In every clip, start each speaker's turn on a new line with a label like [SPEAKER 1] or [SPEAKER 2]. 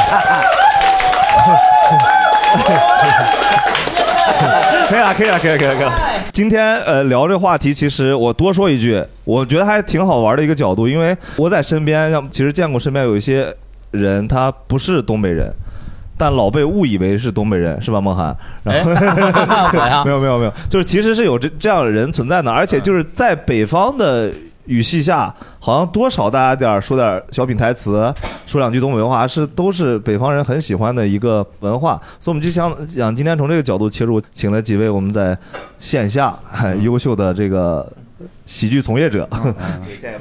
[SPEAKER 1] 可以了，可以了，可以了，可以了，可以了。今天呃聊这个话题，其实我多说一句，我觉得还挺好玩的一个角度，因为我在身边，像其实见过身边有一些人，他不是东北人，但老被误以为是东北人，是吧，梦涵？ 然后、没有没有没有，就是其实是有这这样的人存在的，而且就是在北方的语系下，好像多少大家点儿说点儿小品台词，说两句东北话，是都是北方人很喜欢的一个文化。所以我们就想想今天从这个角度切入，请了几位我们在线下 哎优秀的这个喜剧从业者，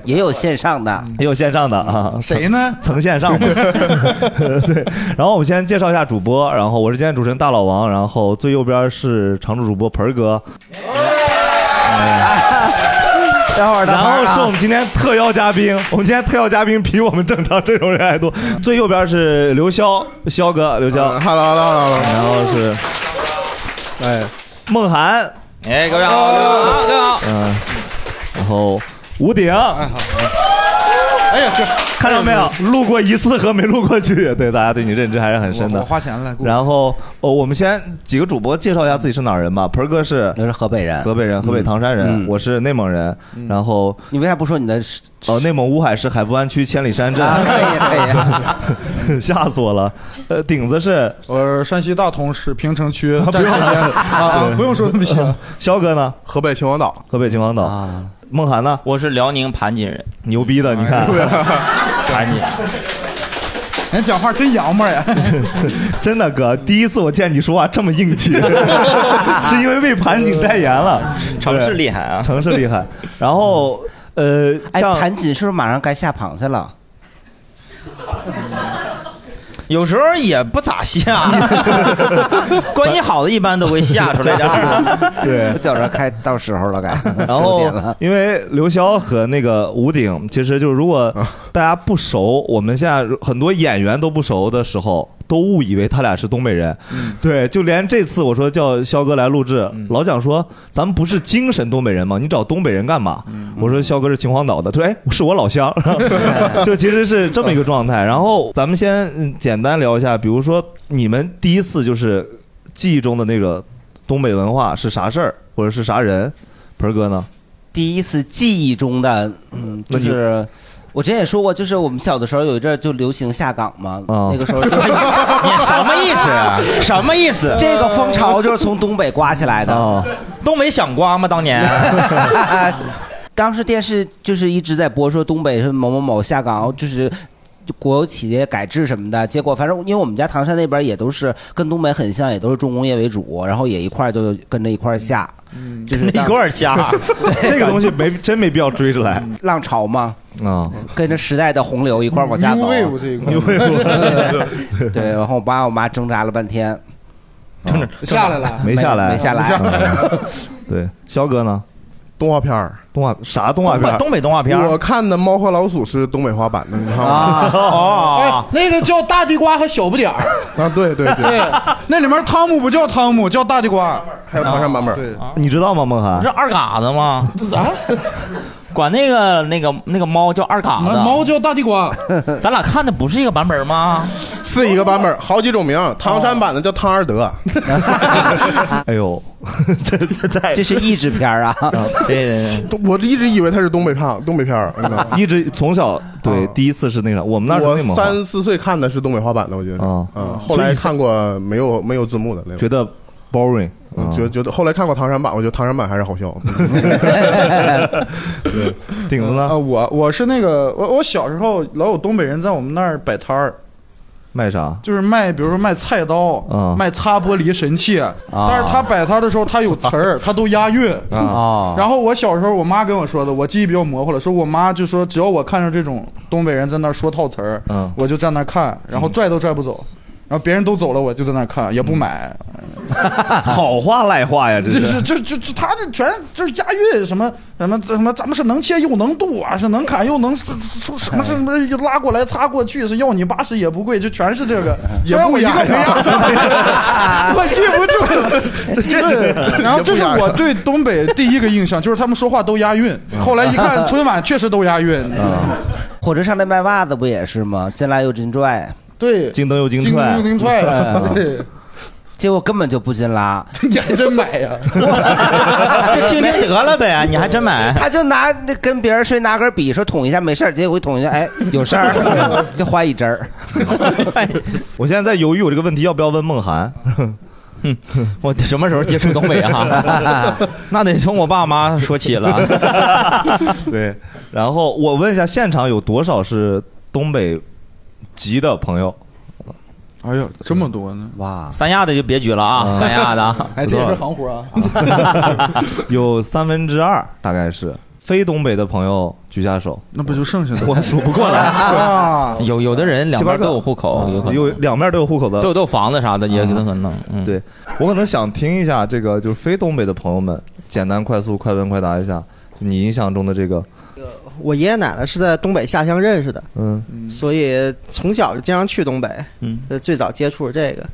[SPEAKER 2] 也有线上的，
[SPEAKER 1] 也有线上的啊。
[SPEAKER 2] 谁呢？
[SPEAKER 1] 曾线 上嘛。对，然后我们先介绍一下主播，然后我是今天主持人大老王，然后最右边是常驻主播盆儿哥，
[SPEAKER 2] 等哎会儿，啊
[SPEAKER 1] 然后是我们今天特邀嘉宾，我们今天特邀嘉宾比我们正常这种人还多。最右边是刘潇，潇哥，刘
[SPEAKER 2] 嗯
[SPEAKER 1] 潇
[SPEAKER 3] ，Hello Hello Hello，
[SPEAKER 1] 然后是，
[SPEAKER 3] 哎，
[SPEAKER 1] 梦涵，
[SPEAKER 4] 哎，各位好，各位好，各位好。
[SPEAKER 1] 嗯，然后吴鼎，
[SPEAKER 3] 哎呀，这
[SPEAKER 1] 看到没有？录过一次和没录过去，对大家对你认知还是很深的。
[SPEAKER 3] 我花钱了。
[SPEAKER 1] 然后哦，我们先几个主播介绍一下自己是哪儿人吧。盆儿哥是
[SPEAKER 2] 是河北人，
[SPEAKER 1] 河北人，河北唐山人，
[SPEAKER 2] 嗯
[SPEAKER 1] 我是内蒙人。
[SPEAKER 3] 嗯
[SPEAKER 1] 然后
[SPEAKER 2] 你为啥不说你的？
[SPEAKER 1] 哦，内蒙乌海市海部湾区千里山镇，
[SPEAKER 2] 啊可以
[SPEAKER 1] 可以， 吓死我了。呃，顶子是
[SPEAKER 3] 我山西大同市平城区
[SPEAKER 1] 不
[SPEAKER 3] 站
[SPEAKER 1] 用
[SPEAKER 3] 时间啊啊，不用说那么细。
[SPEAKER 1] 肖哥呢？
[SPEAKER 3] 河北秦皇岛，
[SPEAKER 1] 河北秦皇岛。
[SPEAKER 2] 啊
[SPEAKER 1] 梦涵呢？
[SPEAKER 4] 我是辽宁盘锦人，
[SPEAKER 1] 牛逼的，你
[SPEAKER 3] 哎
[SPEAKER 1] 看，
[SPEAKER 4] 盘锦。
[SPEAKER 3] 人讲话真洋们儿呀。
[SPEAKER 1] 真的哥，第一次我见你说话这么硬 气，是因为为盘锦代言了。
[SPEAKER 4] 城市厉害啊
[SPEAKER 1] 对城市厉害。 然后呃，
[SPEAKER 2] 哎，
[SPEAKER 1] 像
[SPEAKER 2] 盘锦是不是马上该下螃蟹了？
[SPEAKER 4] 有时候也不咋下，关系好的一般都会下出来 点儿。啊
[SPEAKER 1] 对
[SPEAKER 2] 我觉着该 到时候了， 该。
[SPEAKER 1] 然
[SPEAKER 2] 九
[SPEAKER 1] 后
[SPEAKER 2] 点了，
[SPEAKER 1] 因为刘潇和那个吴鼎，其实就是如果
[SPEAKER 2] 啊
[SPEAKER 1] 大家不熟，我们现在很多演员都不熟的时候，都误以为他俩是东北人。
[SPEAKER 2] 嗯
[SPEAKER 1] 对，就连这次我说叫肖哥来录制，老蒋说咱们不是精神东北人吗？你找东北人干嘛？
[SPEAKER 2] 嗯
[SPEAKER 1] 我说肖哥是秦皇岛的，他说哎是我老 乡， 就其实是这么一个状态。然后咱们先嗯简单聊一下，比如说你们第一次就是记忆中的那个东北文化是啥事儿，或者是啥人？盆儿哥呢？
[SPEAKER 2] 第一次记忆中的，嗯，
[SPEAKER 1] 那
[SPEAKER 2] 就
[SPEAKER 1] 你
[SPEAKER 2] 是我之前也说过，就是我们小的时候有一阵儿就流行下岗嘛，
[SPEAKER 1] 啊
[SPEAKER 2] 那个时候就
[SPEAKER 4] 你什么意思啊？什么意思？
[SPEAKER 2] 这个风潮就是从东北刮起来的。
[SPEAKER 1] 哦，
[SPEAKER 4] 东北想瓜吗？当年
[SPEAKER 2] 当时电视就是一直在播说东北是某某某下岗，就是。就国有企业改制什么的，结果反正因为我们家唐山那边也都是跟东北很像，也都是重工业为主，然后也一块儿就跟着一块儿下，
[SPEAKER 3] 嗯
[SPEAKER 2] 就是
[SPEAKER 4] 一
[SPEAKER 2] 当
[SPEAKER 4] 块 儿下，
[SPEAKER 1] 这个东西没真没必要追着来
[SPEAKER 2] 浪潮嘛，
[SPEAKER 1] 啊。
[SPEAKER 2] 跟着时代的洪流一块儿往下走。
[SPEAKER 3] Wave 这一块，
[SPEAKER 2] 对，然后我爸我妈挣扎了半天，
[SPEAKER 3] 下来了。
[SPEAKER 1] 没下来，
[SPEAKER 2] 没下来。
[SPEAKER 1] 对，肖哥呢？
[SPEAKER 5] 动画片儿，
[SPEAKER 1] 动画啥动画
[SPEAKER 4] 东
[SPEAKER 1] 片
[SPEAKER 4] 北
[SPEAKER 1] 儿？
[SPEAKER 4] 东北动画片儿
[SPEAKER 5] 我看的《猫和老鼠》是东北话版的，你看吗？
[SPEAKER 1] 啊
[SPEAKER 4] 哦，
[SPEAKER 3] 啊哎那个叫大地瓜还小不点儿，
[SPEAKER 5] 啊，对对对，
[SPEAKER 3] 那里面汤姆不叫汤姆，叫大地瓜。
[SPEAKER 5] 还有唐山版本。
[SPEAKER 3] 对
[SPEAKER 1] 你知道吗？梦
[SPEAKER 4] 不
[SPEAKER 1] 涵
[SPEAKER 4] 啊是，二嘎子吗？
[SPEAKER 3] 啊，
[SPEAKER 4] 管那个那个那个猫叫二嘎
[SPEAKER 3] 猫
[SPEAKER 4] 子。
[SPEAKER 3] 叫大地瓜，
[SPEAKER 4] 咱俩看的不是一个版本吗？
[SPEAKER 5] 是一个版本，好几种名。唐山版的叫汤二德，
[SPEAKER 1] 哎呦，这这太？
[SPEAKER 2] 这是 译制片儿 啊，
[SPEAKER 4] 哦对对对，
[SPEAKER 5] 我一直以为他是东北胖东北片儿，你知道吗
[SPEAKER 1] 一直从小对第一次是那啥，我们 那是
[SPEAKER 5] 我
[SPEAKER 1] 内蒙话，
[SPEAKER 5] 三四岁看的是东北话版的，我觉得是
[SPEAKER 1] 哦
[SPEAKER 5] 啊，后来看过没有没有字幕的那
[SPEAKER 1] 觉
[SPEAKER 5] 种，
[SPEAKER 1] 得 boring，
[SPEAKER 5] 嗯觉觉得后来看过唐山版，我觉得唐山版还是好 笑。
[SPEAKER 3] 哎
[SPEAKER 1] 顶子
[SPEAKER 3] 啊，
[SPEAKER 1] 呢
[SPEAKER 3] 我我是那个我我小时候老有东北人在我们那儿摆摊儿，
[SPEAKER 1] 卖
[SPEAKER 5] 啊
[SPEAKER 1] 啥？
[SPEAKER 3] 就是卖，比如说卖菜刀
[SPEAKER 1] 啊，
[SPEAKER 3] 卖擦玻璃神器，但是他摆摊的时候他有词儿，他都押韵。
[SPEAKER 1] 啊
[SPEAKER 2] 哦，
[SPEAKER 3] 然后我小时候我妈跟我说的，我记忆比较模糊了，说我妈就说只要我看上这种东北人在那儿说套词儿，
[SPEAKER 1] 嗯
[SPEAKER 3] 我就站那儿看，然后拽都拽不走，然后别人都走了，我就在那儿看，也不买，
[SPEAKER 1] 好话赖话呀，这
[SPEAKER 3] 这
[SPEAKER 1] 是
[SPEAKER 3] 这。这这这他这全就是押韵什么什么什么，咱们是能切又能剁啊，是能砍又能是是是什么是什
[SPEAKER 1] 哎
[SPEAKER 3] 么又拉过来擦过去，是要你八十也不贵，就全是这个，
[SPEAKER 1] 哎
[SPEAKER 5] 也
[SPEAKER 3] 虽然
[SPEAKER 5] 不
[SPEAKER 3] 我一个
[SPEAKER 5] 押
[SPEAKER 3] 没
[SPEAKER 5] 韵
[SPEAKER 3] 押上来， 我记不 住了，
[SPEAKER 5] 这是
[SPEAKER 3] 对然后这是我对东北第一个印象，就是他们说话都押韵，
[SPEAKER 1] 嗯
[SPEAKER 3] 后来 一看春 晚确实都押韵，嗯
[SPEAKER 2] 火车上那卖袜子不也是吗？进来又进拽，
[SPEAKER 3] 对，
[SPEAKER 1] 京灯又京
[SPEAKER 3] 京
[SPEAKER 1] 踹哎
[SPEAKER 3] 东又京 踹，对，
[SPEAKER 2] 结果根本就不进 拉，
[SPEAKER 3] 你还真买
[SPEAKER 4] 啊
[SPEAKER 3] 呀？
[SPEAKER 4] 就听听得了呗，你还 真啊买。
[SPEAKER 2] 他就拿那跟别人睡拿根笔说捅一下没事儿，结果一捅一下， 哎，有事儿，就花一针儿。
[SPEAKER 1] 我现在在犹豫，我这个问题要不要问梦涵？
[SPEAKER 4] 我什么时候接触东 北啊？那得从我爸妈说起了。
[SPEAKER 1] 对，然后我问一下，现场有多少是东北籍的朋友？
[SPEAKER 3] 哎呀，这么多呢！
[SPEAKER 2] 哇，
[SPEAKER 4] 三亚的就别举了
[SPEAKER 1] 嗯
[SPEAKER 4] 啊，三亚 的啊。
[SPEAKER 3] 哎，这也是行活啊！
[SPEAKER 1] 有三分之二，大概是非东北的朋友举下手，
[SPEAKER 3] 那不就剩下的
[SPEAKER 1] 我数不过来，
[SPEAKER 3] 啊？
[SPEAKER 4] 有有的人两边都有户口，有可
[SPEAKER 1] 有
[SPEAKER 4] 能
[SPEAKER 1] 两面都有户口的
[SPEAKER 4] 都有都有房子啥的，也有可能。嗯，
[SPEAKER 1] 对我可能想听一下这个，就是非东北的朋友们，简单、快速、快问快答一下，就你印象中的这个，
[SPEAKER 6] 呃我爷爷奶奶是在东北下乡认识的，
[SPEAKER 1] 嗯，
[SPEAKER 6] 所以从小就经常去东北，
[SPEAKER 4] 嗯
[SPEAKER 6] 呃，最早接触这个，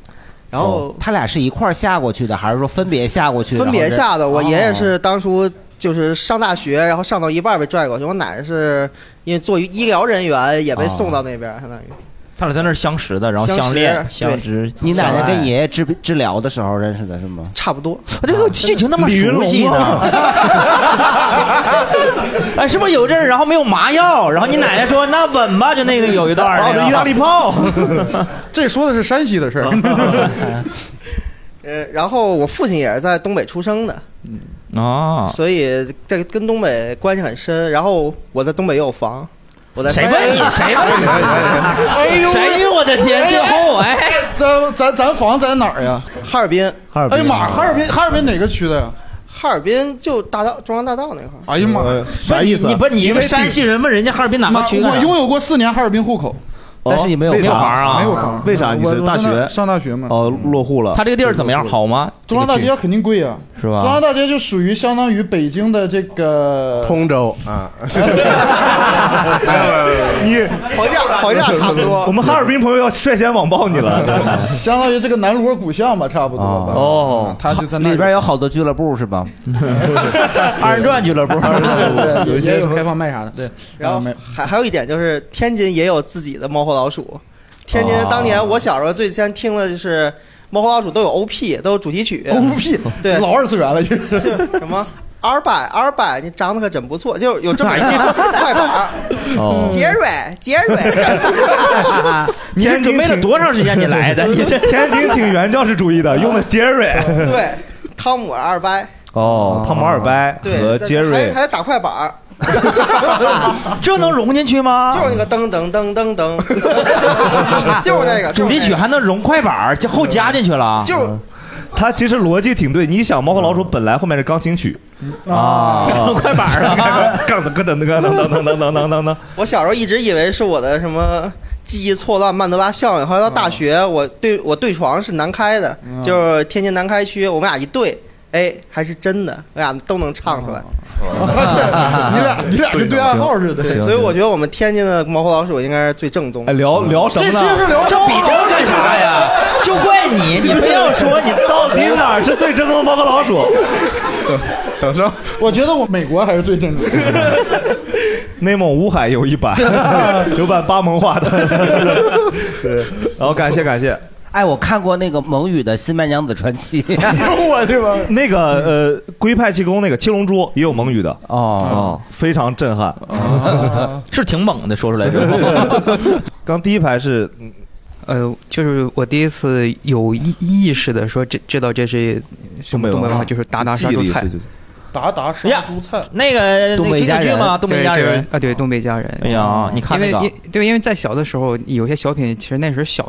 [SPEAKER 6] 然后
[SPEAKER 2] 哦他俩是一块儿下过去的，还是说分别下过去？
[SPEAKER 6] 分别
[SPEAKER 2] 然后这
[SPEAKER 6] 下的。我爷
[SPEAKER 2] 哦
[SPEAKER 6] 爷是当初就是上大学，然后上到一半被拽过去，我奶奶是因为做医疗人员也被送到那边，
[SPEAKER 4] 哦
[SPEAKER 6] 相当于
[SPEAKER 4] 他俩在那儿相识的，然后
[SPEAKER 6] 相识
[SPEAKER 4] 相恋、
[SPEAKER 6] 对
[SPEAKER 4] 相知。
[SPEAKER 2] 你奶奶
[SPEAKER 4] 相
[SPEAKER 2] 跟
[SPEAKER 4] 爱
[SPEAKER 2] 爷爷治治疗的时候认识的是吗？
[SPEAKER 6] 差不多。
[SPEAKER 4] 这个剧情那么熟悉呢？ 哎，是不是有阵儿，然后没有麻药，然后你奶奶说那吻吧，就那个有一段儿
[SPEAKER 1] 啊，
[SPEAKER 4] 那
[SPEAKER 1] 这意
[SPEAKER 4] 个。
[SPEAKER 1] 大利炮，
[SPEAKER 3] 这说的是山西的事儿，
[SPEAKER 1] 嗯
[SPEAKER 6] 呃，然后我父亲也是在东北出生的，
[SPEAKER 1] 哦
[SPEAKER 4] 啊，
[SPEAKER 6] 所以这个跟东北关系很深。然后我在东北也有房，我在
[SPEAKER 4] 谁
[SPEAKER 6] 三亚哎
[SPEAKER 4] 问你？谁问 你？谁呀？我的天，最后哎，
[SPEAKER 3] 咱咱咱房在哪儿呀？
[SPEAKER 6] 哈尔滨，
[SPEAKER 1] 哈尔
[SPEAKER 3] 哎呀妈，哈尔滨哈尔滨哪个区的呀？
[SPEAKER 6] 哈尔滨就大道中央大道那块儿。
[SPEAKER 3] 哎呀妈，
[SPEAKER 1] 呃
[SPEAKER 3] 呀！
[SPEAKER 1] 啥意思啊？
[SPEAKER 4] 你不是你一个山西人问人家哈尔滨哪个
[SPEAKER 3] 妈
[SPEAKER 4] 区的？啊
[SPEAKER 3] 我拥有过四年哈尔滨户口，
[SPEAKER 1] 哦
[SPEAKER 2] 但是你没有
[SPEAKER 1] 为啥
[SPEAKER 4] 没有房啊
[SPEAKER 3] 没有房。
[SPEAKER 1] 为啥你
[SPEAKER 3] 我
[SPEAKER 1] 是
[SPEAKER 3] 我
[SPEAKER 1] 大
[SPEAKER 3] 在那
[SPEAKER 1] 学
[SPEAKER 3] 上大学嘛？
[SPEAKER 1] 哦，落户了。
[SPEAKER 4] 他这个地儿怎么样？好吗？
[SPEAKER 3] 中央大街肯定贵啊，
[SPEAKER 4] 是吧
[SPEAKER 3] 中央大街就属于相当于北京的这
[SPEAKER 6] 呃
[SPEAKER 3] 个
[SPEAKER 5] 通州 啊，没有没有没有
[SPEAKER 1] 你
[SPEAKER 6] 房价房价差不
[SPEAKER 1] 我
[SPEAKER 6] 多，
[SPEAKER 1] 们哈尔滨朋友要率先网暴你 了。
[SPEAKER 3] 相当于这个南锣鼓巷吧，差不多吧。
[SPEAKER 1] 哦
[SPEAKER 3] 啊，他就在那
[SPEAKER 2] 里边有好多俱乐部是吧？
[SPEAKER 4] 二人转俱 乐部。
[SPEAKER 3] 对
[SPEAKER 1] 有一
[SPEAKER 3] 有
[SPEAKER 1] 些
[SPEAKER 3] 些
[SPEAKER 1] 什么
[SPEAKER 3] 有开放麦啥的。对，嗯
[SPEAKER 6] 然后
[SPEAKER 3] 没有
[SPEAKER 6] 还还有一点就是天津也有自己的猫和老鼠。天
[SPEAKER 3] 哦
[SPEAKER 6] 津当年我小时候最先听的就是猫和老鼠都有 OP，都有主题 曲。
[SPEAKER 3] OP
[SPEAKER 6] 对
[SPEAKER 3] 老二次元了，就是
[SPEAKER 6] 就是 什么阿尔柏阿尔柏，你长得可真不错，就有这么一 个快板儿，
[SPEAKER 3] 嗯
[SPEAKER 1] 哦，
[SPEAKER 6] 杰瑞杰瑞，
[SPEAKER 4] 你这准备了多长时间？你 来的？你这
[SPEAKER 1] 天津挺原教旨主义的，用的 Jerry。
[SPEAKER 6] 对，汤姆阿尔掰，
[SPEAKER 1] 哦，汤姆阿尔掰
[SPEAKER 6] 对，
[SPEAKER 1] 和
[SPEAKER 6] 这
[SPEAKER 1] Jerry
[SPEAKER 6] 还还打快板 儿，
[SPEAKER 4] 这能融进去吗？
[SPEAKER 6] 就是那个噔噔噔噔噔， 就是那个
[SPEAKER 4] 主题
[SPEAKER 6] 就是那
[SPEAKER 4] 曲，
[SPEAKER 6] 个
[SPEAKER 4] 还能融快板儿，这后加进去了。
[SPEAKER 6] 就是
[SPEAKER 1] 他其实逻辑挺对。你想，《猫和老鼠》本来后面是钢琴曲 啊，
[SPEAKER 4] 融快板儿 了。啊
[SPEAKER 1] 杠噔咯噔咯噔噔噔噔噔噔噔噔。
[SPEAKER 6] 我小时候一直以为是我的什么记忆错乱、曼德拉效应，后来到大学，
[SPEAKER 3] 啊
[SPEAKER 6] 我对我对床是南开的，就是天津南开区，我们俩一对，哎，还是真的，我俩都能唱出来。
[SPEAKER 3] 你俩你俩啊跟对暗号似的。
[SPEAKER 1] 行
[SPEAKER 6] 所以我觉得我们天津的猫和老鼠应该是最正宗的。
[SPEAKER 1] 哎，聊聊什么
[SPEAKER 3] 这期
[SPEAKER 1] 呢？
[SPEAKER 3] 是聊
[SPEAKER 4] 这
[SPEAKER 3] 招
[SPEAKER 4] 比这干啥呀？就怪你，你非要说你
[SPEAKER 1] 到底哪儿是最正宗的猫和老鼠？
[SPEAKER 5] 整整
[SPEAKER 3] 我觉得我美国还是最正宗的。
[SPEAKER 1] 内蒙乌海有一 版，有版巴蒙话的。对， 然后感谢感谢。
[SPEAKER 2] 哎，我看过那个蒙语的《新白娘子传奇》
[SPEAKER 3] 我这玩意儿
[SPEAKER 1] 啊那个呃，龟派气功那个七龙珠也有蒙语的
[SPEAKER 2] 哦，
[SPEAKER 1] 啊，非常震撼。
[SPEAKER 4] 是挺猛的，说出来这。
[SPEAKER 1] 刚第一排是
[SPEAKER 7] 呃，就是我第一次有意意识的说这知道这是什
[SPEAKER 1] 东北
[SPEAKER 7] 么东北
[SPEAKER 1] 文
[SPEAKER 7] 文
[SPEAKER 1] 化
[SPEAKER 7] 化，就是达达杀猪菜，
[SPEAKER 3] 达达杀
[SPEAKER 4] 呀
[SPEAKER 3] 猪菜，
[SPEAKER 4] 那个呃那
[SPEAKER 7] 东
[SPEAKER 4] 个
[SPEAKER 7] 北
[SPEAKER 4] 情
[SPEAKER 7] 一家
[SPEAKER 4] 景剧
[SPEAKER 7] 人
[SPEAKER 4] 吗？东北一家
[SPEAKER 7] 对
[SPEAKER 4] 人
[SPEAKER 7] 就是。啊，对，东北一家人。
[SPEAKER 4] 哎
[SPEAKER 7] 嗯
[SPEAKER 4] 呀，你看
[SPEAKER 7] 因
[SPEAKER 4] 那
[SPEAKER 7] 为
[SPEAKER 4] 个
[SPEAKER 7] 因对，因为在小的时候，有些小品其实那时候小，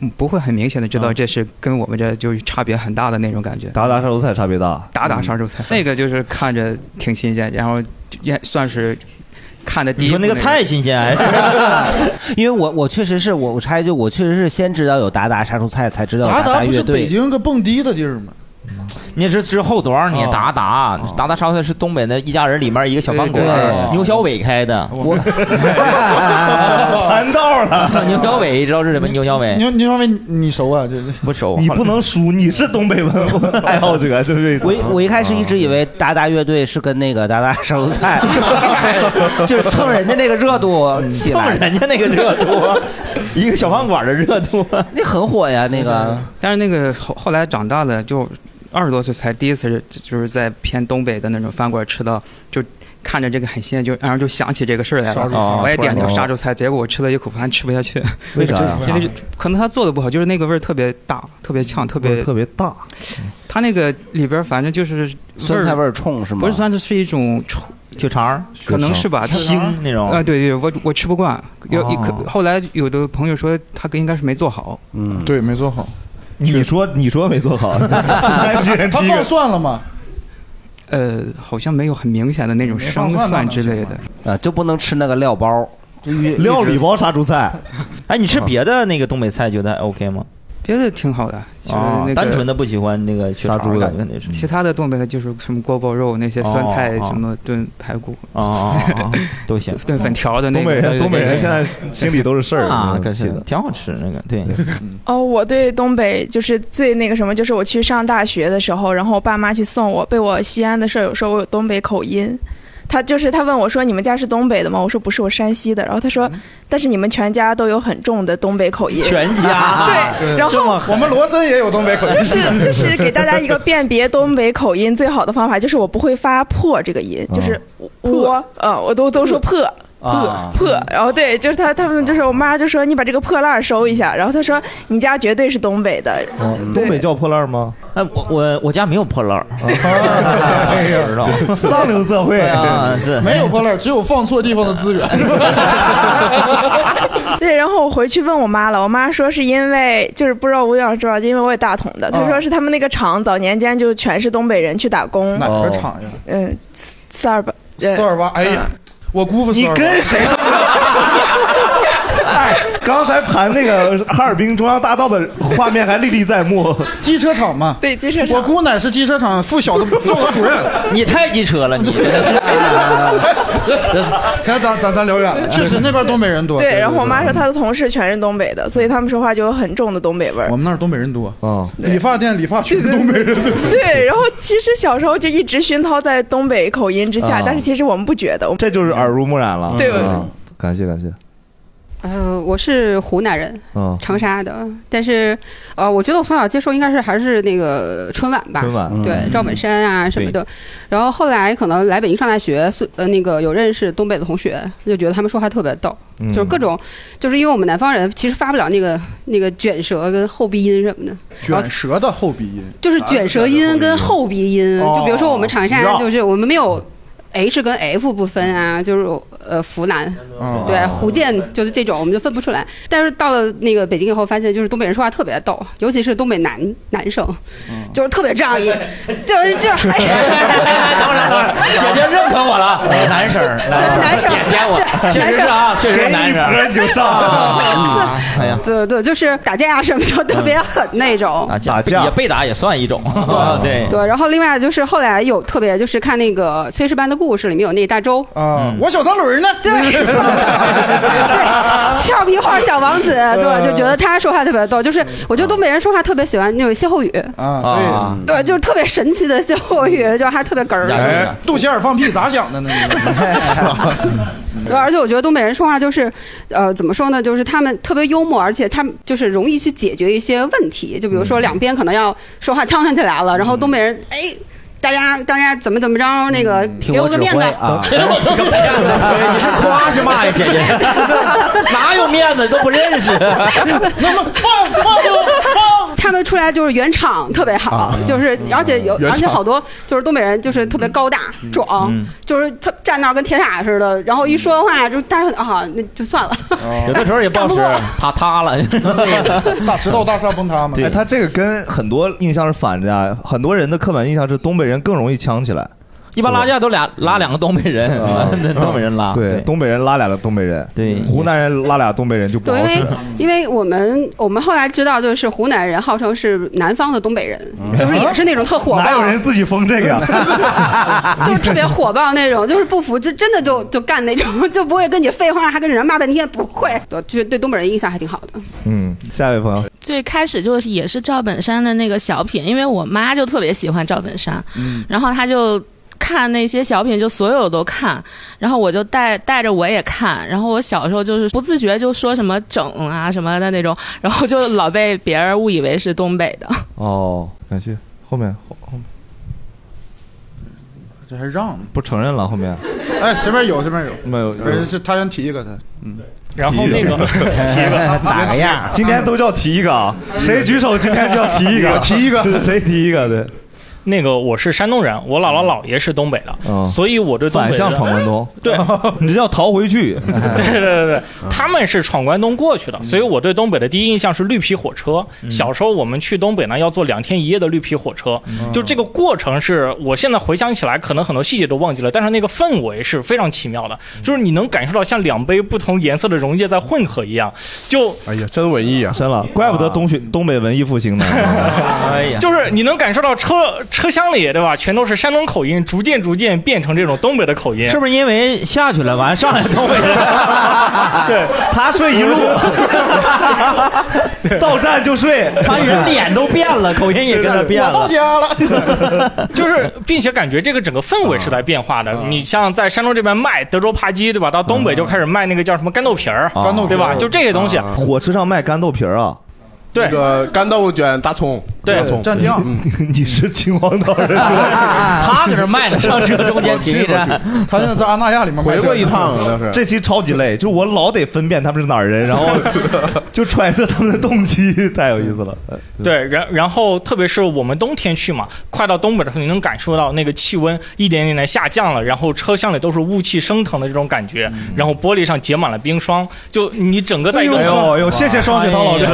[SPEAKER 7] 你不会很明显的知道
[SPEAKER 4] 嗯
[SPEAKER 7] 这是跟我们这就是差别很大的那种感觉。
[SPEAKER 1] 达达杀猪菜差别大。
[SPEAKER 7] 打打杀猪菜，那个就是看着挺新鲜，然后也算是看的第一
[SPEAKER 4] 你说
[SPEAKER 7] 部
[SPEAKER 4] 那个
[SPEAKER 7] 种
[SPEAKER 4] 菜新鲜啊还是？
[SPEAKER 2] 因为我我确实是我我插一句，我确实是先知道有达达杀猪菜，才知道有
[SPEAKER 3] 达达
[SPEAKER 2] 达
[SPEAKER 3] 不
[SPEAKER 2] 乐
[SPEAKER 3] 是
[SPEAKER 2] 队。
[SPEAKER 3] 北京个蹦迪的地儿吗？
[SPEAKER 4] 你是之后多少年？达达达达烧菜是东北的一家人里面一个小饭
[SPEAKER 2] 对
[SPEAKER 4] 馆
[SPEAKER 2] 对
[SPEAKER 4] 儿，牛小伟开的。
[SPEAKER 2] 我
[SPEAKER 4] 啊
[SPEAKER 1] 盘道了。
[SPEAKER 4] 牛小伟知道是什么？牛
[SPEAKER 2] 哎
[SPEAKER 4] 小伟
[SPEAKER 3] 牛牛小伟，你熟啊？这这
[SPEAKER 4] 不 熟，
[SPEAKER 1] 你 不能输，你是东北文化爱好者，对不对？
[SPEAKER 2] 哎我一我一开始一直以为达达乐队是跟那个达达杀猪 菜，就是蹭人家那个热度起
[SPEAKER 4] 蹭
[SPEAKER 2] 来，
[SPEAKER 4] 人家那个热度， 一个小饭馆的热度。
[SPEAKER 2] 那很火呀，那个
[SPEAKER 7] 但是那个后后来长大了，就二十多岁才第一次就是在偏东北的那种饭馆吃到，就看着这个很鲜，就然后就想起这个事儿来
[SPEAKER 3] 杀猪
[SPEAKER 7] 了。
[SPEAKER 2] 哦
[SPEAKER 4] 啊
[SPEAKER 7] 我也点了个杀猪菜，结果我吃了一口饭吃不 下去，
[SPEAKER 1] 为啥呀？
[SPEAKER 7] 因为是可能他做的不好，就是那个味儿特别大，特别呛，特别
[SPEAKER 1] 特别大，
[SPEAKER 7] 他那个里边儿反正就是味
[SPEAKER 2] 酸菜
[SPEAKER 7] 儿
[SPEAKER 2] 味儿冲是吗？
[SPEAKER 7] 不是酸菜，是一种臭
[SPEAKER 4] 血肠
[SPEAKER 7] 可能是吧，他
[SPEAKER 4] 腥那种
[SPEAKER 7] 啊，对对，我我吃不惯。有
[SPEAKER 4] 哦
[SPEAKER 7] 可后来有的朋友说他应该是没做好，
[SPEAKER 2] 嗯，
[SPEAKER 3] 对没做好，
[SPEAKER 1] 你说你说没做 好，山西人
[SPEAKER 3] 他
[SPEAKER 1] 第一
[SPEAKER 3] 放
[SPEAKER 1] 个
[SPEAKER 3] 蒜了吗？
[SPEAKER 7] 呃，好像没有很明显的那种
[SPEAKER 3] 没放
[SPEAKER 7] 生
[SPEAKER 3] 蒜
[SPEAKER 7] 蒜
[SPEAKER 3] 吧
[SPEAKER 7] 之类
[SPEAKER 3] 那
[SPEAKER 7] 的。
[SPEAKER 2] 啊，就不能吃那个料包，就一
[SPEAKER 1] 料理包杀猪菜，
[SPEAKER 4] 哎，你吃别的那个东北菜觉得还 OK 吗？
[SPEAKER 7] 别的挺好的，就是
[SPEAKER 4] 啊
[SPEAKER 7] 那，个
[SPEAKER 4] 单纯的不喜欢那个血肠
[SPEAKER 1] 杀猪的
[SPEAKER 4] 感觉肯定是。
[SPEAKER 7] 其他的东北的就是什么锅包肉那些酸菜
[SPEAKER 4] 哦哦
[SPEAKER 7] 什么炖排骨
[SPEAKER 4] 啊啊啊啊，都行。
[SPEAKER 7] 炖粉条的那
[SPEAKER 1] 东北
[SPEAKER 4] 对
[SPEAKER 7] 个。
[SPEAKER 4] 对
[SPEAKER 1] 人东北人
[SPEAKER 4] 对
[SPEAKER 1] 现在心 里都是事儿
[SPEAKER 4] 啊，
[SPEAKER 1] 嗯
[SPEAKER 4] 可是
[SPEAKER 1] 记得
[SPEAKER 4] 挺好吃那个，对，
[SPEAKER 8] 哦，我对东北就是最那个什么，就是我去上大学的时候，然后我爸妈去送我，被我西安的舍友说我有东北口音。他就是他问我说：“你们家是东北的吗？”我说：“不是，我山西的。”然后他
[SPEAKER 5] 嗯
[SPEAKER 8] 说：“但是你们全家都有很重的东北口音。”
[SPEAKER 4] 全 家啊
[SPEAKER 8] 对，然后
[SPEAKER 5] 我们罗森也有东北口音，
[SPEAKER 8] 就是就是给大家 一个辨别东北口音最好的方法，就是我不会发“破”这个音，
[SPEAKER 4] 哦
[SPEAKER 8] 就是我呃，我都都说破。
[SPEAKER 2] 啊，
[SPEAKER 8] 破，然后对，就是他他们就是我妈就说你把这个破烂儿收一下，然后她说你家绝对是东北的，
[SPEAKER 1] 东北叫破烂吗？
[SPEAKER 4] 哎，我我我家没有破烂儿，知 道吗？
[SPEAKER 1] 上流社会
[SPEAKER 2] 哎
[SPEAKER 4] 对啊，是
[SPEAKER 3] 没有破烂，只有放错地方的资源。
[SPEAKER 2] 哦
[SPEAKER 8] 对，然后我回去问我妈了，我妈说是因为就是不知道吴老师知不知道，因为我也大同的，她
[SPEAKER 3] 啊
[SPEAKER 8] 说是他们那个厂早年间就全是东北人去打工，
[SPEAKER 3] 哪个厂呀？
[SPEAKER 8] 嗯，四四二八，
[SPEAKER 3] 四
[SPEAKER 8] 呃
[SPEAKER 3] 二八，哎呀， 我姑父四
[SPEAKER 1] 你
[SPEAKER 3] 二八。
[SPEAKER 1] 跟谁？ 哎，刚才盘那个哈尔滨中央大道的画面还历历在目。
[SPEAKER 3] 机车厂嘛？
[SPEAKER 8] 对，机车
[SPEAKER 3] 我
[SPEAKER 8] 厂。
[SPEAKER 3] 姑乃是机车厂附小 的综合主任。
[SPEAKER 4] 你太机车了，你
[SPEAKER 5] 看咱咱咱聊远了，
[SPEAKER 3] 确实那边东北人多。
[SPEAKER 8] 对，然后我妈说她的同事全是东北的，所以他们说话就有很重的东北味儿
[SPEAKER 3] 我。们那儿东北人多，
[SPEAKER 1] 嗯，
[SPEAKER 3] 啊理发店理发全是东北人。
[SPEAKER 8] 对，然后其实小时候就一直熏陶在东北口音之
[SPEAKER 3] 啊
[SPEAKER 8] 下，但是其实我们 不觉得，我们
[SPEAKER 1] 这就是耳濡目染了。
[SPEAKER 8] 对对对
[SPEAKER 1] 嗯，感谢感谢。
[SPEAKER 9] 呃，我是湖南人，
[SPEAKER 1] 嗯，
[SPEAKER 9] 长沙的，但是呃，我觉得我从小接受应该是还是那个春晚吧，
[SPEAKER 1] 春晚嗯
[SPEAKER 9] 对，赵本山啊什么的。然后后来可能来北京上大学，是呃，那个有认识东北的同学，就觉得他们说话特别逗，
[SPEAKER 1] 嗯
[SPEAKER 9] 就是各种，就是因为我们南方人其实发不了那个那个卷舌跟后鼻音什么的，
[SPEAKER 3] 卷舌的后鼻音，
[SPEAKER 9] 啊
[SPEAKER 3] 哎
[SPEAKER 9] 就是卷舌音跟后鼻音。
[SPEAKER 3] 哦
[SPEAKER 9] 就比如说我们长
[SPEAKER 1] 绕
[SPEAKER 9] 沙，就是我们没有 H 跟 F 不分啊，就是呃湖南
[SPEAKER 3] 嗯
[SPEAKER 9] 对，福建就是这种，我们就分不出来。但是到了那个北京以后，发现就是东北人说话特别逗，尤其是东北男男生，就是特别仗 义，就是这，哎呀，
[SPEAKER 4] 等会儿等会儿，姐姐认可我了，男生儿，
[SPEAKER 9] 男生儿
[SPEAKER 4] 点点我，确实是啊，确实是男生儿，
[SPEAKER 1] 你就上
[SPEAKER 4] 啊，哎呀，
[SPEAKER 9] 对对，就是打架呀什么就特别狠那种。
[SPEAKER 4] 打
[SPEAKER 1] 打架
[SPEAKER 4] 也被打也算一种，对，
[SPEAKER 9] 对，然后另外就是后来有特别就是看那个《炊事班的故事》里面有那大周，
[SPEAKER 4] 嗯
[SPEAKER 3] 啊，我小三轮呢？
[SPEAKER 9] 对，对，俏皮话小王子，对，就觉得他说话特别逗，就是我觉得东北人说话特别喜欢那种歇后语，
[SPEAKER 3] 啊，
[SPEAKER 9] 对，就是特别神奇的歇后语，就是还特别哏儿。
[SPEAKER 4] 亚洲
[SPEAKER 3] 对
[SPEAKER 4] 人，，
[SPEAKER 3] 哎肚脐眼放屁咋想的呢？
[SPEAKER 9] 对，而且我觉得东北人说话就是，呃，怎么说呢？就是他们特别幽默，而且他们就是容易去解决一些问题。就比如说两边可能要说话呛呛起来了，然后东北人哎，大家大家怎么怎么着，那个
[SPEAKER 4] 嗯
[SPEAKER 2] 听
[SPEAKER 9] 给我
[SPEAKER 2] 指
[SPEAKER 9] 个面
[SPEAKER 2] 挥
[SPEAKER 9] 子。
[SPEAKER 2] 啊，
[SPEAKER 4] 你还夸是骂呀，姐姐，哪有面子都不认识，
[SPEAKER 9] 他们出来就是圆场特别
[SPEAKER 1] 啊
[SPEAKER 9] 好，就是而且有
[SPEAKER 5] 圆
[SPEAKER 9] 而且
[SPEAKER 5] 场
[SPEAKER 9] 好多就是东北人就是特别高大壮，
[SPEAKER 1] 嗯
[SPEAKER 9] 就是他站那儿跟铁塔似的，然后一说话就大家啊，那就算了。
[SPEAKER 1] 嗯哦
[SPEAKER 4] 有的时候也不好使
[SPEAKER 9] 干不，
[SPEAKER 4] 怕塌 了，
[SPEAKER 3] 大石头大厦崩塌嘛。
[SPEAKER 1] 哎，他这个跟很多印象是反着啊。很多人的刻板印象是东北人更容易呛起来，
[SPEAKER 4] 一般拉架都俩拉两个东北人， 东北人拉，
[SPEAKER 1] 哦
[SPEAKER 3] 啊
[SPEAKER 1] 对，东北人拉俩东北人，
[SPEAKER 4] 对，
[SPEAKER 1] 湖南人拉俩东北人就不
[SPEAKER 9] 对，
[SPEAKER 1] 好
[SPEAKER 9] 因
[SPEAKER 1] 使
[SPEAKER 9] 为。因为我们我们后来知道，就是湖南人号称是南方的东北人，就是也是那种特火
[SPEAKER 1] 嗯哪有
[SPEAKER 9] 爆，
[SPEAKER 1] 人自己封这个呀？
[SPEAKER 9] 就是特别火爆那种，就是不服就真的就就干那种， 就不会跟你废话，还跟人骂半天，不会，就是对东北人印象还挺好 的。
[SPEAKER 1] 嗯，下一位朋友，
[SPEAKER 10] 最开始就是也是赵本山的那个小品，因为我妈就特别喜欢赵本山，
[SPEAKER 1] 嗯
[SPEAKER 10] 然后她就看那些小品，就所有都看，然后我就带带着我也看，然后我小时候就是不自觉就说什么整啊什么的那种，然后就老被别人误以为是东北的。
[SPEAKER 1] 哦，感谢后面后后面
[SPEAKER 3] 这还让
[SPEAKER 1] 不承认了，后面
[SPEAKER 5] 哎，这边有，这边有，
[SPEAKER 1] 没有
[SPEAKER 5] 哎是他先提一个他，嗯，
[SPEAKER 1] 然后那个 提一
[SPEAKER 3] 哎
[SPEAKER 1] 个打个样 今天都叫提一个啊，谁举手今天就要提一个，
[SPEAKER 11] 我提一个
[SPEAKER 1] 谁提一个？对，
[SPEAKER 11] 那个我是山东人，我姥姥姥爷是东北的，
[SPEAKER 1] 嗯
[SPEAKER 11] 所以我对东
[SPEAKER 1] 反
[SPEAKER 11] 北人
[SPEAKER 1] 向闯关东，
[SPEAKER 11] 对，
[SPEAKER 1] 你这叫逃回去。
[SPEAKER 11] 对对对对，他们是闯关东过去
[SPEAKER 1] 嗯
[SPEAKER 11] 的，所以我对东北的第一印象是绿皮火车。小时候我们去东北呢，要坐两天一夜的绿皮火车，
[SPEAKER 1] 嗯
[SPEAKER 11] 就这个过程是我现在回想起来，可能很多细节都忘记了，但是那个氛围是非常奇妙的，
[SPEAKER 1] 嗯
[SPEAKER 11] 就是你能感受到像两杯不同颜色的溶液在混合一样，就
[SPEAKER 1] 哎呀，真文 艺啊！真了，怪不得东学东北文艺复兴呢。
[SPEAKER 11] 哎
[SPEAKER 1] 啊
[SPEAKER 11] 呀，就是你能感受到车车厢里对吧，全都是山东口音，逐渐逐渐变成这种东北的口音，
[SPEAKER 4] 是不是因为下去了，完上来东北人？
[SPEAKER 11] 对，
[SPEAKER 1] 他睡一 路，到站就睡，
[SPEAKER 4] 他人脸都变了，口音也跟着变了。
[SPEAKER 11] 我到家 就是，并且感觉这个整个氛围是在变化
[SPEAKER 1] 啊
[SPEAKER 11] 的。你像在山东这边卖德州扒鸡，对吧？到东北就开始卖那个叫什么干豆皮儿，
[SPEAKER 1] 啊
[SPEAKER 5] 干豆皮儿
[SPEAKER 11] 对吧？就这些东西。啊
[SPEAKER 1] 火车上卖干豆皮儿啊，
[SPEAKER 11] 对，
[SPEAKER 5] 那个呃干豆腐卷大葱，
[SPEAKER 11] 对
[SPEAKER 5] 大葱
[SPEAKER 11] 蘸酱
[SPEAKER 5] 嗯，
[SPEAKER 1] 你是秦皇岛人，
[SPEAKER 4] 他搁这卖呢，上车中间停一站。
[SPEAKER 3] 他现在在安那亚里面卖
[SPEAKER 5] 回过一趟
[SPEAKER 3] 这
[SPEAKER 5] 那
[SPEAKER 3] 个
[SPEAKER 5] 是
[SPEAKER 1] 这期超级累，就我老得分辨他们是哪儿人，然后就揣测他们的动机，太有意思了。呃
[SPEAKER 11] 对，然然后特别是我们冬天去嘛，快到东北的时候，你能感受到那个气温一点点的下降了，然后车厢里都是雾气升腾的这种感觉，然后玻璃上结满了冰霜，就你整个在一个
[SPEAKER 1] 嗯哎呦哎呦谢谢双雪涛老师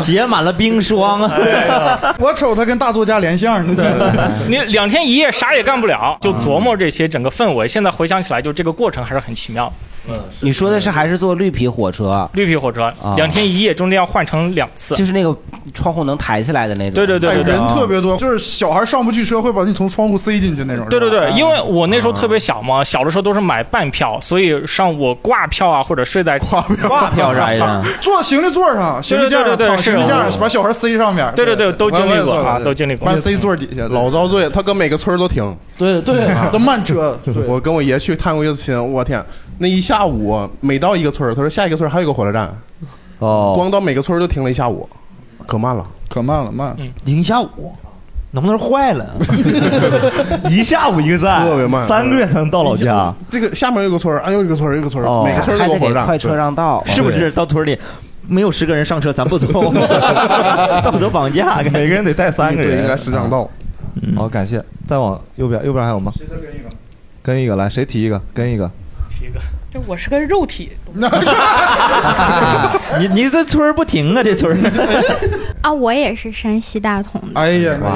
[SPEAKER 4] 结满了冰霜啊！
[SPEAKER 1] 哎
[SPEAKER 3] 我瞅他跟大作家连线呢，
[SPEAKER 11] 你两天一夜啥也干不了，啊就琢磨这些整个氛围。现在回想起来，就这个过程还是很奇妙。
[SPEAKER 2] 你说的是还是坐绿皮火
[SPEAKER 3] 啊
[SPEAKER 2] 车？
[SPEAKER 11] 绿皮火车两天一夜中间要换乘两次，
[SPEAKER 2] 啊就是那个窗户能抬起来的那种。
[SPEAKER 11] 对对对对对
[SPEAKER 3] 哎人特别多，就是小孩上不去车，会把你从窗户塞进去那种。
[SPEAKER 11] 对对对，因
[SPEAKER 3] 为
[SPEAKER 11] 为我那时候特别小嘛，小的时候都是买半票，所以上我挂票啊，或者睡在挂 票
[SPEAKER 4] 挂票啥意思啊？
[SPEAKER 3] 坐行李座上，行李架
[SPEAKER 11] 对对
[SPEAKER 3] 上，
[SPEAKER 11] 对对
[SPEAKER 3] 躺行李架
[SPEAKER 11] 是哦
[SPEAKER 3] 上，把小孩塞上面。
[SPEAKER 11] 对对对，都经历过
[SPEAKER 3] 我也做
[SPEAKER 11] 啊，
[SPEAKER 3] 过
[SPEAKER 11] 都经历过。
[SPEAKER 3] 把塞座底下，啊
[SPEAKER 5] 老遭罪，他搁每个村儿都停。
[SPEAKER 3] 对对都慢车。
[SPEAKER 5] 我跟我爷去探过一次亲，我天，那一下午每到一个村儿，他说下一个村儿还有一个火车站，
[SPEAKER 1] 哦
[SPEAKER 5] 光到每个村儿都停了一下午，可慢了，
[SPEAKER 3] 可慢了慢，
[SPEAKER 4] 停一下午，能不能坏了？
[SPEAKER 1] 一下午一个站，
[SPEAKER 5] 特别慢，
[SPEAKER 1] 三个月才能到老家。
[SPEAKER 5] 这个下面有个村儿，哎，又一个村儿，又一个村
[SPEAKER 4] 哦
[SPEAKER 5] 儿，每个村儿都有火车站，
[SPEAKER 2] 道
[SPEAKER 4] 是不是？到村里没有十个人上车，咱不走， 道德绑架，
[SPEAKER 1] 每个人得带三个人，
[SPEAKER 5] 应该是让道。
[SPEAKER 1] 好，感谢。再往右边，右边还有吗？谁再跟一个？跟一个来，谁提一个？跟一个。
[SPEAKER 12] 这我是个 肉体
[SPEAKER 4] 你你这村儿 不停啊，这村 儿。
[SPEAKER 13] 啊，我也是山西大同的。
[SPEAKER 3] 哎呀，
[SPEAKER 4] 哇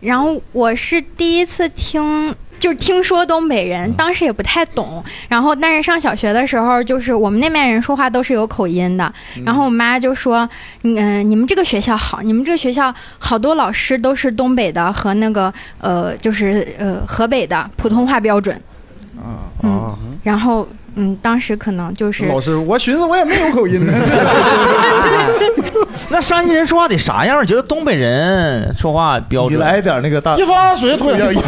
[SPEAKER 13] 然后我是第一次听，就是听说东北人，
[SPEAKER 3] 嗯
[SPEAKER 13] 当时也不太懂。然后，但是上小学的时候，就是我们那边人说话都是有口音的。
[SPEAKER 3] 嗯
[SPEAKER 13] 然后我妈就说：“嗯、呃你们这个学校好，你们这个学校好多老师都是东北的和那个呃，就是呃河北的普通话标准。
[SPEAKER 5] 啊，
[SPEAKER 13] 然后，嗯，当时可能就是
[SPEAKER 3] 嗯老 师，我寻思我也没有口音 呢。
[SPEAKER 4] 那山西人说话得啥样？觉得东北人说话标准？你
[SPEAKER 1] 来一点那个大
[SPEAKER 3] 一方水土 养一方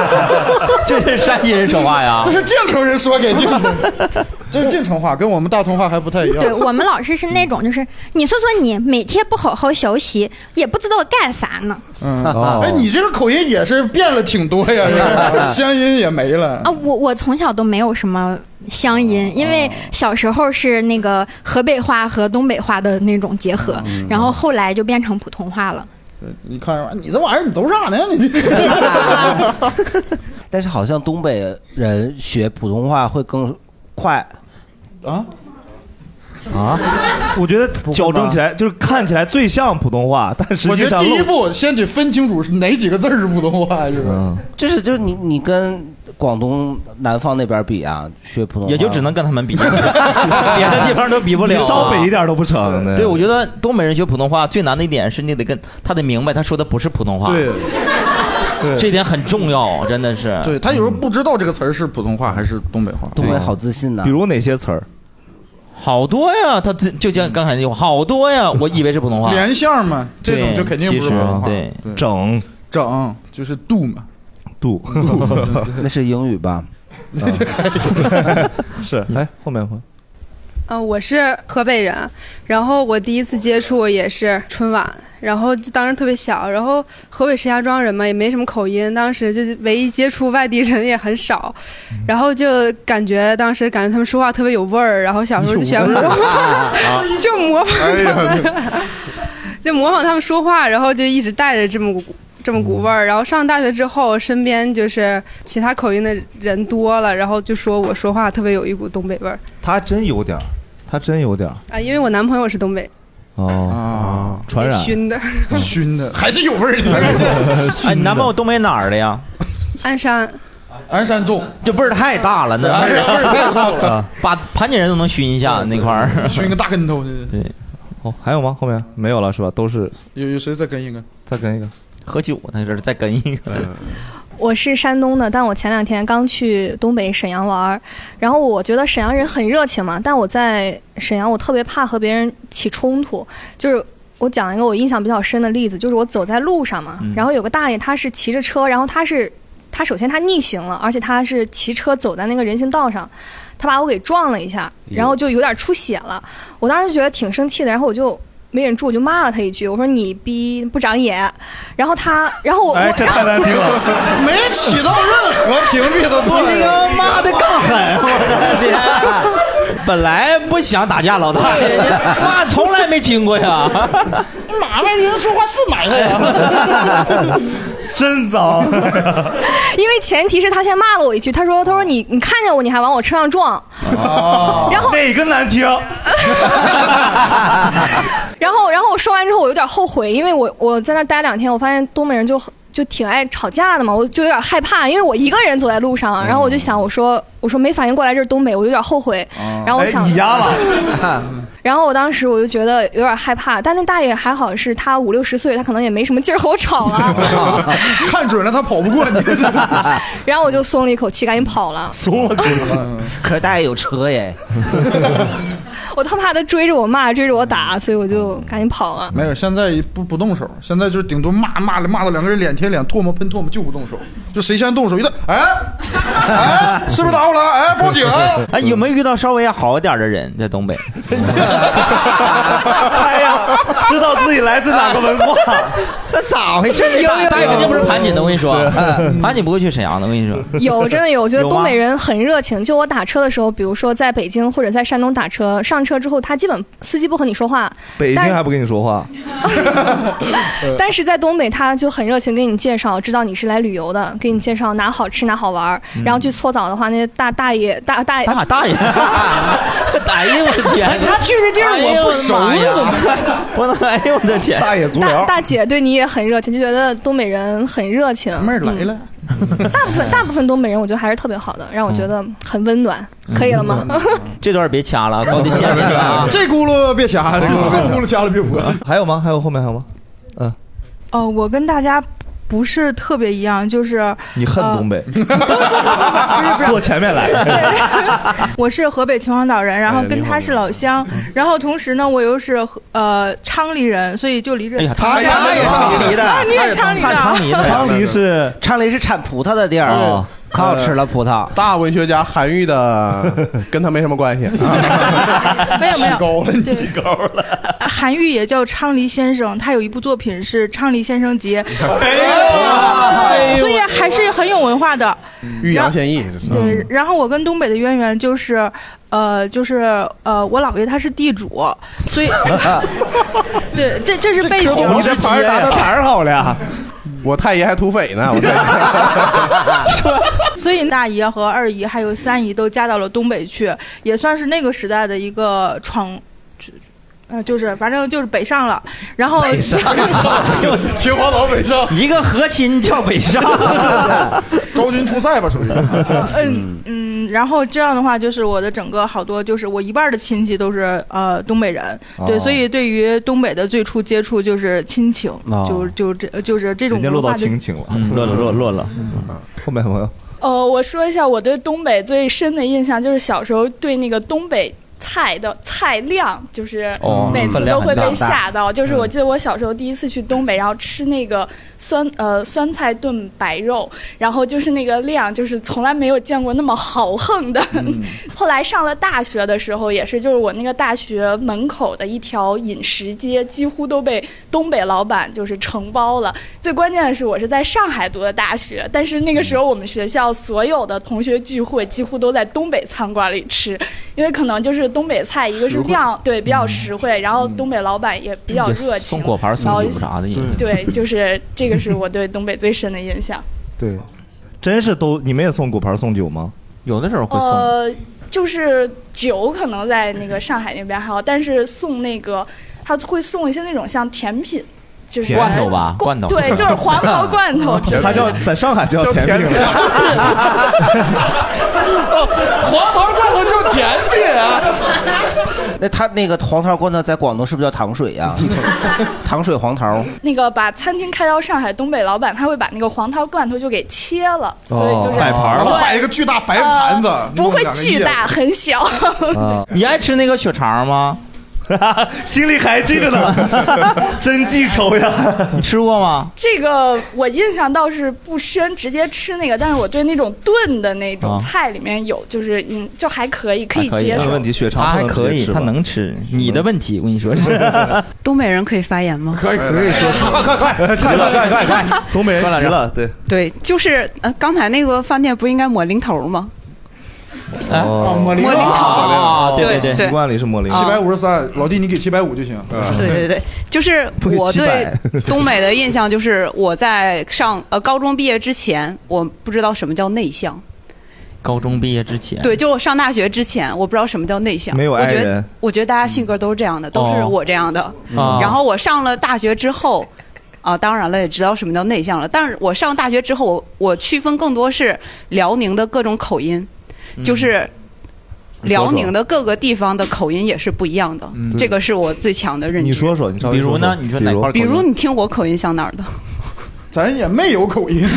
[SPEAKER 4] 这是山西人说话呀
[SPEAKER 3] 这？是晋城人说给晋城， 这是晋城话，跟我们大同话还不太一样。
[SPEAKER 13] 对我们老师是那种，
[SPEAKER 3] 嗯
[SPEAKER 13] 就是你说说你每天不好好学习，也不知道干啥呢。
[SPEAKER 3] 嗯
[SPEAKER 1] 哦，
[SPEAKER 3] 哎，你这个口音也是变了挺多呀，
[SPEAKER 4] 啊
[SPEAKER 3] 这乡音也没了
[SPEAKER 13] 啊，。我我从小都没有什么乡
[SPEAKER 3] 哦
[SPEAKER 13] 音，因为小时候是那个河北话和东北话的那种结合，
[SPEAKER 3] 嗯
[SPEAKER 13] 然后后来就变成普通话了。
[SPEAKER 3] 呃你看，你这玩意儿，你走啥呢？你这
[SPEAKER 2] 但是好像东北人学普通话会更快
[SPEAKER 3] 啊？
[SPEAKER 1] 啊？ 我觉得矫正起来就是看起来最像普通话，但实
[SPEAKER 3] 我
[SPEAKER 1] 际
[SPEAKER 3] 觉得
[SPEAKER 1] 上
[SPEAKER 3] 第一
[SPEAKER 1] 漏
[SPEAKER 3] 步先得分清楚是哪几个字儿是普通话，是
[SPEAKER 4] 嗯
[SPEAKER 3] 吧？
[SPEAKER 2] 就是就是你你跟广东南方那边比啊，学普通话
[SPEAKER 4] 也就只能跟他们比，别 的地方都比不了、啊
[SPEAKER 2] 你稍北一
[SPEAKER 1] 点都不成
[SPEAKER 4] 对，我觉得东北人学普通话最难的一点是你得跟他得明白他说的不是普通话，
[SPEAKER 3] 对，
[SPEAKER 4] 这点很重要，真的是。
[SPEAKER 3] 对他有时候不知道这个词儿是普通话还是东北话。
[SPEAKER 4] 东北好自
[SPEAKER 2] 信
[SPEAKER 4] 比
[SPEAKER 1] 如哪些词儿？
[SPEAKER 4] 好多呀，他自就像刚才那句话，好多 呀，我以为是普通话。
[SPEAKER 3] 连相嘛，这种
[SPEAKER 4] 对
[SPEAKER 3] 就肯定不
[SPEAKER 4] 其
[SPEAKER 3] 是
[SPEAKER 4] 实
[SPEAKER 3] 普通话。
[SPEAKER 4] 对，
[SPEAKER 1] 整
[SPEAKER 3] 整就是度嘛，
[SPEAKER 1] 度
[SPEAKER 2] 那是英 语吧？
[SPEAKER 1] 是，哎，后面会
[SPEAKER 14] 嗯、我是河北人，然后我第一次接触也是春晚，然后就当时特别小，然后河北石家庄人嘛，也没什么口音，当时就唯一接触外地人也很少，然后就感觉当时感觉他们说话特别有味儿，然后小时候就喜欢模仿， 就模仿他们，就模仿他们说话，然后就一直带着这么股这么股味儿。然后上大学之后，身边就是其他口音的人多了，然后就说我说话特别有一股东北味儿
[SPEAKER 1] 他真有点儿，他真有点儿
[SPEAKER 14] 啊，因为我男朋友是东北，
[SPEAKER 1] 哦，传
[SPEAKER 14] 被
[SPEAKER 1] 染
[SPEAKER 14] 熏的，
[SPEAKER 3] 熏的还是有味儿
[SPEAKER 4] 哎，你男朋友东北哪儿的呀？
[SPEAKER 14] 鞍山。
[SPEAKER 3] 鞍山重，
[SPEAKER 4] 这味儿太大了，那
[SPEAKER 3] 哎呀味儿太重了，
[SPEAKER 4] 把盘锦人都能熏一下那块儿，
[SPEAKER 3] 熏个大跟头。
[SPEAKER 4] 对，
[SPEAKER 1] 哦，还有吗？后面没有了是吧？都是
[SPEAKER 3] 有有谁再跟一个？
[SPEAKER 1] 再跟一个
[SPEAKER 4] 喝酒那这再跟一个，
[SPEAKER 3] 嗯
[SPEAKER 15] 我是山东的，但我前两天刚去东北沈阳玩儿，然后我觉得沈阳人很热情嘛，但我在沈阳我特别怕和别人起冲突，就是。我讲一个我印象比较深的例子，就是我走在路上嘛，然后有个大爷他是骑着车，然后他是他首先他逆行了，而且他是骑车走在那个人行道上，他把我给撞了一下，然后就有点出血了。我当时觉得挺生气的，然后我就没忍住，我就骂了他一句，我说你逼不长眼。然后他， 然后我，
[SPEAKER 1] 哎
[SPEAKER 15] 我
[SPEAKER 1] 这太难听了
[SPEAKER 3] 没起到任何屏蔽的作用。
[SPEAKER 4] 你这个骂的更狠，我的天！ 本来不想打架，老 大爷骂从来没听过呀。
[SPEAKER 3] 马外地人说话是埋汰呀，
[SPEAKER 1] 真脏。
[SPEAKER 15] 因为前提是他先骂了我一句，他说他说你你看见我你还往我车上撞，
[SPEAKER 1] 啊
[SPEAKER 3] 啊
[SPEAKER 15] 然后
[SPEAKER 1] 哪哦个难听？
[SPEAKER 15] 然后然后我说完之后我有点后悔，因为我我在那待两天，我发现东北人就很就挺爱吵架的嘛，我就有点害怕，因为我一个人走在路上，然后我就想我说我说没反应过来这是东北，我有点后悔，然后我想
[SPEAKER 1] 哎你压 了，
[SPEAKER 15] 然后我当时我就觉得有点害怕，但那大爷还好是他五六十岁，他可能也没什么劲儿和我吵了，
[SPEAKER 3] 看准了他跑不过 你。
[SPEAKER 15] 然后我就松了一口气，赶紧跑了。
[SPEAKER 1] 松了口气。
[SPEAKER 2] 可是大爷有车耶，
[SPEAKER 15] 我特怕他追着我骂，追着我打，所以我就赶紧跑了。
[SPEAKER 3] 没有，现在不不动手，现在就是顶多骂骂了骂到两个人脸贴脸，唾沫喷唾沫就不动手，就谁先动手一顿，哎哎，是不是打我了？哎，报警！
[SPEAKER 4] 哎，有没有遇到稍微好一点的人在 东北？
[SPEAKER 1] 哎呀，知道自己来自哪个文化，
[SPEAKER 4] 这咋回事？
[SPEAKER 15] 有有
[SPEAKER 4] 大爷肯定不是
[SPEAKER 1] 哦
[SPEAKER 15] 有
[SPEAKER 4] 盘锦的，我跟你说，盘锦不会去沈阳的，我跟你说。
[SPEAKER 15] 有真的有，我 觉得
[SPEAKER 4] 有吗
[SPEAKER 15] 东北人很热情。就我打车的时候，比如说在北京或者在山东打车，上车之后他基本司机不和你说话，
[SPEAKER 1] 北京
[SPEAKER 15] 但
[SPEAKER 1] 还不跟你说 话，
[SPEAKER 3] 呃
[SPEAKER 15] 但是在东北他就很热情，给你介绍，知道你是来旅游的，给你介绍哪好吃哪好玩儿。
[SPEAKER 4] 嗯
[SPEAKER 15] 然后去搓澡的话，那些大大爷大大爷
[SPEAKER 4] 大大 爷，哎呦我的天！
[SPEAKER 15] 他去的地儿我不熟
[SPEAKER 4] 哎呦我的妈呀！ 我的哎呦我的天！
[SPEAKER 1] 大爷足
[SPEAKER 15] 大大姐对你也很热情，就觉得东北人很热情。妹
[SPEAKER 3] 儿来了，
[SPEAKER 4] 嗯
[SPEAKER 15] 大部分大部分东北人我觉得还是特别好的，让我
[SPEAKER 3] 嗯
[SPEAKER 15] 觉得很温暖。可以了吗？
[SPEAKER 4] 这段别掐了，高低切别掐啊！
[SPEAKER 3] 这轱辘别掐，这轱 辘掐了别播。
[SPEAKER 1] 还有吗？还有后面还有吗？
[SPEAKER 16] 哦，我跟大家不是特别一样，就是
[SPEAKER 1] 你恨东北，坐前面来。
[SPEAKER 16] 我是河北秦皇岛人，然后
[SPEAKER 1] 哎
[SPEAKER 16] 跟
[SPEAKER 1] 你好
[SPEAKER 16] 他是老乡，然后同时呢，我又是河呃昌黎人，所以就离着。
[SPEAKER 4] 哎呀
[SPEAKER 2] 他
[SPEAKER 16] 呀，
[SPEAKER 2] 他也是昌黎的
[SPEAKER 16] 啊，你也是昌黎的，
[SPEAKER 2] 昌
[SPEAKER 1] 黎是啊
[SPEAKER 2] 昌黎是产葡萄的地儿，
[SPEAKER 5] 哦
[SPEAKER 2] 可好吃了葡萄。
[SPEAKER 5] 大文学家韩愈的，跟他没什么关系。啊
[SPEAKER 16] 没有没有，
[SPEAKER 3] 高了，
[SPEAKER 16] 提
[SPEAKER 1] 高了。
[SPEAKER 16] 韩愈也叫昌黎先生，他有一部作品是《昌黎先生集》，
[SPEAKER 5] 哎呦嗯
[SPEAKER 16] 所以还是很有文化的。
[SPEAKER 5] 欲扬先抑，这是
[SPEAKER 16] 对，然后我跟东北的渊源就是，呃，就是呃，我姥爷他是地主，所以对，这这是背景。
[SPEAKER 5] 牌
[SPEAKER 16] 答得
[SPEAKER 1] 牌好了呀？
[SPEAKER 5] 我太爷还土匪呢，我太爷
[SPEAKER 16] 所以大姨和二姨还有三姨都嫁到了东北去，也算是那个时代的一个闯呃，就是反正就是北上了，然后
[SPEAKER 5] 秦皇岛北上，
[SPEAKER 4] 一个和亲叫北上，
[SPEAKER 3] 昭君出塞 吧，属于。
[SPEAKER 16] 嗯嗯，然后这样的话，就是我的整个好多，就是我一半儿的亲戚都是呃东北人，对，
[SPEAKER 1] 哦
[SPEAKER 16] 所以对于东北的最初接触就是亲情，
[SPEAKER 1] 哦
[SPEAKER 16] 就就这就是这种
[SPEAKER 1] 人家落
[SPEAKER 16] 文
[SPEAKER 1] 到
[SPEAKER 16] 化就
[SPEAKER 1] 亲情了，落了落落了。后面有没有？
[SPEAKER 12] 呃，我说一下我对东北最深的印象，就是小时候对那个东北。菜的菜量就是
[SPEAKER 17] 哦
[SPEAKER 12] 每次
[SPEAKER 17] 分量
[SPEAKER 12] 都会
[SPEAKER 17] 很大
[SPEAKER 12] 被吓到，就是
[SPEAKER 17] 嗯
[SPEAKER 12] 我记得我小时候第一次去东北，然后吃那个酸呃酸菜炖白肉，然后就是那个量，就是从来没有见过那么豪横的。 后来上了大学的时候，也是就是我那个大学门口的一条饮食街，几乎都被东北老板就是承包了。最关键的是，我是在上海读的大学，但是那个时候我们学校所有的同学聚会几乎都在东北餐馆里吃，因为可能就是东北菜，一个是量对比较实惠，然后东北老板也比较热情，
[SPEAKER 4] 送果盘、
[SPEAKER 12] 然
[SPEAKER 4] 送
[SPEAKER 12] 后
[SPEAKER 4] 酒啥的也。
[SPEAKER 12] 对，就是这个是我对东北最深的印象。
[SPEAKER 1] 对，真是都你们也送果盘送酒吗？
[SPEAKER 4] 有的时候
[SPEAKER 12] 呃，就是酒可能在那个上海那边还好，但是送那个他会送一些那种像甜品，就是
[SPEAKER 4] 罐头吧，罐头
[SPEAKER 12] 对，就是黄桃 罐头之类的。
[SPEAKER 1] 他叫在上海叫甜品， 哦
[SPEAKER 4] 黄桃罐头叫甜品啊！
[SPEAKER 2] 那他那个黄桃罐头在广东是不是叫糖水呀、糖水黄桃。
[SPEAKER 12] 那个把餐厅开到上海，东北老板他会把那个黄桃罐头就给切了，所以就是
[SPEAKER 5] 摆盘儿了
[SPEAKER 12] 对
[SPEAKER 5] 摆一个巨大白盘子
[SPEAKER 12] 呃不会巨大，很小。
[SPEAKER 4] 你爱吃那个血肠吗？
[SPEAKER 1] 心里还记着 呢，真记仇呀！
[SPEAKER 4] 你吃过吗？
[SPEAKER 12] 这个我印象倒是不深，直接吃那个，但是我对那种炖的那种
[SPEAKER 4] 啊
[SPEAKER 12] 菜里面有，就是嗯，就还可以，可以啊
[SPEAKER 4] 还
[SPEAKER 12] 接受。
[SPEAKER 4] 题，血肠他还可以，他能吃。你的问题，我跟你说 是。
[SPEAKER 17] 东北人可以发言吗？
[SPEAKER 4] 可以可以说
[SPEAKER 17] 快快快
[SPEAKER 4] 快快快快快！
[SPEAKER 1] 东北人
[SPEAKER 4] 快
[SPEAKER 1] 急
[SPEAKER 4] 点
[SPEAKER 1] 了，对。
[SPEAKER 17] 对，就是呃，刚才那个饭店不应该抹零头吗？
[SPEAKER 1] 哦，
[SPEAKER 17] 抹零头
[SPEAKER 3] 哦
[SPEAKER 1] 啊，
[SPEAKER 17] 对对
[SPEAKER 1] 习
[SPEAKER 17] 对
[SPEAKER 1] 惯里是抹零头，
[SPEAKER 3] 七百五十三，老弟你给七百五就行。
[SPEAKER 17] 对对对，就是
[SPEAKER 1] 给
[SPEAKER 17] 我对
[SPEAKER 1] 700
[SPEAKER 17] 东北的印象就是我在上呃高中毕业之前，我不知道什么叫内向。
[SPEAKER 4] 高中毕业之前，
[SPEAKER 17] 对，就我上大学之前，我不知道什么叫内向。
[SPEAKER 4] 没有
[SPEAKER 17] 我觉
[SPEAKER 4] 爱
[SPEAKER 17] 得
[SPEAKER 4] 人
[SPEAKER 17] 我觉得大家性格都是这样的，都是
[SPEAKER 4] 哦
[SPEAKER 17] 我这样的。
[SPEAKER 4] 嗯
[SPEAKER 17] 然后我上了大学之后，啊，当然了，也知道什么叫内向了。但是我上大学之后，我我区分更多是辽宁的各种口音，就是。
[SPEAKER 1] 你说
[SPEAKER 17] 辽
[SPEAKER 1] 说
[SPEAKER 17] 宁的各个地方的口音也是不一样的，
[SPEAKER 1] 嗯
[SPEAKER 17] 这个是我最强的认知。
[SPEAKER 1] 你说说，你稍微
[SPEAKER 4] 比如呢
[SPEAKER 1] 说说
[SPEAKER 4] 你说哪块儿
[SPEAKER 17] 比如你听我口音像哪儿的？
[SPEAKER 3] 咱也没有口音，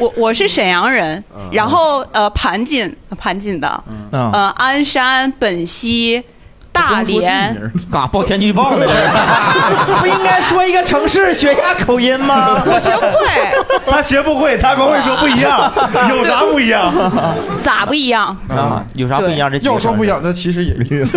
[SPEAKER 17] 我我是沈阳人，然后呃盘锦盘锦的，
[SPEAKER 4] 嗯
[SPEAKER 17] 呃鞍山、本溪、大连，
[SPEAKER 4] 干啥报天气预报呢？ 不应该说一个城市学一下口音吗？
[SPEAKER 17] 我学不会，
[SPEAKER 1] 他学不会，他光会说不一 样，有啥不一样？
[SPEAKER 17] 咋不一样？
[SPEAKER 4] 啊，有啥不一样？这
[SPEAKER 3] 要说不一样，那其实也一样。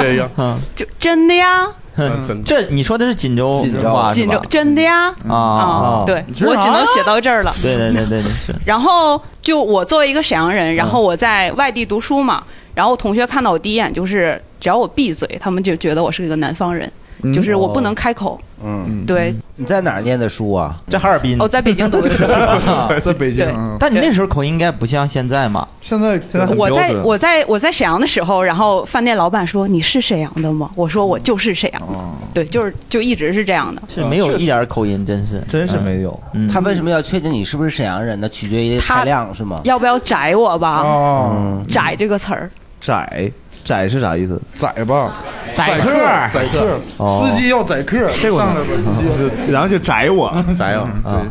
[SPEAKER 4] 这样，
[SPEAKER 17] 就真的呀，
[SPEAKER 4] 嗯，这你说的是锦州话是
[SPEAKER 17] 锦
[SPEAKER 4] 吧
[SPEAKER 17] 州真的呀，
[SPEAKER 4] 啊，
[SPEAKER 17] 对我只能写到这儿了。
[SPEAKER 4] 对对对对对是。
[SPEAKER 17] 然后就我作为一个沈阳人，然
[SPEAKER 4] 嗯
[SPEAKER 17] 后我在外地读书嘛，然后同学看到我第一眼就是，只要我闭嘴，他们就觉得我是一个南方人，
[SPEAKER 2] 嗯
[SPEAKER 17] 就是我
[SPEAKER 4] 哦
[SPEAKER 17] 不能开口。
[SPEAKER 2] 嗯，
[SPEAKER 17] 对，
[SPEAKER 2] 你在哪儿念的书啊？
[SPEAKER 4] 哦在哈尔滨。
[SPEAKER 17] 哦我在北京读 的书
[SPEAKER 4] 在
[SPEAKER 3] 北
[SPEAKER 17] 京对嗯
[SPEAKER 4] 但你那时候口音应该不像现在嘛。
[SPEAKER 3] 现在现在
[SPEAKER 17] 我在
[SPEAKER 3] 啊
[SPEAKER 17] 我在我在沈阳的时候，然后饭店老板说你是沈阳的吗？我说我就是沈阳的，
[SPEAKER 3] 哦
[SPEAKER 2] 哦
[SPEAKER 17] 对，就是就一直是这样的，
[SPEAKER 4] 是没
[SPEAKER 3] 啊
[SPEAKER 18] 啊
[SPEAKER 4] 有一点口音，真是嗯
[SPEAKER 1] 真是没有。
[SPEAKER 2] 他为什么要确定你是不是沈阳人呢？取决于
[SPEAKER 17] 他
[SPEAKER 2] 菜量是吗？
[SPEAKER 17] 要不要宰我吧？
[SPEAKER 4] 嗯
[SPEAKER 3] 哦，
[SPEAKER 17] 宰这个词儿，
[SPEAKER 1] 窄窄是啥意思？
[SPEAKER 3] 宰吧，
[SPEAKER 1] 宰
[SPEAKER 3] 客
[SPEAKER 1] 客，哦
[SPEAKER 3] 宰客，司机要宰客，
[SPEAKER 1] 这我
[SPEAKER 3] 上来吧，司
[SPEAKER 1] 机， 然后就宰我，宰我，
[SPEAKER 4] 哦
[SPEAKER 3] 嗯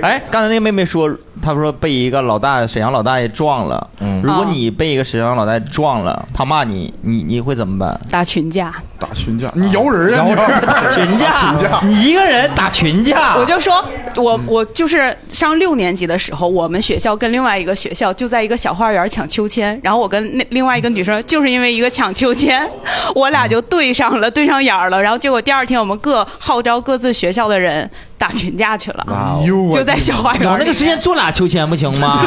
[SPEAKER 4] 哎，刚才那个妹妹说，她说被一个老大沈阳老大爷撞了。
[SPEAKER 3] 嗯
[SPEAKER 4] 如果你被一个沈阳老大爷撞了，他骂你，你你会怎么办？
[SPEAKER 17] 打群架。
[SPEAKER 3] 打群架，你摇人啊，你
[SPEAKER 4] 打群架，
[SPEAKER 3] 群架，
[SPEAKER 4] 你一个人打群架，
[SPEAKER 17] 我就说，我我就是上六年级的时候，我们学校跟另外一个学校就在一个小花园抢秋千，然后我跟那另外一个女生就是因为一个抢秋千，我俩就对上了，对上眼儿了，然后结果第二天我们各号召各自学校的人打群架去
[SPEAKER 4] 哦
[SPEAKER 17] 了，
[SPEAKER 3] 哦
[SPEAKER 17] 就在小花园
[SPEAKER 4] 我
[SPEAKER 17] 里
[SPEAKER 4] 那个时间坐俩秋千不行吗？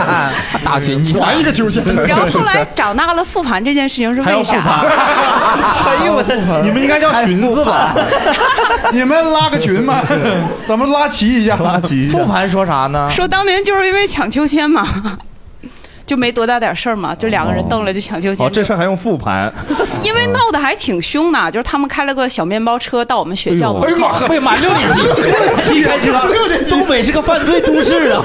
[SPEAKER 4] 打群架，
[SPEAKER 3] 传一个秋千
[SPEAKER 17] 然后后来长大了复盘这件事情是为啥？
[SPEAKER 1] 哎呦我的，你们应该叫寻思吧？
[SPEAKER 3] 哎你们拉个群嘛，咱们拉齐一下，
[SPEAKER 1] 拉齐
[SPEAKER 4] 复盘说啥呢？
[SPEAKER 17] 说当年就是因为抢秋千嘛。 就没多大点事儿嘛，就两个人瞪了就抢救
[SPEAKER 1] 哦，
[SPEAKER 17] 监。
[SPEAKER 1] 这事儿还用复盘？
[SPEAKER 17] 因为闹得还挺凶的，就是他们开了个小面包车到我们学校门
[SPEAKER 1] 哎
[SPEAKER 17] 口。
[SPEAKER 1] 呦哎呀妈
[SPEAKER 17] 被
[SPEAKER 1] 满六年级
[SPEAKER 17] 七开车
[SPEAKER 1] 六年级
[SPEAKER 17] 东北
[SPEAKER 4] 是个犯罪都市啊！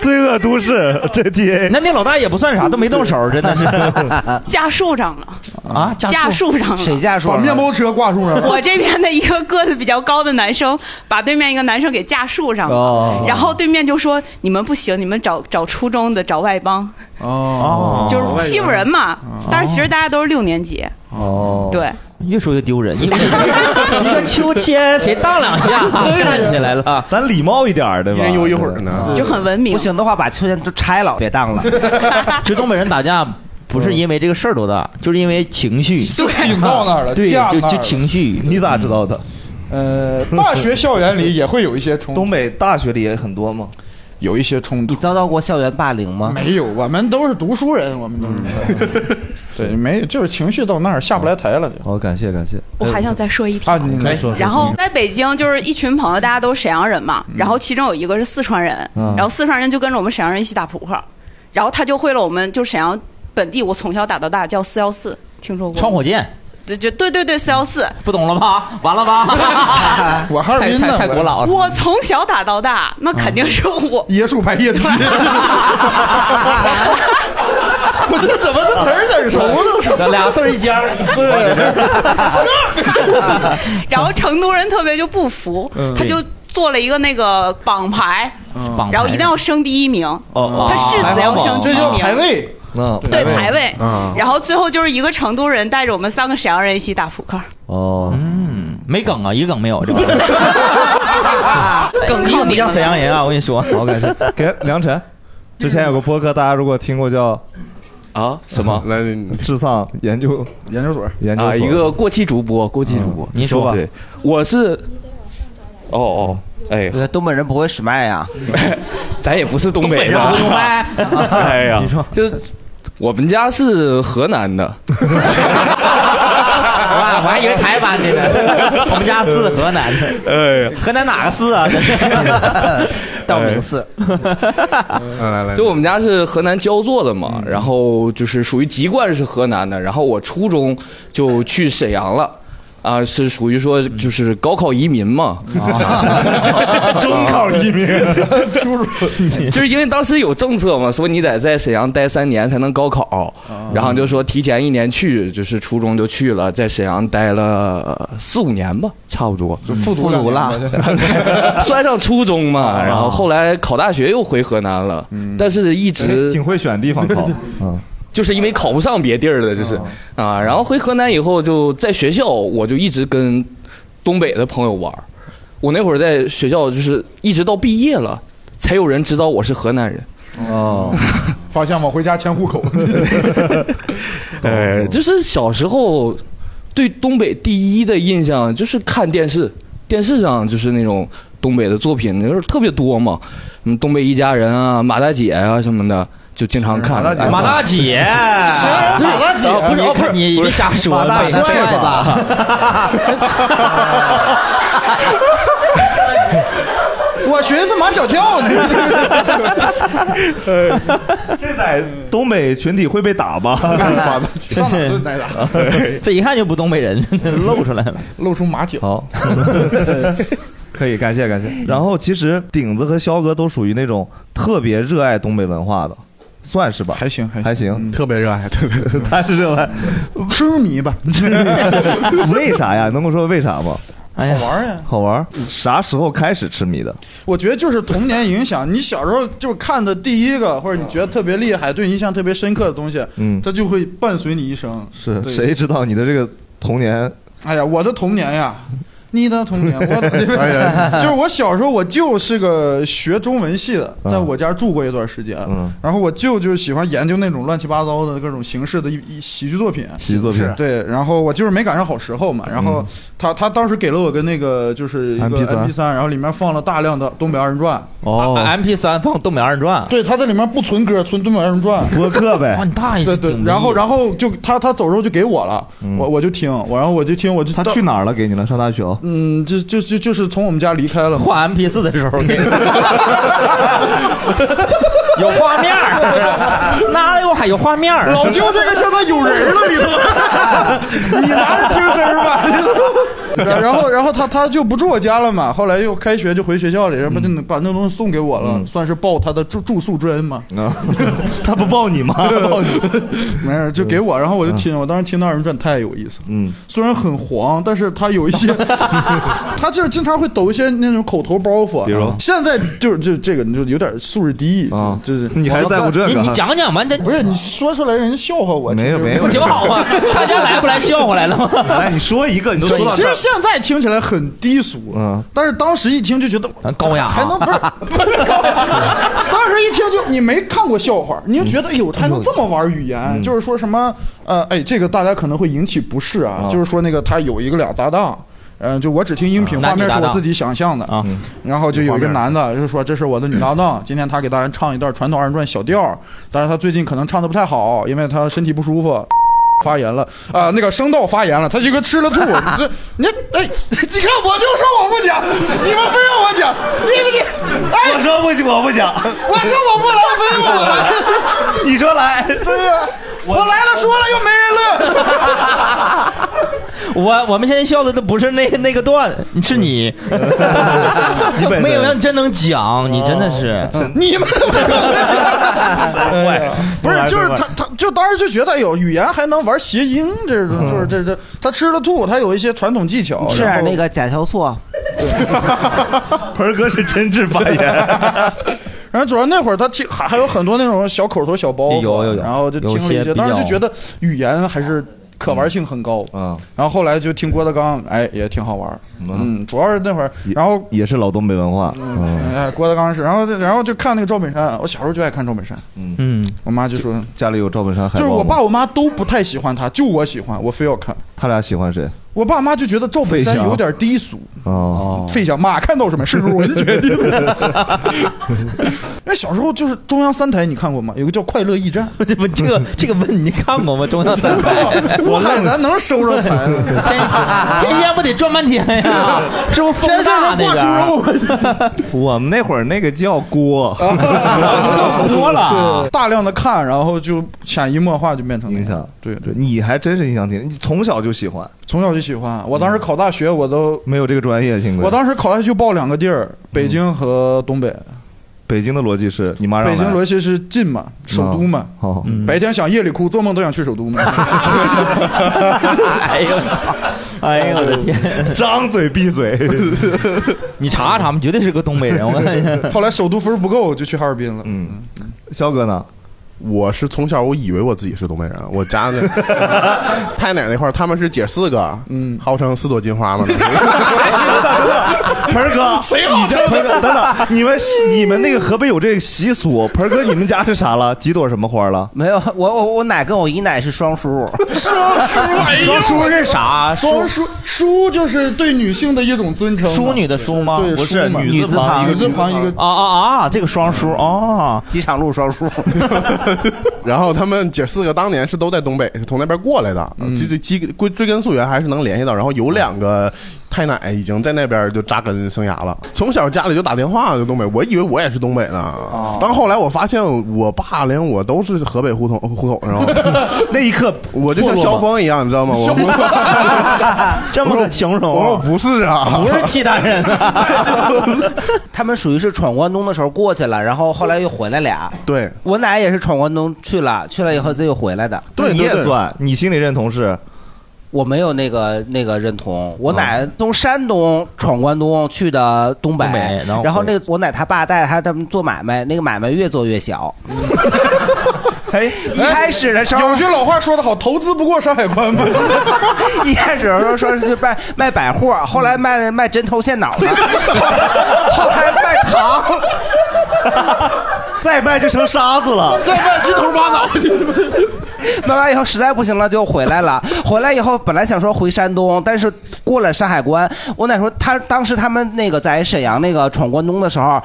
[SPEAKER 1] 罪恶都市，这 T A。
[SPEAKER 4] 那那老大也不算啥，都没动手，真的是
[SPEAKER 17] 架树上 了，
[SPEAKER 4] 啊！
[SPEAKER 17] 架树上了。
[SPEAKER 3] 把面包车挂树上。
[SPEAKER 17] 我这边的一个个子比较高的男生，把对面一个男生给架树上了，
[SPEAKER 3] 哦
[SPEAKER 17] 然后对面就说：“你们不行，你们找找初中的，找外帮，
[SPEAKER 3] 哦
[SPEAKER 17] 就是欺负人嘛。
[SPEAKER 1] 哦
[SPEAKER 17] 但是其实大家都是六年级，
[SPEAKER 4] 哦，
[SPEAKER 17] 对，
[SPEAKER 4] 越说越丢人。 一个一个秋千，谁荡两下站起来了？
[SPEAKER 1] 咱礼貌一点，对
[SPEAKER 4] 吧一人悠一会儿
[SPEAKER 1] 呢
[SPEAKER 17] 就很文明。
[SPEAKER 2] 不行的话，把秋千都拆了，别当了。
[SPEAKER 4] 就东北人打架。不是因为这个事儿多大，就是因为情绪，
[SPEAKER 3] 就顶到那儿了
[SPEAKER 4] 对，
[SPEAKER 3] 架那
[SPEAKER 4] 就
[SPEAKER 3] 儿
[SPEAKER 4] 就
[SPEAKER 3] 了嗯
[SPEAKER 4] 情绪。
[SPEAKER 1] 你咋知道的？
[SPEAKER 3] 呃，大学校园里也会有一些冲突。
[SPEAKER 1] 东北大学里也很多吗？
[SPEAKER 3] 有一些冲突。你
[SPEAKER 2] 遭到过校园霸凌吗？
[SPEAKER 3] 没有，我们都是读书人，我们都是。 对，没有，就是情绪到那儿下不来台了。
[SPEAKER 1] 好，感谢感谢。
[SPEAKER 17] 我还想再说一条。
[SPEAKER 3] 啊，你来说嗯
[SPEAKER 17] 然后在北京就是一群朋友，大家都是沈阳人嘛，然后其中有一个是四川人，
[SPEAKER 1] 嗯
[SPEAKER 17] 然后四川人就跟着我们沈阳人一起打扑克，然后他就会了我们就沈阳本地我从小打到大叫四幺四，听说过吗？
[SPEAKER 4] 穿火箭，
[SPEAKER 17] 对就 对对对四幺四，
[SPEAKER 4] 不懂了吧？完了吧？
[SPEAKER 3] 我哈尔滨
[SPEAKER 4] 太
[SPEAKER 3] 的
[SPEAKER 4] 太古老了。
[SPEAKER 17] 我从小打到大，那肯定是我。
[SPEAKER 3] 椰树白 叶鸡，
[SPEAKER 4] 嗯
[SPEAKER 3] 不是怎么这词儿哪儿熟
[SPEAKER 4] 呢？俩字儿一家，
[SPEAKER 17] 然后成都人特别就不服，
[SPEAKER 4] 嗯
[SPEAKER 17] 他就做了一个那个榜牌，
[SPEAKER 3] 嗯
[SPEAKER 4] 榜
[SPEAKER 17] 然后一定要升第一名，
[SPEAKER 1] 嗯哦
[SPEAKER 17] 他誓死要升第一名，
[SPEAKER 3] 位。
[SPEAKER 1] 嗯，
[SPEAKER 17] 对排位
[SPEAKER 4] 啊
[SPEAKER 1] 嗯，
[SPEAKER 17] 然后最后就是一个成都人带着我们三个沈阳人一起打扑克，
[SPEAKER 1] 哦，
[SPEAKER 4] 嗯，没梗啊，一个梗没有，这玩意儿
[SPEAKER 17] 梗
[SPEAKER 4] 你
[SPEAKER 17] 靠
[SPEAKER 4] 可不
[SPEAKER 17] 你
[SPEAKER 4] 像沈阳人啊！我跟你 说，
[SPEAKER 1] 好，感谢。给梁晨，之前有个播客，大家如果听过叫
[SPEAKER 18] 啊
[SPEAKER 1] 什么
[SPEAKER 5] 来
[SPEAKER 1] 智丧研究
[SPEAKER 3] 研究所
[SPEAKER 1] 研究
[SPEAKER 18] 啊，
[SPEAKER 1] 所
[SPEAKER 18] 一 个过气主播，过气主播，
[SPEAKER 1] 你说吧
[SPEAKER 18] 对，我是，哦哦，哎，
[SPEAKER 2] 东北人不会使麦呀，
[SPEAKER 18] 咱也不是东北人，啊 哎呀，你说 就是。我们家是河南的，
[SPEAKER 1] 哎
[SPEAKER 4] 我还以为台湾的呢。我们家是河南的，
[SPEAKER 1] 哎，
[SPEAKER 4] 河南哪个市啊？这是
[SPEAKER 2] 道明寺。
[SPEAKER 1] 哎
[SPEAKER 5] 来来
[SPEAKER 18] 就我们家是河南焦作的
[SPEAKER 1] 嗯
[SPEAKER 18] 嘛，然后就是属于籍贯是河南的，然后我初中就去沈阳了。啊，是属于说就是高考移民嘛，
[SPEAKER 1] 中
[SPEAKER 3] 啊
[SPEAKER 1] 考移 民，
[SPEAKER 18] 就是因为当时有政策嘛，说你得在沈阳待三年才能高考，然后就说提前一年去，就是初中就去了，在沈阳待了呃四五年吧，差不多，就
[SPEAKER 3] 复读了，
[SPEAKER 18] 算上初中嘛，然后后来考大学又回河南了，但是一直
[SPEAKER 1] 哎挺会选地方啊 嗯考，
[SPEAKER 18] 就是因为考不上别地儿了，就是
[SPEAKER 1] 哦
[SPEAKER 18] 啊，然后回河南以后就在学校，我就一直跟东北的朋友玩儿我那会儿在学校就是一直到毕业了，才有人知道我是河南人。
[SPEAKER 1] 哦，
[SPEAKER 3] 发现吗？回家迁户口。
[SPEAKER 18] 哎，就是小时候对东北第一的印象就是看电视，电视上就是那种东北的作品，就是特别多嘛，什么《东北一家人》啊，《马大姐》啊什么的，就经常看。
[SPEAKER 1] 哎马大姐
[SPEAKER 4] 马大姐，
[SPEAKER 18] 对
[SPEAKER 4] 马大姐
[SPEAKER 18] 啊不是
[SPEAKER 4] 你
[SPEAKER 18] 哦不是
[SPEAKER 4] 你
[SPEAKER 18] 不是
[SPEAKER 4] 别瞎说
[SPEAKER 18] 马大
[SPEAKER 4] 马大
[SPEAKER 18] 姐
[SPEAKER 4] 帅
[SPEAKER 18] 是吧？
[SPEAKER 3] 我寻思马小跳呢，
[SPEAKER 1] 这在东北群体会被打 吧？
[SPEAKER 3] 上哪顿挨打？
[SPEAKER 4] 这一看就不东 北人，露出来了，
[SPEAKER 3] 露出马脚。
[SPEAKER 1] 好，可以，感谢感谢。然后其实顶子和肖哥都属于那种特别热爱东北文化的，算是吧？还
[SPEAKER 3] 行还
[SPEAKER 1] 还行，
[SPEAKER 5] 特别热爱， 对对
[SPEAKER 1] 对，他是热爱，
[SPEAKER 3] 痴迷吧？
[SPEAKER 1] 为啥呀？能跟我说为啥吗？
[SPEAKER 4] 哎
[SPEAKER 3] 呀，好玩呀！
[SPEAKER 1] 好玩儿。啥时候开始痴迷的？
[SPEAKER 3] 我觉得就是童年影响，你小时候就看的第一个，或者你觉得特别厉害、对你印象特别深刻的东西，
[SPEAKER 1] 嗯
[SPEAKER 3] 它就会伴随你一生。
[SPEAKER 1] 是
[SPEAKER 3] 对
[SPEAKER 1] 谁知道你的这个童年？
[SPEAKER 3] 哎呀，我的童年呀，你的 童年，我的
[SPEAKER 1] 哎呀
[SPEAKER 3] 就是我小时候，我舅是个学中文系的，
[SPEAKER 1] 啊
[SPEAKER 3] 在我家住过一段时间。
[SPEAKER 1] 嗯
[SPEAKER 3] 然后我舅就喜欢研究那种乱七八糟的各种形式的一一喜剧作品，
[SPEAKER 1] 喜剧作品嗯
[SPEAKER 3] 是对。然后我就是没赶上好时候嘛。然后他他当时给了我个那个就是一个
[SPEAKER 4] MP3
[SPEAKER 3] MP 三，然后里面放了大量的东北二人转。
[SPEAKER 1] 哦
[SPEAKER 4] ，M P 三放《东北二人转》，
[SPEAKER 3] 对，他这里面不存歌，存《东北二人转》
[SPEAKER 1] 播客呗。
[SPEAKER 4] 哇，你大爷！
[SPEAKER 3] 对对，然后
[SPEAKER 4] 嗯
[SPEAKER 3] 然后就他他走之后就给我了，我我就听，我然后我就听我就
[SPEAKER 1] 他去哪儿了？给你了？上大学哦？
[SPEAKER 3] 嗯，就就就就是从我们家离开了。
[SPEAKER 4] 换 M P 四的时候，给 有画面儿，哪有还有画面儿？
[SPEAKER 3] 老舅这个现在有人了，里头，你拿着听声儿吧。里头然后，然后他他就不住我家了嘛。后来又开学就回学校里，然后就
[SPEAKER 1] 嗯
[SPEAKER 3] 把那东西送给我了，算是报他的住住宿之恩嘛。
[SPEAKER 1] 啊 他不报你吗？报你
[SPEAKER 3] 没事，就给我。然后我就听，我当时听那二人转太有意思了。
[SPEAKER 1] 嗯，
[SPEAKER 3] 虽然很黄，但是他 有一些，他就是经常会抖一些那种口头包袱。啊
[SPEAKER 1] 比如
[SPEAKER 3] 现在就是就这个，你就有点素质低啊，就是
[SPEAKER 1] 你还在乎这个你你 讲
[SPEAKER 4] 讲吧，这
[SPEAKER 3] 不是你说出来人家笑话我，
[SPEAKER 1] 没有没 有，
[SPEAKER 3] 挺好啊。
[SPEAKER 4] 大家来不来笑话来了吗？
[SPEAKER 1] 来，你说一个，你都说
[SPEAKER 3] 对，
[SPEAKER 1] 到
[SPEAKER 3] 其
[SPEAKER 1] 这
[SPEAKER 3] 实
[SPEAKER 1] 儿。
[SPEAKER 3] 现在听起来很低俗，嗯，但是当时一听就觉得
[SPEAKER 4] 高雅啊
[SPEAKER 3] 还能 不是不是高雅，当时一听就你没看过笑话，你就觉得哎呦，他还能这么玩语
[SPEAKER 1] 嗯
[SPEAKER 3] 言，就是说什么呃，哎，这个大家可能会引起不适啊，就是说那个他有一个俩搭档。嗯，就我只听音频，
[SPEAKER 1] 啊男
[SPEAKER 3] 画
[SPEAKER 1] 女
[SPEAKER 3] 面
[SPEAKER 1] 搭
[SPEAKER 3] 是
[SPEAKER 1] 档
[SPEAKER 3] 我自己想象的。
[SPEAKER 4] 啊，
[SPEAKER 1] 嗯
[SPEAKER 3] 然后就有一个男的，就说这是我的女搭档，今天她给大家唱一段传统二人转小调儿，但是她最近可能唱的不太好，因为她身体不舒服， 发炎了啊、那个声道发炎了，她就跟吃了醋，这你哎，你看我就说我不讲，你们非让我讲，你们你，哎，
[SPEAKER 1] 我说不行，我不讲。
[SPEAKER 3] 我说我不来，非让我 来，
[SPEAKER 1] 你说来，
[SPEAKER 3] 对呀、我来了，说了又没人乐。
[SPEAKER 4] 我我们现在笑的都不是那那个段，是你，
[SPEAKER 1] 身
[SPEAKER 4] 没有让你真能讲，你真的是，
[SPEAKER 3] 你们
[SPEAKER 1] 哎
[SPEAKER 3] 不是，就是他，他就当时就觉得，哎呦，语言还能玩谐音，这是就是这这，他吃了吐，他有一些传统技巧。
[SPEAKER 2] 吃点那
[SPEAKER 3] 个
[SPEAKER 2] 甲硝唑，
[SPEAKER 1] 盆儿哥是真治发炎，
[SPEAKER 3] 然后主要那会儿他听还还有很多那种小口头小包袱，
[SPEAKER 4] 有有有
[SPEAKER 3] 然后就听了
[SPEAKER 4] 有
[SPEAKER 3] 一
[SPEAKER 4] 些
[SPEAKER 3] 些，
[SPEAKER 4] 比较
[SPEAKER 3] 当时就觉得语言还是可玩性很高。啊
[SPEAKER 1] 嗯，
[SPEAKER 3] 然后后来就听郭德纲，哎，也挺好玩。嗯，主要是那会儿，然后
[SPEAKER 1] 也是老东北文化。嗯，
[SPEAKER 3] 哎，郭德纲是，然后然后就看那个赵本山，我小时候就爱看赵本山。
[SPEAKER 4] 嗯，
[SPEAKER 3] 我妈就说
[SPEAKER 1] 家里有赵本山海
[SPEAKER 3] 就是
[SPEAKER 1] 报吗
[SPEAKER 3] 我爸我妈都不太喜欢他，就我喜欢，我非要看。
[SPEAKER 1] 他俩喜欢谁？
[SPEAKER 3] 我爸妈就觉得赵本山
[SPEAKER 1] 费翔
[SPEAKER 3] 有点低俗，
[SPEAKER 1] 哦，
[SPEAKER 3] 费翔妈看到什么是文决定 的。因为小时候就是中央三台，你看过吗？有个叫《快乐驿站》，
[SPEAKER 4] 这不 这个这个问你看过吗？ 中央三台，
[SPEAKER 3] 我看咱能收着啊台吗？
[SPEAKER 4] 天仙不得转半天
[SPEAKER 1] 啊
[SPEAKER 4] 呀？ 是不是风大那边？
[SPEAKER 1] 我们那会儿那个叫锅，
[SPEAKER 3] 哦
[SPEAKER 4] 锅了，啊
[SPEAKER 3] 大量的看，然后就潜移默化就变成
[SPEAKER 1] 影响。
[SPEAKER 3] 对
[SPEAKER 1] 对，你还真是影响挺，你从小就喜欢，
[SPEAKER 3] 从小就喜欢。我
[SPEAKER 4] 嗯
[SPEAKER 3] 当时考大学，我都
[SPEAKER 1] 没有这个专业，幸亏
[SPEAKER 3] 我当时考大学就报两个地儿，北京和东北。
[SPEAKER 4] 嗯
[SPEAKER 1] 北京的逻辑是你妈让
[SPEAKER 3] 北
[SPEAKER 1] 来
[SPEAKER 3] 京逻辑是近嘛，首都嘛。
[SPEAKER 1] 哦，
[SPEAKER 4] 嗯
[SPEAKER 3] 白天想夜里哭，做梦都想去首都 嘛。
[SPEAKER 4] 哎呦，哎呦我的 天！
[SPEAKER 1] 张嘴闭嘴，
[SPEAKER 4] 你查查，我们绝对是个东北人。我看一下，
[SPEAKER 3] 后来首都分不够，就去哈尔滨了。
[SPEAKER 1] 嗯，肖哥呢？
[SPEAKER 5] 我是从小我以为我自己是东北人，我家那太奶那块儿他们是姐四个，嗯，号称四朵金花嘛。
[SPEAKER 1] 盆儿哥，
[SPEAKER 5] 谁好
[SPEAKER 1] 你家盆儿哥等等，你们你们那个河北有这个习俗，盆儿哥，你们家是啥了？几朵什么花了？
[SPEAKER 2] 没有，我我我奶跟我姨奶是双叔，
[SPEAKER 3] 双叔，哎呦
[SPEAKER 4] 双叔是 啥？
[SPEAKER 3] 双叔叔就是对女性的一种尊称嘛。
[SPEAKER 4] 淑女的淑吗？
[SPEAKER 3] 对，
[SPEAKER 4] 不是，
[SPEAKER 3] 叔嘛
[SPEAKER 4] 女字旁，
[SPEAKER 3] 女字旁一个
[SPEAKER 4] 啊啊啊！这个双叔哦，
[SPEAKER 2] 机场路双叔。
[SPEAKER 5] 然后他们姐四个当年是都在东北，是从那边过来的，
[SPEAKER 4] 嗯
[SPEAKER 5] 这这基归追根溯源还是能联系到。然后有两个太奶已经在那边就扎根生涯了，从小家里就打电话就东北，我以为我也是东北呢。
[SPEAKER 2] 哦
[SPEAKER 5] 但后来我发现我爸连我都是河北户口户口， 然后
[SPEAKER 1] 那一刻
[SPEAKER 5] 我就像
[SPEAKER 1] 错落
[SPEAKER 5] 萧
[SPEAKER 1] 吗
[SPEAKER 5] 峰一样，你知道吗？我我
[SPEAKER 4] 这么个形容，
[SPEAKER 5] 我说不是啊，
[SPEAKER 4] 不是契丹人，
[SPEAKER 2] 他们属于是闯关东的时候过去了，然后后来又回来俩。
[SPEAKER 5] 对，
[SPEAKER 2] 我奶也是闯关东去了，去了以后自己又回来的。
[SPEAKER 1] 对你也对对算，你心里认同是？
[SPEAKER 2] 我没有那个那个认同，我奶从山东闯关东去的东北，
[SPEAKER 4] 东北然
[SPEAKER 2] 然
[SPEAKER 4] 后
[SPEAKER 2] 后那个我奶她爸带她他们做买卖，那个买卖越做越小。
[SPEAKER 1] 哎，
[SPEAKER 2] 一开始的时候
[SPEAKER 3] 有句老话说得好，投资不过山海关嘛。
[SPEAKER 2] 一开始说说是卖卖百货，后来卖卖针头线脑的，后来卖糖，
[SPEAKER 1] 再卖就成沙子了，
[SPEAKER 2] 再卖鸡头巴脑。 卖完以后实在不行了就回来了，回来以后本来想说回山东，但是过了山海关，我奶说他当时他们那个在沈阳那个闯关东的时候，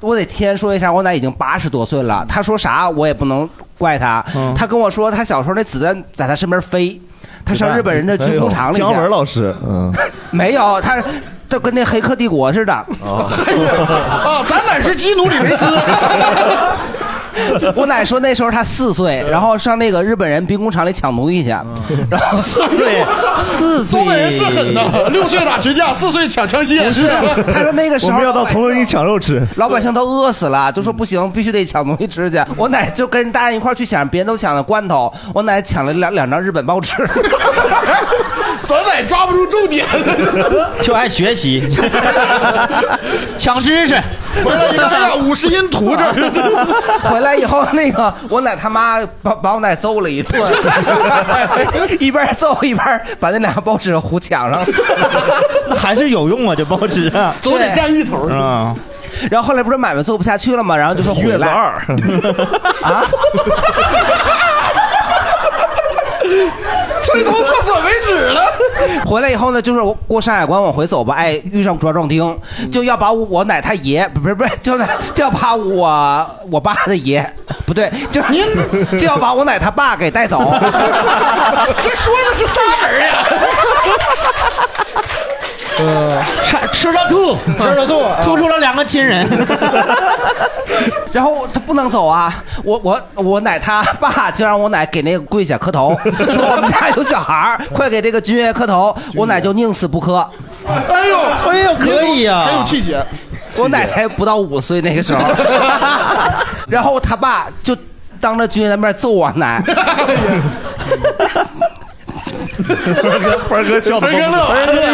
[SPEAKER 2] 我得提前说一下，我奶已经八十多岁了，
[SPEAKER 1] 嗯
[SPEAKER 2] 她说啥我也不能怪她。她跟我说，她小时候那子弹在她身边飞，他上日本人的军工厂里去。
[SPEAKER 1] 哎姜文老师，嗯，
[SPEAKER 2] 没有，他他跟那黑客帝国似的。
[SPEAKER 1] 哦
[SPEAKER 3] 啊，咱哪是基努里维斯？
[SPEAKER 2] 我奶说那时候他四岁，然后上那个日本人兵工厂里抢奴隶去，
[SPEAKER 3] 嗯
[SPEAKER 2] 然后四岁，四岁，
[SPEAKER 3] 东北人是狠的，六岁打群架，四岁抢枪械。
[SPEAKER 2] 不是，他说那个时
[SPEAKER 3] 我
[SPEAKER 2] 候
[SPEAKER 3] 们要到
[SPEAKER 2] 从
[SPEAKER 1] 头一抢肉吃，
[SPEAKER 2] 老百姓都饿死了，都说不行，必须得抢东西吃去。我奶就跟大人一块儿去抢，别人都抢了罐头，我奶抢了两两张日本报 纸。
[SPEAKER 3] 咱奶抓不住重点，
[SPEAKER 4] 就爱学习， 抢知识。
[SPEAKER 3] 回来一看，哎呀，五十音图这儿。
[SPEAKER 2] 回来以后，那个我奶他妈把把我奶揍了一顿， 一边揍一边把那俩报纸糊墙 上。
[SPEAKER 4] 那还是有用啊，这报纸 啊，
[SPEAKER 2] 总得占
[SPEAKER 3] 一头
[SPEAKER 4] 啊。
[SPEAKER 2] 然后后来不是买卖做不下去了吗？然后就说回
[SPEAKER 4] 月子
[SPEAKER 2] 来
[SPEAKER 4] 二
[SPEAKER 2] 啊，
[SPEAKER 3] 吹到厕所为止了。
[SPEAKER 2] 回来以后呢，就是我过山海关往回走吧，哎，遇上抓壮丁，
[SPEAKER 4] 嗯
[SPEAKER 2] 就要把我奶他爷，不是不是，就奶就要把我我爸的爷，不对，就是您就要把我奶他爸给带 走。
[SPEAKER 3] 这说的是仨人呀。
[SPEAKER 4] 呃，吃吃着吐，
[SPEAKER 3] 吃着吐，啊
[SPEAKER 4] 吐出了两个亲人。
[SPEAKER 2] 然后他不能走啊！我我我奶他爸就让我奶给那个跪下磕头，说我们家有小孩儿，快给这个君爷磕头。我奶就宁死不磕。
[SPEAKER 3] 哎呦，
[SPEAKER 4] 哎呦，可以呀、
[SPEAKER 3] 很有气节。
[SPEAKER 2] 我奶才不到五岁那个时候，然后他爸就当着君爷的面揍我奶。
[SPEAKER 1] 凡哥笑得都不
[SPEAKER 2] 凡
[SPEAKER 1] 行
[SPEAKER 2] 完了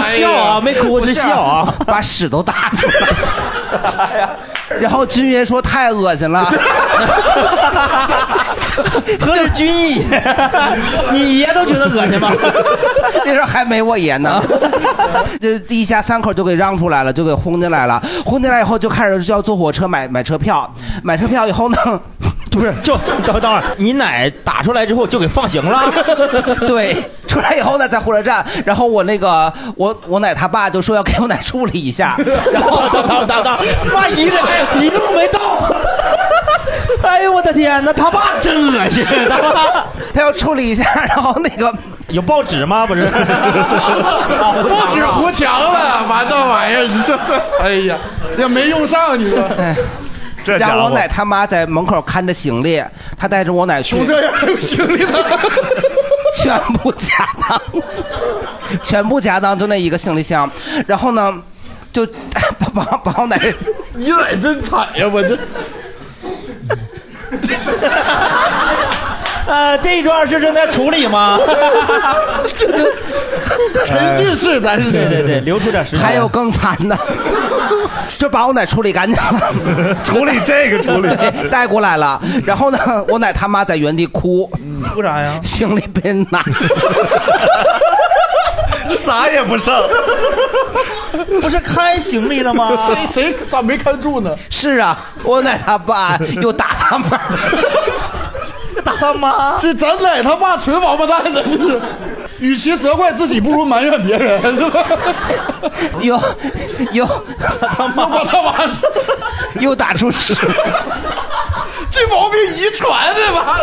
[SPEAKER 1] 哎呀
[SPEAKER 2] 是 啊，把屎都打出来。然后君爷说太恶心 了，
[SPEAKER 4] 何止君 爷，你爷都觉得恶心吗？
[SPEAKER 2] 那时候还没我爷呢，这一家三口就给嚷出来了，就给轰进来了。轰进来以后就开始就要坐火车买买车票，买车票以后呢，
[SPEAKER 4] 不是 就等等会儿，你奶打出来之后就给放行了。
[SPEAKER 2] 对，哎出来以后呢，在火车站，然后我那个我我奶他爸就说要给我奶处理一下，然后
[SPEAKER 4] 当当当，妈一 路一路没到。哎呦我的天，那他爸真恶心，他爸
[SPEAKER 2] 他要处理一下，然后那个
[SPEAKER 4] 有报纸 吗？不是，哦
[SPEAKER 3] 报纸糊墙了，完那玩意儿，你说这，哎呀，也没用上，你说。这家伙
[SPEAKER 2] 然后我奶他妈在门口看着行李，他带着我奶去，
[SPEAKER 3] 穷这样还有行 李呢？
[SPEAKER 2] 全部家当，全部家当就那一个行李箱，然后呢，就把把把我奶，
[SPEAKER 3] 你奶真惨呀，我这。
[SPEAKER 4] 呃，这一段是正在处理吗？
[SPEAKER 3] 这就沉浸式，咱是
[SPEAKER 4] 哎对对 对，留出点时间。
[SPEAKER 2] 还有更惨的，就把我奶处理干净了，
[SPEAKER 1] 处理这个处理
[SPEAKER 2] 对带过来了，然后呢，我奶他妈在原地哭，
[SPEAKER 4] 哭啥呀？
[SPEAKER 2] 行李被人拿走。
[SPEAKER 1] 啥也不剩，
[SPEAKER 4] 不是开行李了吗？
[SPEAKER 3] 谁谁咋没看住呢？
[SPEAKER 2] 是啊，我奶他爸又打他妈，
[SPEAKER 4] 打他妈！
[SPEAKER 3] 这 咱奶他爸纯王八蛋呢，就是。与其责怪自己，不如埋怨别人，是吧？
[SPEAKER 2] 又 又
[SPEAKER 3] 他妈把他妈
[SPEAKER 2] 又 打出屎，
[SPEAKER 3] 这毛病遗传的吧？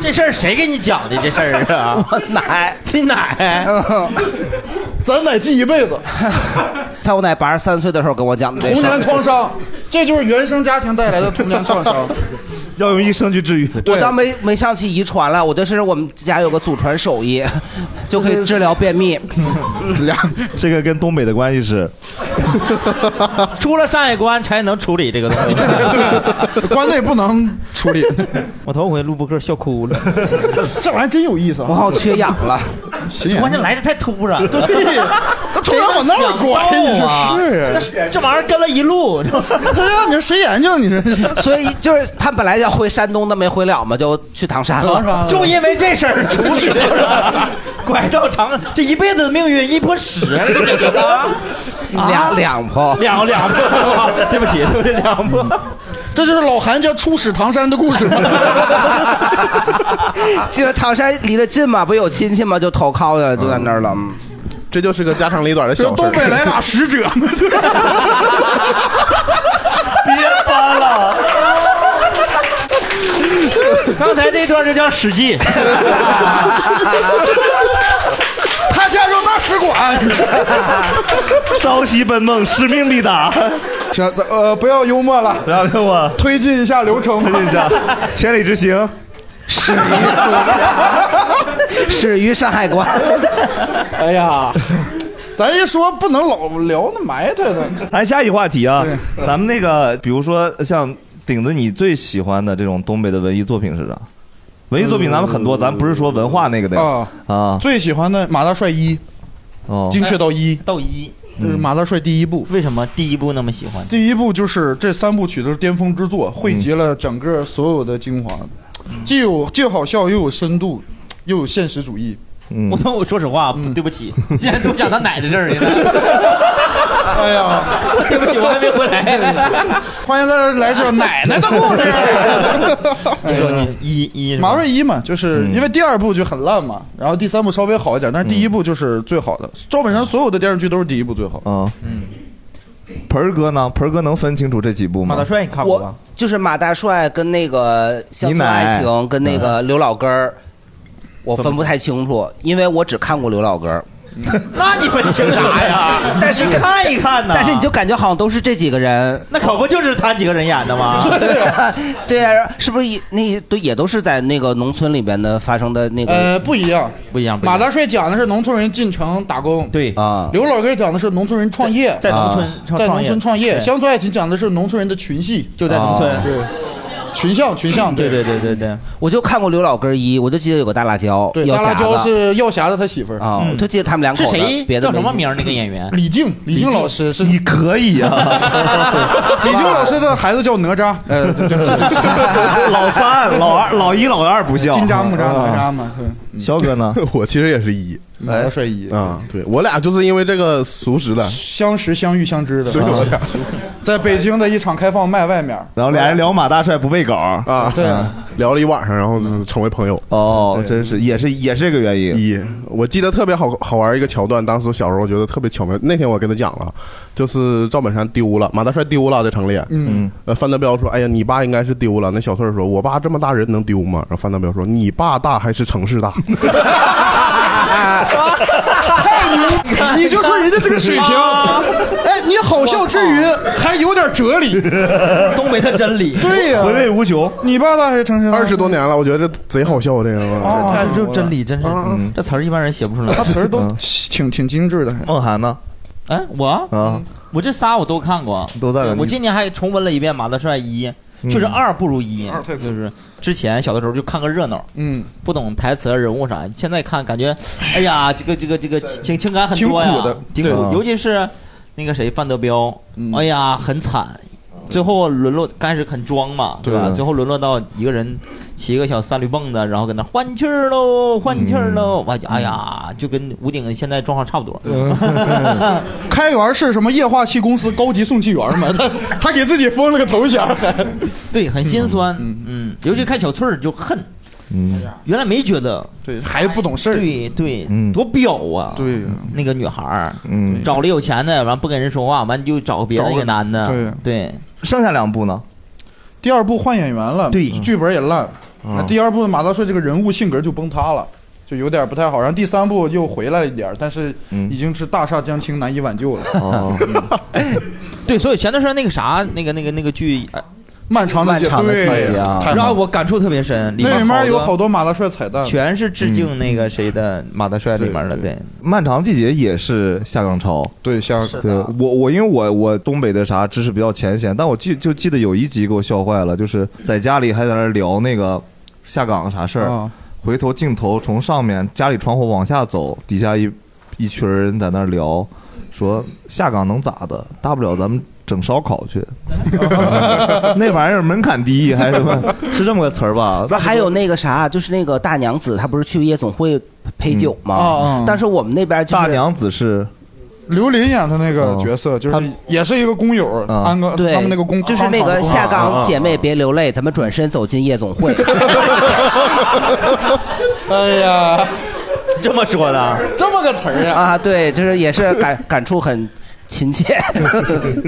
[SPEAKER 4] 这事儿谁给你讲的？这事儿啊，
[SPEAKER 2] 我奶，
[SPEAKER 4] 你奶，
[SPEAKER 3] 咱奶记一辈子。
[SPEAKER 2] 在我奶八十三岁的时候跟我讲的这事儿
[SPEAKER 3] 童年创伤，这就是原生家庭带来的童 年 创伤。
[SPEAKER 1] 要用一生去治愈。
[SPEAKER 2] 我倒没没想起遗传了，我就是我们家有个祖传手艺， 就可以治疗便 秘。
[SPEAKER 1] 这个跟东北的 关系是，
[SPEAKER 4] 出了山海关才能处理这个东西。
[SPEAKER 3] 关内不能处理。
[SPEAKER 4] 我头回录播客笑哭了，
[SPEAKER 3] 这玩意儿真有意思啊！
[SPEAKER 2] 我好缺氧 了，
[SPEAKER 4] 关键来的太突然了。
[SPEAKER 3] 对他突然往那儿拐
[SPEAKER 4] 谁能想到啊
[SPEAKER 3] 你说是
[SPEAKER 4] 这这玩意儿跟了一路，
[SPEAKER 3] 他让你谁研究你这？
[SPEAKER 2] 所以就是他本来要回山东的没回了嘛，就去唐山 了。
[SPEAKER 4] 就因为这事儿出去了，拐到长，这一辈子的命运一泼屎， 啊
[SPEAKER 2] 两两泼，
[SPEAKER 4] 两两泼，啊 对不起，对不起，两 泼。
[SPEAKER 3] 这就是老韩家出使唐山的故事吗？
[SPEAKER 2] 就是唐山离着近嘛，不有亲戚嘛，就投靠的就在那儿了。嗯
[SPEAKER 5] 这就是个家长里短的小事。
[SPEAKER 3] 东北来俩使者，
[SPEAKER 4] 别翻了。刚才这段就叫《史记》，
[SPEAKER 3] 使馆，
[SPEAKER 1] 朝夕奔梦，使命必达。
[SPEAKER 3] 行，咱呃不要幽默了，
[SPEAKER 1] 不要幽默，
[SPEAKER 3] 推进一下流程，推
[SPEAKER 1] 进一下，千里之行。
[SPEAKER 2] 始于足下，始于山海关。
[SPEAKER 3] 哎呀，咱一说不能老聊那埋汰的，
[SPEAKER 1] 哎，下一话题啊，咱们那个，比如说像顶子，你最喜欢的这种东北的文艺作品是啥？文艺作品咱们很多，咱不是说文化那个的
[SPEAKER 3] 呃啊
[SPEAKER 1] 啊。
[SPEAKER 3] 最喜欢的马大帅一，
[SPEAKER 1] 哦
[SPEAKER 3] 精确到一，
[SPEAKER 4] 到一，
[SPEAKER 3] 就是马大帅第一部。
[SPEAKER 4] 为什么第一部那么喜欢？
[SPEAKER 3] 第一部就是这三部曲都是巅峰之
[SPEAKER 4] 嗯
[SPEAKER 3] 作，汇集了整个所有的精华，既有既有好笑，又有深度，又有现实主义。
[SPEAKER 4] 我那我说实话，不对不起， 现在都讲他奶奶这儿去了。
[SPEAKER 3] 哎呀，
[SPEAKER 4] 对不起，我还没回来。
[SPEAKER 3] 欢迎大家来这奶奶的故事。哎
[SPEAKER 4] 你说你一一嗯
[SPEAKER 3] 马瑞一嘛，就是因为第二部就很烂嘛，然后第三部稍微好一点，但是第一部就是最好的。赵本山所有的电视剧都是第一部最好。
[SPEAKER 1] 啊，嗯。盆儿哥呢？盆儿哥能分清楚这几部吗？
[SPEAKER 4] 帅你看
[SPEAKER 1] 过
[SPEAKER 2] 吧？就是马大帅跟那个《乡
[SPEAKER 1] 你
[SPEAKER 2] 村
[SPEAKER 1] 奶
[SPEAKER 2] 爱情》跟那
[SPEAKER 4] 嗯
[SPEAKER 2] 个刘老根儿，我分不太清楚，因为我只看过刘老根儿。
[SPEAKER 4] 那你分清啥呀？
[SPEAKER 2] 但是
[SPEAKER 4] 你看一看呐。
[SPEAKER 2] 但是你就感觉好像都是这几个人。
[SPEAKER 4] 那可不就是他几个人演的 吗？
[SPEAKER 2] 对啊，对呀、是不是也那都也都是在那个农村里边的发生的那个？
[SPEAKER 3] 呃，不一样，
[SPEAKER 4] 不一样
[SPEAKER 3] 马大帅讲的是农村人进城打工，
[SPEAKER 4] 对
[SPEAKER 2] 啊
[SPEAKER 3] 刘老根讲的是农村人创业，
[SPEAKER 4] 在在农村
[SPEAKER 3] 啊
[SPEAKER 4] 创
[SPEAKER 3] 在农村创业。
[SPEAKER 4] 对
[SPEAKER 3] 乡村爱情讲的是农村人的群戏，
[SPEAKER 4] 就在农村
[SPEAKER 3] 啊对，群像群像，对
[SPEAKER 4] 对对对对。
[SPEAKER 2] 我就看过刘老根儿一，我就记得有个大辣椒，
[SPEAKER 3] 对，
[SPEAKER 2] 药
[SPEAKER 3] 大辣
[SPEAKER 2] 匣
[SPEAKER 3] 椒
[SPEAKER 2] 子
[SPEAKER 3] 是药匣子他媳妇儿
[SPEAKER 2] 啊，我就记得他们两口子。
[SPEAKER 4] 是谁？
[SPEAKER 2] 别的
[SPEAKER 4] 叫什
[SPEAKER 2] 没
[SPEAKER 4] 么
[SPEAKER 2] 记
[SPEAKER 4] 名儿？那个演员？
[SPEAKER 3] 李静，李静老师是，你
[SPEAKER 1] 可以 啊。
[SPEAKER 3] 李静老师的孩子叫哪 吒，呃，
[SPEAKER 1] 老三、老二、老一、老二不孝，
[SPEAKER 3] 金吒木吒哪吒
[SPEAKER 1] 啊
[SPEAKER 3] 嘛，对。
[SPEAKER 1] 肖哥呢？
[SPEAKER 5] 嗯 我其实也是一，
[SPEAKER 3] 马大帅嗯一
[SPEAKER 5] 啊，对我俩就是因为这个熟识的，
[SPEAKER 3] 相识、相遇、相知的。
[SPEAKER 5] 对 我俩
[SPEAKER 3] 在北京的一场开放麦外面，
[SPEAKER 1] 然后俩人聊马大帅不背稿
[SPEAKER 5] 啊，
[SPEAKER 3] 对
[SPEAKER 5] 聊了一晚上，然后就是成为朋友。
[SPEAKER 1] 哦，真是也是也是这个原因。
[SPEAKER 5] 一，我记得特别好好玩一个桥段，当时小时候我觉得特别巧妙。那天我跟他讲了，就是赵本山丢了，马大帅丢了在城里。
[SPEAKER 3] 嗯，
[SPEAKER 5] 呃，范德彪说：“哎呀，你爸应该是丢了。”那小翠儿说：“我爸这么大人能丢吗？”然后范德彪说：“你爸大还是城市大？”
[SPEAKER 3] 太牛！你就说人家这个水平，
[SPEAKER 1] 啊
[SPEAKER 3] 哎，你好笑之余还有点哲理，
[SPEAKER 4] 东北的 真理，
[SPEAKER 3] 对呀，
[SPEAKER 5] 回味
[SPEAKER 1] 无穷。
[SPEAKER 3] 你爸大还城市
[SPEAKER 5] 二十多年了，我觉得这贼好笑，这个
[SPEAKER 4] 他这真理真是， 这词儿一般人写不出来。嗯
[SPEAKER 3] 他词儿都挺挺精 致的。
[SPEAKER 1] 梦涵呢？
[SPEAKER 4] 哎，我
[SPEAKER 1] 啊，
[SPEAKER 4] 我这仨我都看过，
[SPEAKER 1] 都在
[SPEAKER 4] 我今年还重温了一遍《马大帅一》，
[SPEAKER 3] 嗯
[SPEAKER 4] 确实二不如一，就是之前小的时候就看个热闹，
[SPEAKER 3] 嗯，
[SPEAKER 4] 不懂台词啊、人物啥，现在看感 觉，哎呀，这个这个这个情情感很多呀，
[SPEAKER 3] 挺苦的
[SPEAKER 4] 挺
[SPEAKER 3] 对啊嗯
[SPEAKER 4] 苦，尤其是那个谁范德彪，哎呀，很惨。最后沦落，刚开始很装嘛，对吧？
[SPEAKER 1] 对
[SPEAKER 4] 最后沦落到一个人骑个小三驴蹦子，然后搁那换气儿喽，换气儿
[SPEAKER 3] 嗯
[SPEAKER 4] 喽，哇、哎呀，就跟吴鼎现在状况差不多。
[SPEAKER 3] 嗯开元是什么液化气公司高级送气员嘛？他他给自己封了个头衔，
[SPEAKER 4] 对，很心酸。嗯，尤其看小翠儿就恨。
[SPEAKER 1] 嗯，
[SPEAKER 4] 原来没觉得，
[SPEAKER 3] 对，还不懂事儿，
[SPEAKER 4] 对对，多彪啊！
[SPEAKER 3] 对，
[SPEAKER 4] 那个女孩儿，
[SPEAKER 1] 嗯，
[SPEAKER 4] 找了有钱的，完不跟人说话，完就找个别的一个男的，
[SPEAKER 3] 找个
[SPEAKER 4] 对，
[SPEAKER 1] 剩下两部呢？
[SPEAKER 3] 第二部换演员了，对，剧本也烂。
[SPEAKER 1] 嗯
[SPEAKER 3] 那第二部的马大帅这个人物性格就崩塌了，就有点不太好。然后第三部又回来一点儿，但是已经是大厦将倾，难以挽救了。
[SPEAKER 1] 哦，
[SPEAKER 4] 对，所以前段时间那个啥，那个那个那个剧，呃
[SPEAKER 3] 漫长的
[SPEAKER 4] 漫
[SPEAKER 3] 季
[SPEAKER 4] 长的季
[SPEAKER 3] 对
[SPEAKER 4] 节啊
[SPEAKER 3] 太，棒
[SPEAKER 4] 然后我感触特别深，
[SPEAKER 3] 那里面有好
[SPEAKER 4] 多
[SPEAKER 3] 多马大帅彩蛋，嗯
[SPEAKER 4] 全是致敬那个谁的马大帅里面的，对，
[SPEAKER 1] 漫长季节也是下岗潮，
[SPEAKER 3] 对下
[SPEAKER 1] 对我我因为我我东北的啥知识比较浅显，但我记就记得有一集给我笑坏了，就是在家里还在那儿聊那个下岗啥事儿，
[SPEAKER 3] 啊
[SPEAKER 1] 回头镜头从上面家里窗户往下走，底下一一群人在那儿聊，说下岗能咋的？大不了咱们整烧烤去，那玩意儿门槛低还是什么？是这么个词儿吧？
[SPEAKER 2] 不是还有那个啥，就是那个大娘子，她不是去夜总会陪酒吗？
[SPEAKER 1] 嗯哦哦
[SPEAKER 2] 但是我们那边、就是、
[SPEAKER 1] 大娘子是嗯
[SPEAKER 3] 刘琳演的那个角色，就是也是一个工友，安哥
[SPEAKER 2] 嗯对
[SPEAKER 3] 他们那个工嗯
[SPEAKER 2] 就是那个下岗姐妹别流泪，咱们转身走进夜总 会。
[SPEAKER 4] 哎呀，这么说的，
[SPEAKER 3] 这么个词 儿
[SPEAKER 2] 啊！啊，对，就是也是感感触很亲 切，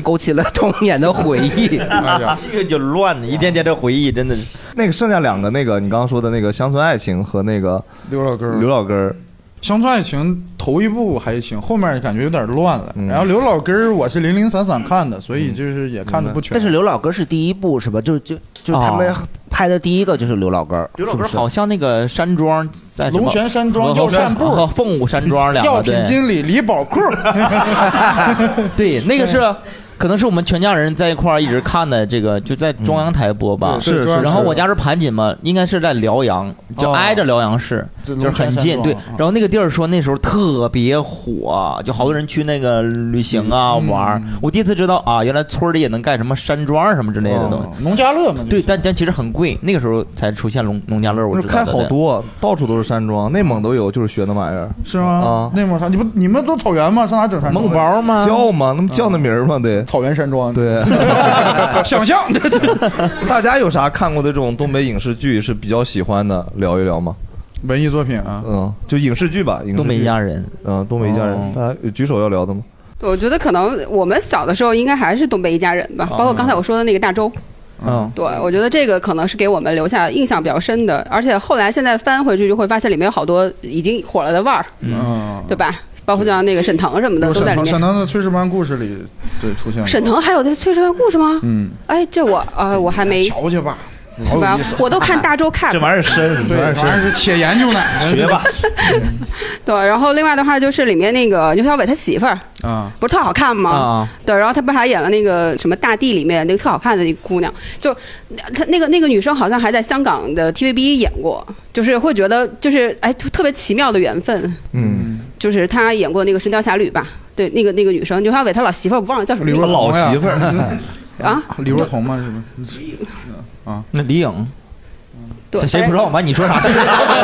[SPEAKER 2] 勾起了童年的回忆。
[SPEAKER 3] 哎
[SPEAKER 4] 这个就乱的，一天天这回忆真的是。
[SPEAKER 1] 那个剩下两个，那个你刚刚说的那个乡村爱情和那个
[SPEAKER 3] 刘老根
[SPEAKER 1] 刘老根儿
[SPEAKER 3] 乡村爱情》头一部还行，后面感觉有点乱了。
[SPEAKER 2] 嗯
[SPEAKER 3] 然后刘老根儿我是零零散散看的，所以就是也看的不全。
[SPEAKER 2] 嗯但是刘老根是第一部是吧？就就就是他们
[SPEAKER 4] 哦
[SPEAKER 2] 拍的第一个就是刘老根儿，
[SPEAKER 4] 刘老
[SPEAKER 2] 是
[SPEAKER 4] 根
[SPEAKER 2] 不
[SPEAKER 4] 儿
[SPEAKER 2] 是
[SPEAKER 4] 好像那个山庄在什么
[SPEAKER 2] 龙泉山庄
[SPEAKER 4] 和
[SPEAKER 2] 药膳部
[SPEAKER 4] 和凤舞山庄两
[SPEAKER 2] 药
[SPEAKER 4] 个
[SPEAKER 2] 品
[SPEAKER 4] 对
[SPEAKER 3] 经理李宝库，
[SPEAKER 4] 对，那个是。可能是我们全家人在一块儿一直看的，这个就在中央台播吧
[SPEAKER 2] 嗯。对对是是
[SPEAKER 4] 然后
[SPEAKER 2] 是
[SPEAKER 4] 我家是盘锦嘛，应该是在辽阳，就
[SPEAKER 2] 哦
[SPEAKER 4] 挨着辽阳市，
[SPEAKER 2] 这
[SPEAKER 4] 就是很近。
[SPEAKER 2] 龙
[SPEAKER 4] 对
[SPEAKER 2] 泉山庄，
[SPEAKER 4] 然后那个地儿说那时候特别火，就好多人去那个旅行啊玩儿。我第一次知道啊，原来村儿里也能盖什么山庄什么之类的东西。
[SPEAKER 3] 农家乐嘛。
[SPEAKER 4] 对，但但其实很贵，那个时候才出现农农家乐，我知道
[SPEAKER 1] 开
[SPEAKER 4] 的嗯
[SPEAKER 1] 好多，到处都是山庄，内蒙都有，就是学那玩意儿。
[SPEAKER 3] 是吗
[SPEAKER 1] 啊？
[SPEAKER 3] 内蒙啥？你不你们都草原吗？上哪整山庄？
[SPEAKER 4] 包吗
[SPEAKER 1] 叫吗？那不叫那名儿吗？对，
[SPEAKER 3] 嗯草原山庄。
[SPEAKER 1] 对，
[SPEAKER 3] 想象。
[SPEAKER 1] 大家有啥看过的这种东北影视剧是比较喜欢的？聊一聊吗？
[SPEAKER 3] 文艺作品啊，
[SPEAKER 1] 嗯，就影视剧吧。影视剧
[SPEAKER 4] 东北一家人，
[SPEAKER 1] 嗯，东北一家
[SPEAKER 3] 哦
[SPEAKER 1] 人，大家有举手要聊的吗？
[SPEAKER 9] 我觉得可能我们小的时候应该还是东北一家人吧，
[SPEAKER 3] 啊
[SPEAKER 9] 包括刚才我说的那个大周。
[SPEAKER 1] 嗯，
[SPEAKER 9] 对，我觉得这个可能是给我们留下印象比较深的，而且后来现在翻回去就会发现里面有好多已经火了的腕儿，
[SPEAKER 3] 嗯，
[SPEAKER 9] 对吧？包括像那个沈腾什么的
[SPEAKER 3] 有
[SPEAKER 9] 都
[SPEAKER 3] 沈
[SPEAKER 9] 在里
[SPEAKER 3] 腾，沈
[SPEAKER 9] 面。
[SPEAKER 3] 腾的《炊事班故事》里对出现过。
[SPEAKER 9] 沈腾还有在《炊事班故事》吗？
[SPEAKER 3] 嗯，哎
[SPEAKER 9] 哎，这我呃我还没
[SPEAKER 3] 瞧瞧吧，
[SPEAKER 9] 是吧？我都看大周 cut，
[SPEAKER 1] 玩意儿深
[SPEAKER 3] 对，
[SPEAKER 1] 玩意儿
[SPEAKER 3] 反
[SPEAKER 1] 深
[SPEAKER 3] 正是且研究呢，
[SPEAKER 1] 学吧。
[SPEAKER 9] 对。然后另外的话就是里面那个牛小伟他媳妇儿
[SPEAKER 3] 啊，
[SPEAKER 9] 不是特好看吗？
[SPEAKER 3] 啊
[SPEAKER 9] 对，然后他不是还演了那个什么《大地》里面那个特好看的一个姑娘，就呃他那个那个女生好像还在香港的 TVB 演过，就是会觉得就是哎特特别奇妙的缘分，
[SPEAKER 1] 嗯，
[SPEAKER 9] 就是她演过那个《神雕侠侣》吧？对，那个那个女生牛小伟她老媳妇儿，我忘了叫什么名字
[SPEAKER 3] 若
[SPEAKER 9] 了。
[SPEAKER 3] 彤呀
[SPEAKER 9] 啊，
[SPEAKER 3] 李若彤嘛，是不是？啊，
[SPEAKER 4] 那李颖，
[SPEAKER 9] 对
[SPEAKER 4] 谁谁不知道我你说啥？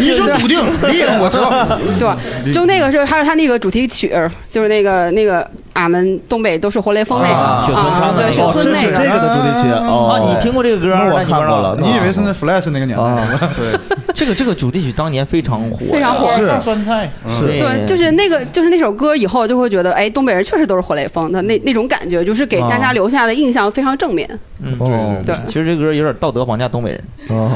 [SPEAKER 3] 你就笃定李颖，我知道。
[SPEAKER 9] 对，就那个是还有他那个主题曲儿，就是那个那个俺们东北都是活雷锋那个
[SPEAKER 4] 啊雪村唱的
[SPEAKER 9] 对，
[SPEAKER 4] 那
[SPEAKER 9] 雪
[SPEAKER 4] 个
[SPEAKER 9] 村那
[SPEAKER 1] 这个的主题曲哦
[SPEAKER 4] 啊，你听过这个歌？
[SPEAKER 1] 那我
[SPEAKER 4] 你不知道
[SPEAKER 1] 看过了
[SPEAKER 3] 你以为是那 Flash 那个年代？对，
[SPEAKER 4] 啊 这个这个主题曲当年非常火，
[SPEAKER 9] 非常火
[SPEAKER 3] 上酸菜
[SPEAKER 1] 嗯
[SPEAKER 9] 对，就是那个，就是那首歌，以后就会觉得，哎，东北人确实都是活雷锋的那那种感觉，就是给大家
[SPEAKER 4] 啊
[SPEAKER 9] 留下的印象非常正面。
[SPEAKER 4] 嗯，对
[SPEAKER 9] 对对
[SPEAKER 4] 其实这歌有点道德绑架东北人。
[SPEAKER 3] 嗯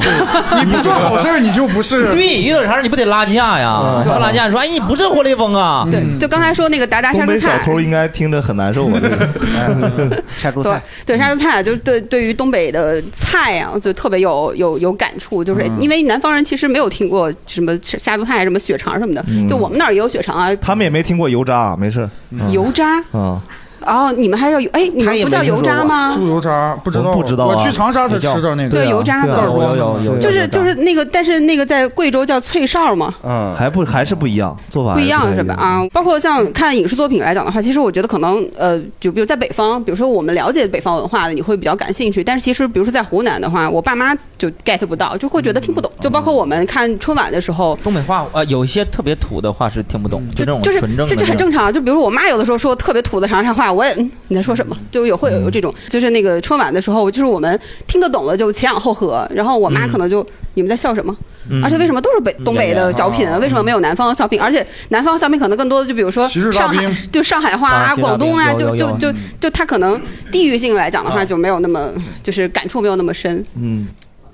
[SPEAKER 3] 你不做好事儿，你就不 是。
[SPEAKER 4] 对，遇到啥事儿你不得拉架
[SPEAKER 3] 嗯
[SPEAKER 4] 呀？要拉架，你说哎，你不是活雷锋啊？
[SPEAKER 9] 对，就刚才说那个打打杀
[SPEAKER 1] 嗯东
[SPEAKER 9] 猪
[SPEAKER 1] 北小
[SPEAKER 9] 菜，
[SPEAKER 1] 偷应该听着很难受啊吧？这 个
[SPEAKER 2] 杀猪
[SPEAKER 9] 对， 对
[SPEAKER 1] 嗯
[SPEAKER 9] 杀猪菜，就是对对于东北的菜啊，就特别有有有感触，就是
[SPEAKER 1] 嗯
[SPEAKER 9] 因为南方人其实没有听过什么杀猪菜、什么血肠什么的，
[SPEAKER 1] 嗯
[SPEAKER 9] 就我们那儿也有血肠啊，
[SPEAKER 1] 他们也没听过油渣，没事。嗯
[SPEAKER 9] 油渣。
[SPEAKER 1] 啊，
[SPEAKER 9] 哦，你们还有哎，你们不叫油渣吗？
[SPEAKER 3] 猪油渣不知道，
[SPEAKER 1] 我不知道啊
[SPEAKER 3] 我去长沙才吃到那个。
[SPEAKER 9] 对油渣子
[SPEAKER 1] 对啊有有有有
[SPEAKER 9] 就是
[SPEAKER 1] 有
[SPEAKER 9] 就是那个，但是那个在贵州叫脆哨嘛，
[SPEAKER 1] 嗯，还不还是不一样，做法
[SPEAKER 9] 不一
[SPEAKER 1] 还
[SPEAKER 9] 样
[SPEAKER 1] 太
[SPEAKER 9] 是吧？？啊，包括像看影视作品来讲的话，其实我觉得可能呃，就比如在北方，比如说我们了解北方文化的，你会比较感兴趣。但是其实比如说在湖南的话，我爸妈就 get 不到，就会觉得听不懂。
[SPEAKER 4] 嗯
[SPEAKER 9] 就包括我们看春晚的时候，
[SPEAKER 4] 东北话呃，有一些特别土的话是听不
[SPEAKER 3] 嗯
[SPEAKER 4] 懂，就这种
[SPEAKER 9] 就是
[SPEAKER 4] 纯正
[SPEAKER 9] 这
[SPEAKER 4] 的
[SPEAKER 9] 就很正常。就比如我妈有的时候说特别土的长沙话，我也嗯你在说什么？就有会有
[SPEAKER 4] 嗯
[SPEAKER 9] 这种，就是那个春晚的时候，就是我们听得懂的就前仰后合，然后我妈
[SPEAKER 4] 嗯
[SPEAKER 9] 可能就、你们在笑什么？
[SPEAKER 17] 嗯
[SPEAKER 9] 而且为什么都是北
[SPEAKER 17] 嗯
[SPEAKER 9] 东北的小品啊？为什么没有南方的小品？而且南方小品可能更多的就比如说
[SPEAKER 17] 骑士大
[SPEAKER 9] 上海
[SPEAKER 17] 兵，
[SPEAKER 9] 就上海话
[SPEAKER 17] 啊
[SPEAKER 9] 啊、
[SPEAKER 17] 骑士大
[SPEAKER 9] 广
[SPEAKER 17] 兵
[SPEAKER 9] 东啊，
[SPEAKER 17] 有
[SPEAKER 9] 就
[SPEAKER 17] 有
[SPEAKER 9] 就
[SPEAKER 17] 有啊
[SPEAKER 9] 就就它可能地域性来讲的话，就没有那么就是感触没有那么深。
[SPEAKER 1] 嗯，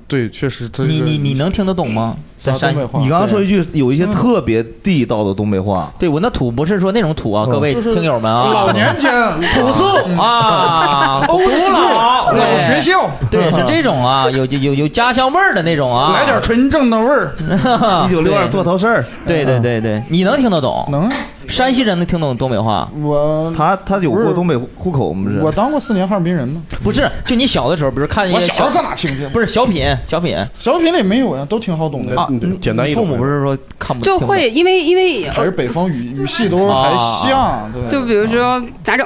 [SPEAKER 3] 对，确实，
[SPEAKER 4] 你你你能听得懂
[SPEAKER 3] 啊
[SPEAKER 4] 吗？在山，
[SPEAKER 1] 你刚刚
[SPEAKER 3] 哦
[SPEAKER 1] 说一句有
[SPEAKER 3] 嗯
[SPEAKER 1] 一些特别地道的东北话，
[SPEAKER 4] 对我那土不是说那种土啊，各位
[SPEAKER 1] 就是
[SPEAKER 4] 听友们啊，
[SPEAKER 1] 老年间
[SPEAKER 4] 朴素 啊，古
[SPEAKER 3] Old school，
[SPEAKER 4] 老对
[SPEAKER 3] 老学校
[SPEAKER 4] 对是这种啊，有有有家乡味儿的那种啊，
[SPEAKER 3] 来点纯正的 味儿。
[SPEAKER 4] 一
[SPEAKER 3] 1962
[SPEAKER 1] 做头事儿，
[SPEAKER 4] 对对对对，你能听得懂？
[SPEAKER 3] 能，
[SPEAKER 4] 山西人能听懂东北话？
[SPEAKER 3] 我
[SPEAKER 1] 他他有过东北户口吗？不是
[SPEAKER 3] 我当过四年哈尔滨人呢。
[SPEAKER 4] 不是，就你小的时候不是看一些
[SPEAKER 3] 我小时候上哪听去？
[SPEAKER 4] 不是小品，小品
[SPEAKER 3] 小品里没有呀，都挺好懂的
[SPEAKER 4] 啊，你你父母不是说看不
[SPEAKER 9] 就会哎因为因为
[SPEAKER 3] 还是北方语语系都还
[SPEAKER 4] 啊
[SPEAKER 3] 像，对。
[SPEAKER 9] 就比如
[SPEAKER 17] 啊
[SPEAKER 9] 说咋整？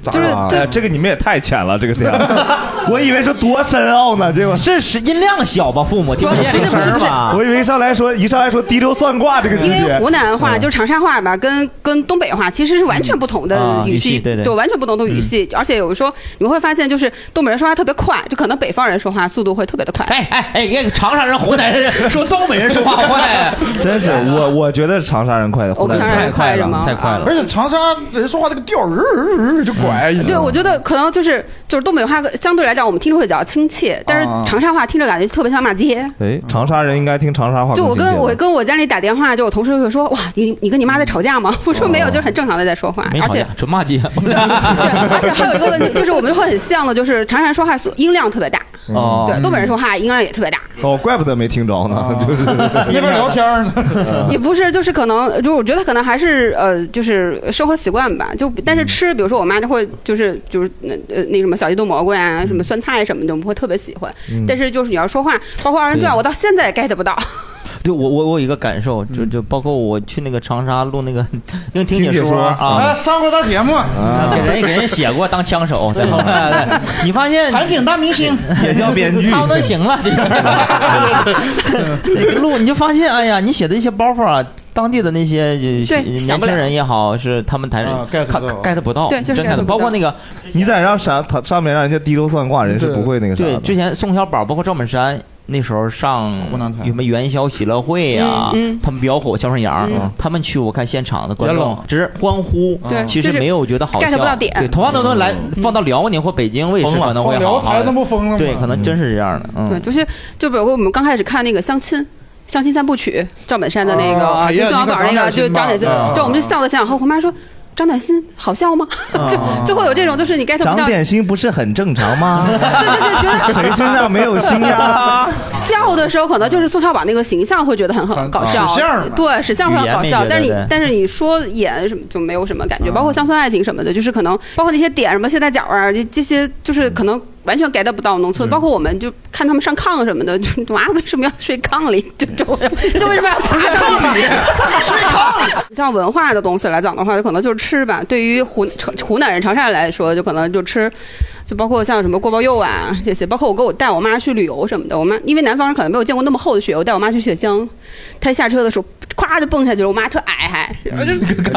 [SPEAKER 9] 就是
[SPEAKER 1] 哎呀这个你们也太浅了，这个点， 我以为说多深奥呢，结果
[SPEAKER 4] 是是音量小吧，父母听不见这声儿吧？
[SPEAKER 1] 我以为上来说一上来说滴溜算卦这个嗯级
[SPEAKER 9] 因为
[SPEAKER 1] 别，
[SPEAKER 9] 湖南
[SPEAKER 17] 嗯
[SPEAKER 9] 话就是长沙话吧，跟跟东北话其实是完全不同的
[SPEAKER 17] 嗯
[SPEAKER 1] 啊
[SPEAKER 9] 语
[SPEAKER 1] 语系对对
[SPEAKER 9] 完全不同的语系。而且有时候你们会发现，就是东北人说话特别快，就可能北方人说话速度会特别的快。
[SPEAKER 4] 哎哎哎，那个长沙人、湖南 人说东北人说话啊快，
[SPEAKER 1] 真是我我
[SPEAKER 9] 哦
[SPEAKER 1] 觉得长沙人快，湖南人
[SPEAKER 3] 太
[SPEAKER 1] 太快了，太快了嗯
[SPEAKER 3] 而。且长沙人说话那个调儿，就拐拐一下
[SPEAKER 9] 对，我觉得可能就是就是东北话相对来讲，我们听着会比较亲切，但是
[SPEAKER 1] 啊
[SPEAKER 9] 长沙话听着感觉特别像骂街。
[SPEAKER 1] 哎，长沙人应该听长沙话更
[SPEAKER 9] 就我
[SPEAKER 1] 亲切吧。
[SPEAKER 9] 跟我跟我家里打电话，就我同事会说哇，你你跟你妈在吵架吗？ 我说
[SPEAKER 1] 哦
[SPEAKER 9] 没有，就是很正常的在说话，
[SPEAKER 4] 没
[SPEAKER 9] 而
[SPEAKER 4] 吵
[SPEAKER 9] 且
[SPEAKER 4] 架，纯骂 街。
[SPEAKER 1] 嗯
[SPEAKER 9] 还有一个问题就是我们会很像的，就是长沙人说话速音量特别大，
[SPEAKER 1] 哦
[SPEAKER 9] 对，东北人哦说话音量也特别大。
[SPEAKER 1] 哦，怪不得没听着呢， 就是那
[SPEAKER 3] 边聊天呢。
[SPEAKER 4] 嗯
[SPEAKER 9] 也不是，就是可能，就是我觉得可能还是呃，就是生活习惯吧。就但是
[SPEAKER 4] 嗯
[SPEAKER 9] 吃，比如说我妈就会就是就是那呃那什么小鸡炖蘑菇呀、什么酸菜什么的，我们会特别喜欢。
[SPEAKER 4] 嗯
[SPEAKER 9] 但是就是你要说话，包括二人转，
[SPEAKER 4] 对
[SPEAKER 9] 我到现在也 get 不到。
[SPEAKER 4] 对我我我有一个感受，就就包括我去那个长沙录 那个那个嗯听
[SPEAKER 3] 听解
[SPEAKER 4] 说
[SPEAKER 3] 说
[SPEAKER 4] 啊
[SPEAKER 3] 哎，上过大节目，
[SPEAKER 1] 啊
[SPEAKER 4] 给人给人写过当枪 手，对 后来你发现
[SPEAKER 3] 韩景大明星
[SPEAKER 1] 也叫编剧
[SPEAKER 4] 差不多行了，这个 录你就发现，哎呀，你写的一些包袱啊，当地的那些就
[SPEAKER 9] 对
[SPEAKER 4] 年
[SPEAKER 9] 想不
[SPEAKER 4] 轻
[SPEAKER 9] 了
[SPEAKER 4] 人也好，是他们台人
[SPEAKER 1] ，get 不
[SPEAKER 4] 看
[SPEAKER 1] 到
[SPEAKER 4] 啊 get 不到，
[SPEAKER 9] 对就是
[SPEAKER 4] 真
[SPEAKER 9] get 不
[SPEAKER 4] 包括
[SPEAKER 9] 到
[SPEAKER 4] 那个
[SPEAKER 1] 你在让上他上面让人家低头算卦，啊人是不会那个啥
[SPEAKER 4] 对，
[SPEAKER 1] 的。
[SPEAKER 4] 之前宋小宝包括赵本山那时候上什么元宵喜乐会呀、
[SPEAKER 9] 嗯嗯
[SPEAKER 4] 他们表火小沈阳，
[SPEAKER 9] 嗯
[SPEAKER 4] 他们去我看现场的观
[SPEAKER 9] 也
[SPEAKER 4] 众
[SPEAKER 9] 冷
[SPEAKER 4] 只是欢呼，
[SPEAKER 6] 嗯
[SPEAKER 9] 对
[SPEAKER 4] 其
[SPEAKER 9] 就
[SPEAKER 4] 实
[SPEAKER 9] 是
[SPEAKER 4] 没有觉得好笑
[SPEAKER 9] get 不到点
[SPEAKER 4] 对，同样的都来、放到辽宁或北京卫视
[SPEAKER 1] 疯了
[SPEAKER 4] 可能会
[SPEAKER 1] 放
[SPEAKER 4] 好
[SPEAKER 1] 辽
[SPEAKER 4] 好
[SPEAKER 1] 台那不
[SPEAKER 3] 疯了吗
[SPEAKER 4] 对，可能真是这样的。嗯，
[SPEAKER 9] 对，就是就比如我们刚开始看那个相亲。相亲三部曲，赵本山的那个，
[SPEAKER 4] 啊哎
[SPEAKER 9] 就
[SPEAKER 4] 呀
[SPEAKER 9] 宋小宝那
[SPEAKER 4] 你
[SPEAKER 9] 个，
[SPEAKER 4] 看
[SPEAKER 9] 就张
[SPEAKER 4] 张
[SPEAKER 9] 乃
[SPEAKER 4] 乃
[SPEAKER 9] 馨
[SPEAKER 4] 馨吧，
[SPEAKER 9] 就我们就笑了笑，和我妈说：“张乃馨好笑吗？”
[SPEAKER 4] 嗯
[SPEAKER 9] 就就会有这种，就是你 get
[SPEAKER 1] 啊
[SPEAKER 9] 不
[SPEAKER 1] 长
[SPEAKER 9] 到，
[SPEAKER 1] 点心不是很正常 吗？
[SPEAKER 9] 对
[SPEAKER 1] 谁身上没有心呀？
[SPEAKER 9] 笑的时候，可能就是宋小宝那个形象会觉得很好搞笑，
[SPEAKER 1] 使相嘛
[SPEAKER 9] 对，使相会很搞笑
[SPEAKER 4] 语言没觉得。
[SPEAKER 9] 但是你
[SPEAKER 4] 对
[SPEAKER 9] 但是你说演什么就没有什么
[SPEAKER 4] 嗯
[SPEAKER 9] 感觉，包括乡村爱情什么的，就是可能包括那些点什么现代角啊，这这些就是可能完全 get 不到农
[SPEAKER 4] 嗯
[SPEAKER 9] 村。包括我们就看他们上炕什么的，就妈为什么要睡炕里？就就就为什么要爬炕 里？睡炕。像文化的东西来讲的话，就可能就是吃吧。对于湖长湖南人、长沙人来说，就可能就吃。就包括像什么锅包肉啊这些，包括我跟我带我妈去旅游什么的，我妈因为南方人可能没有见过那么厚的雪，我带我妈去雪乡，她一下车的时候，咵就蹦下去了，我妈特矮还，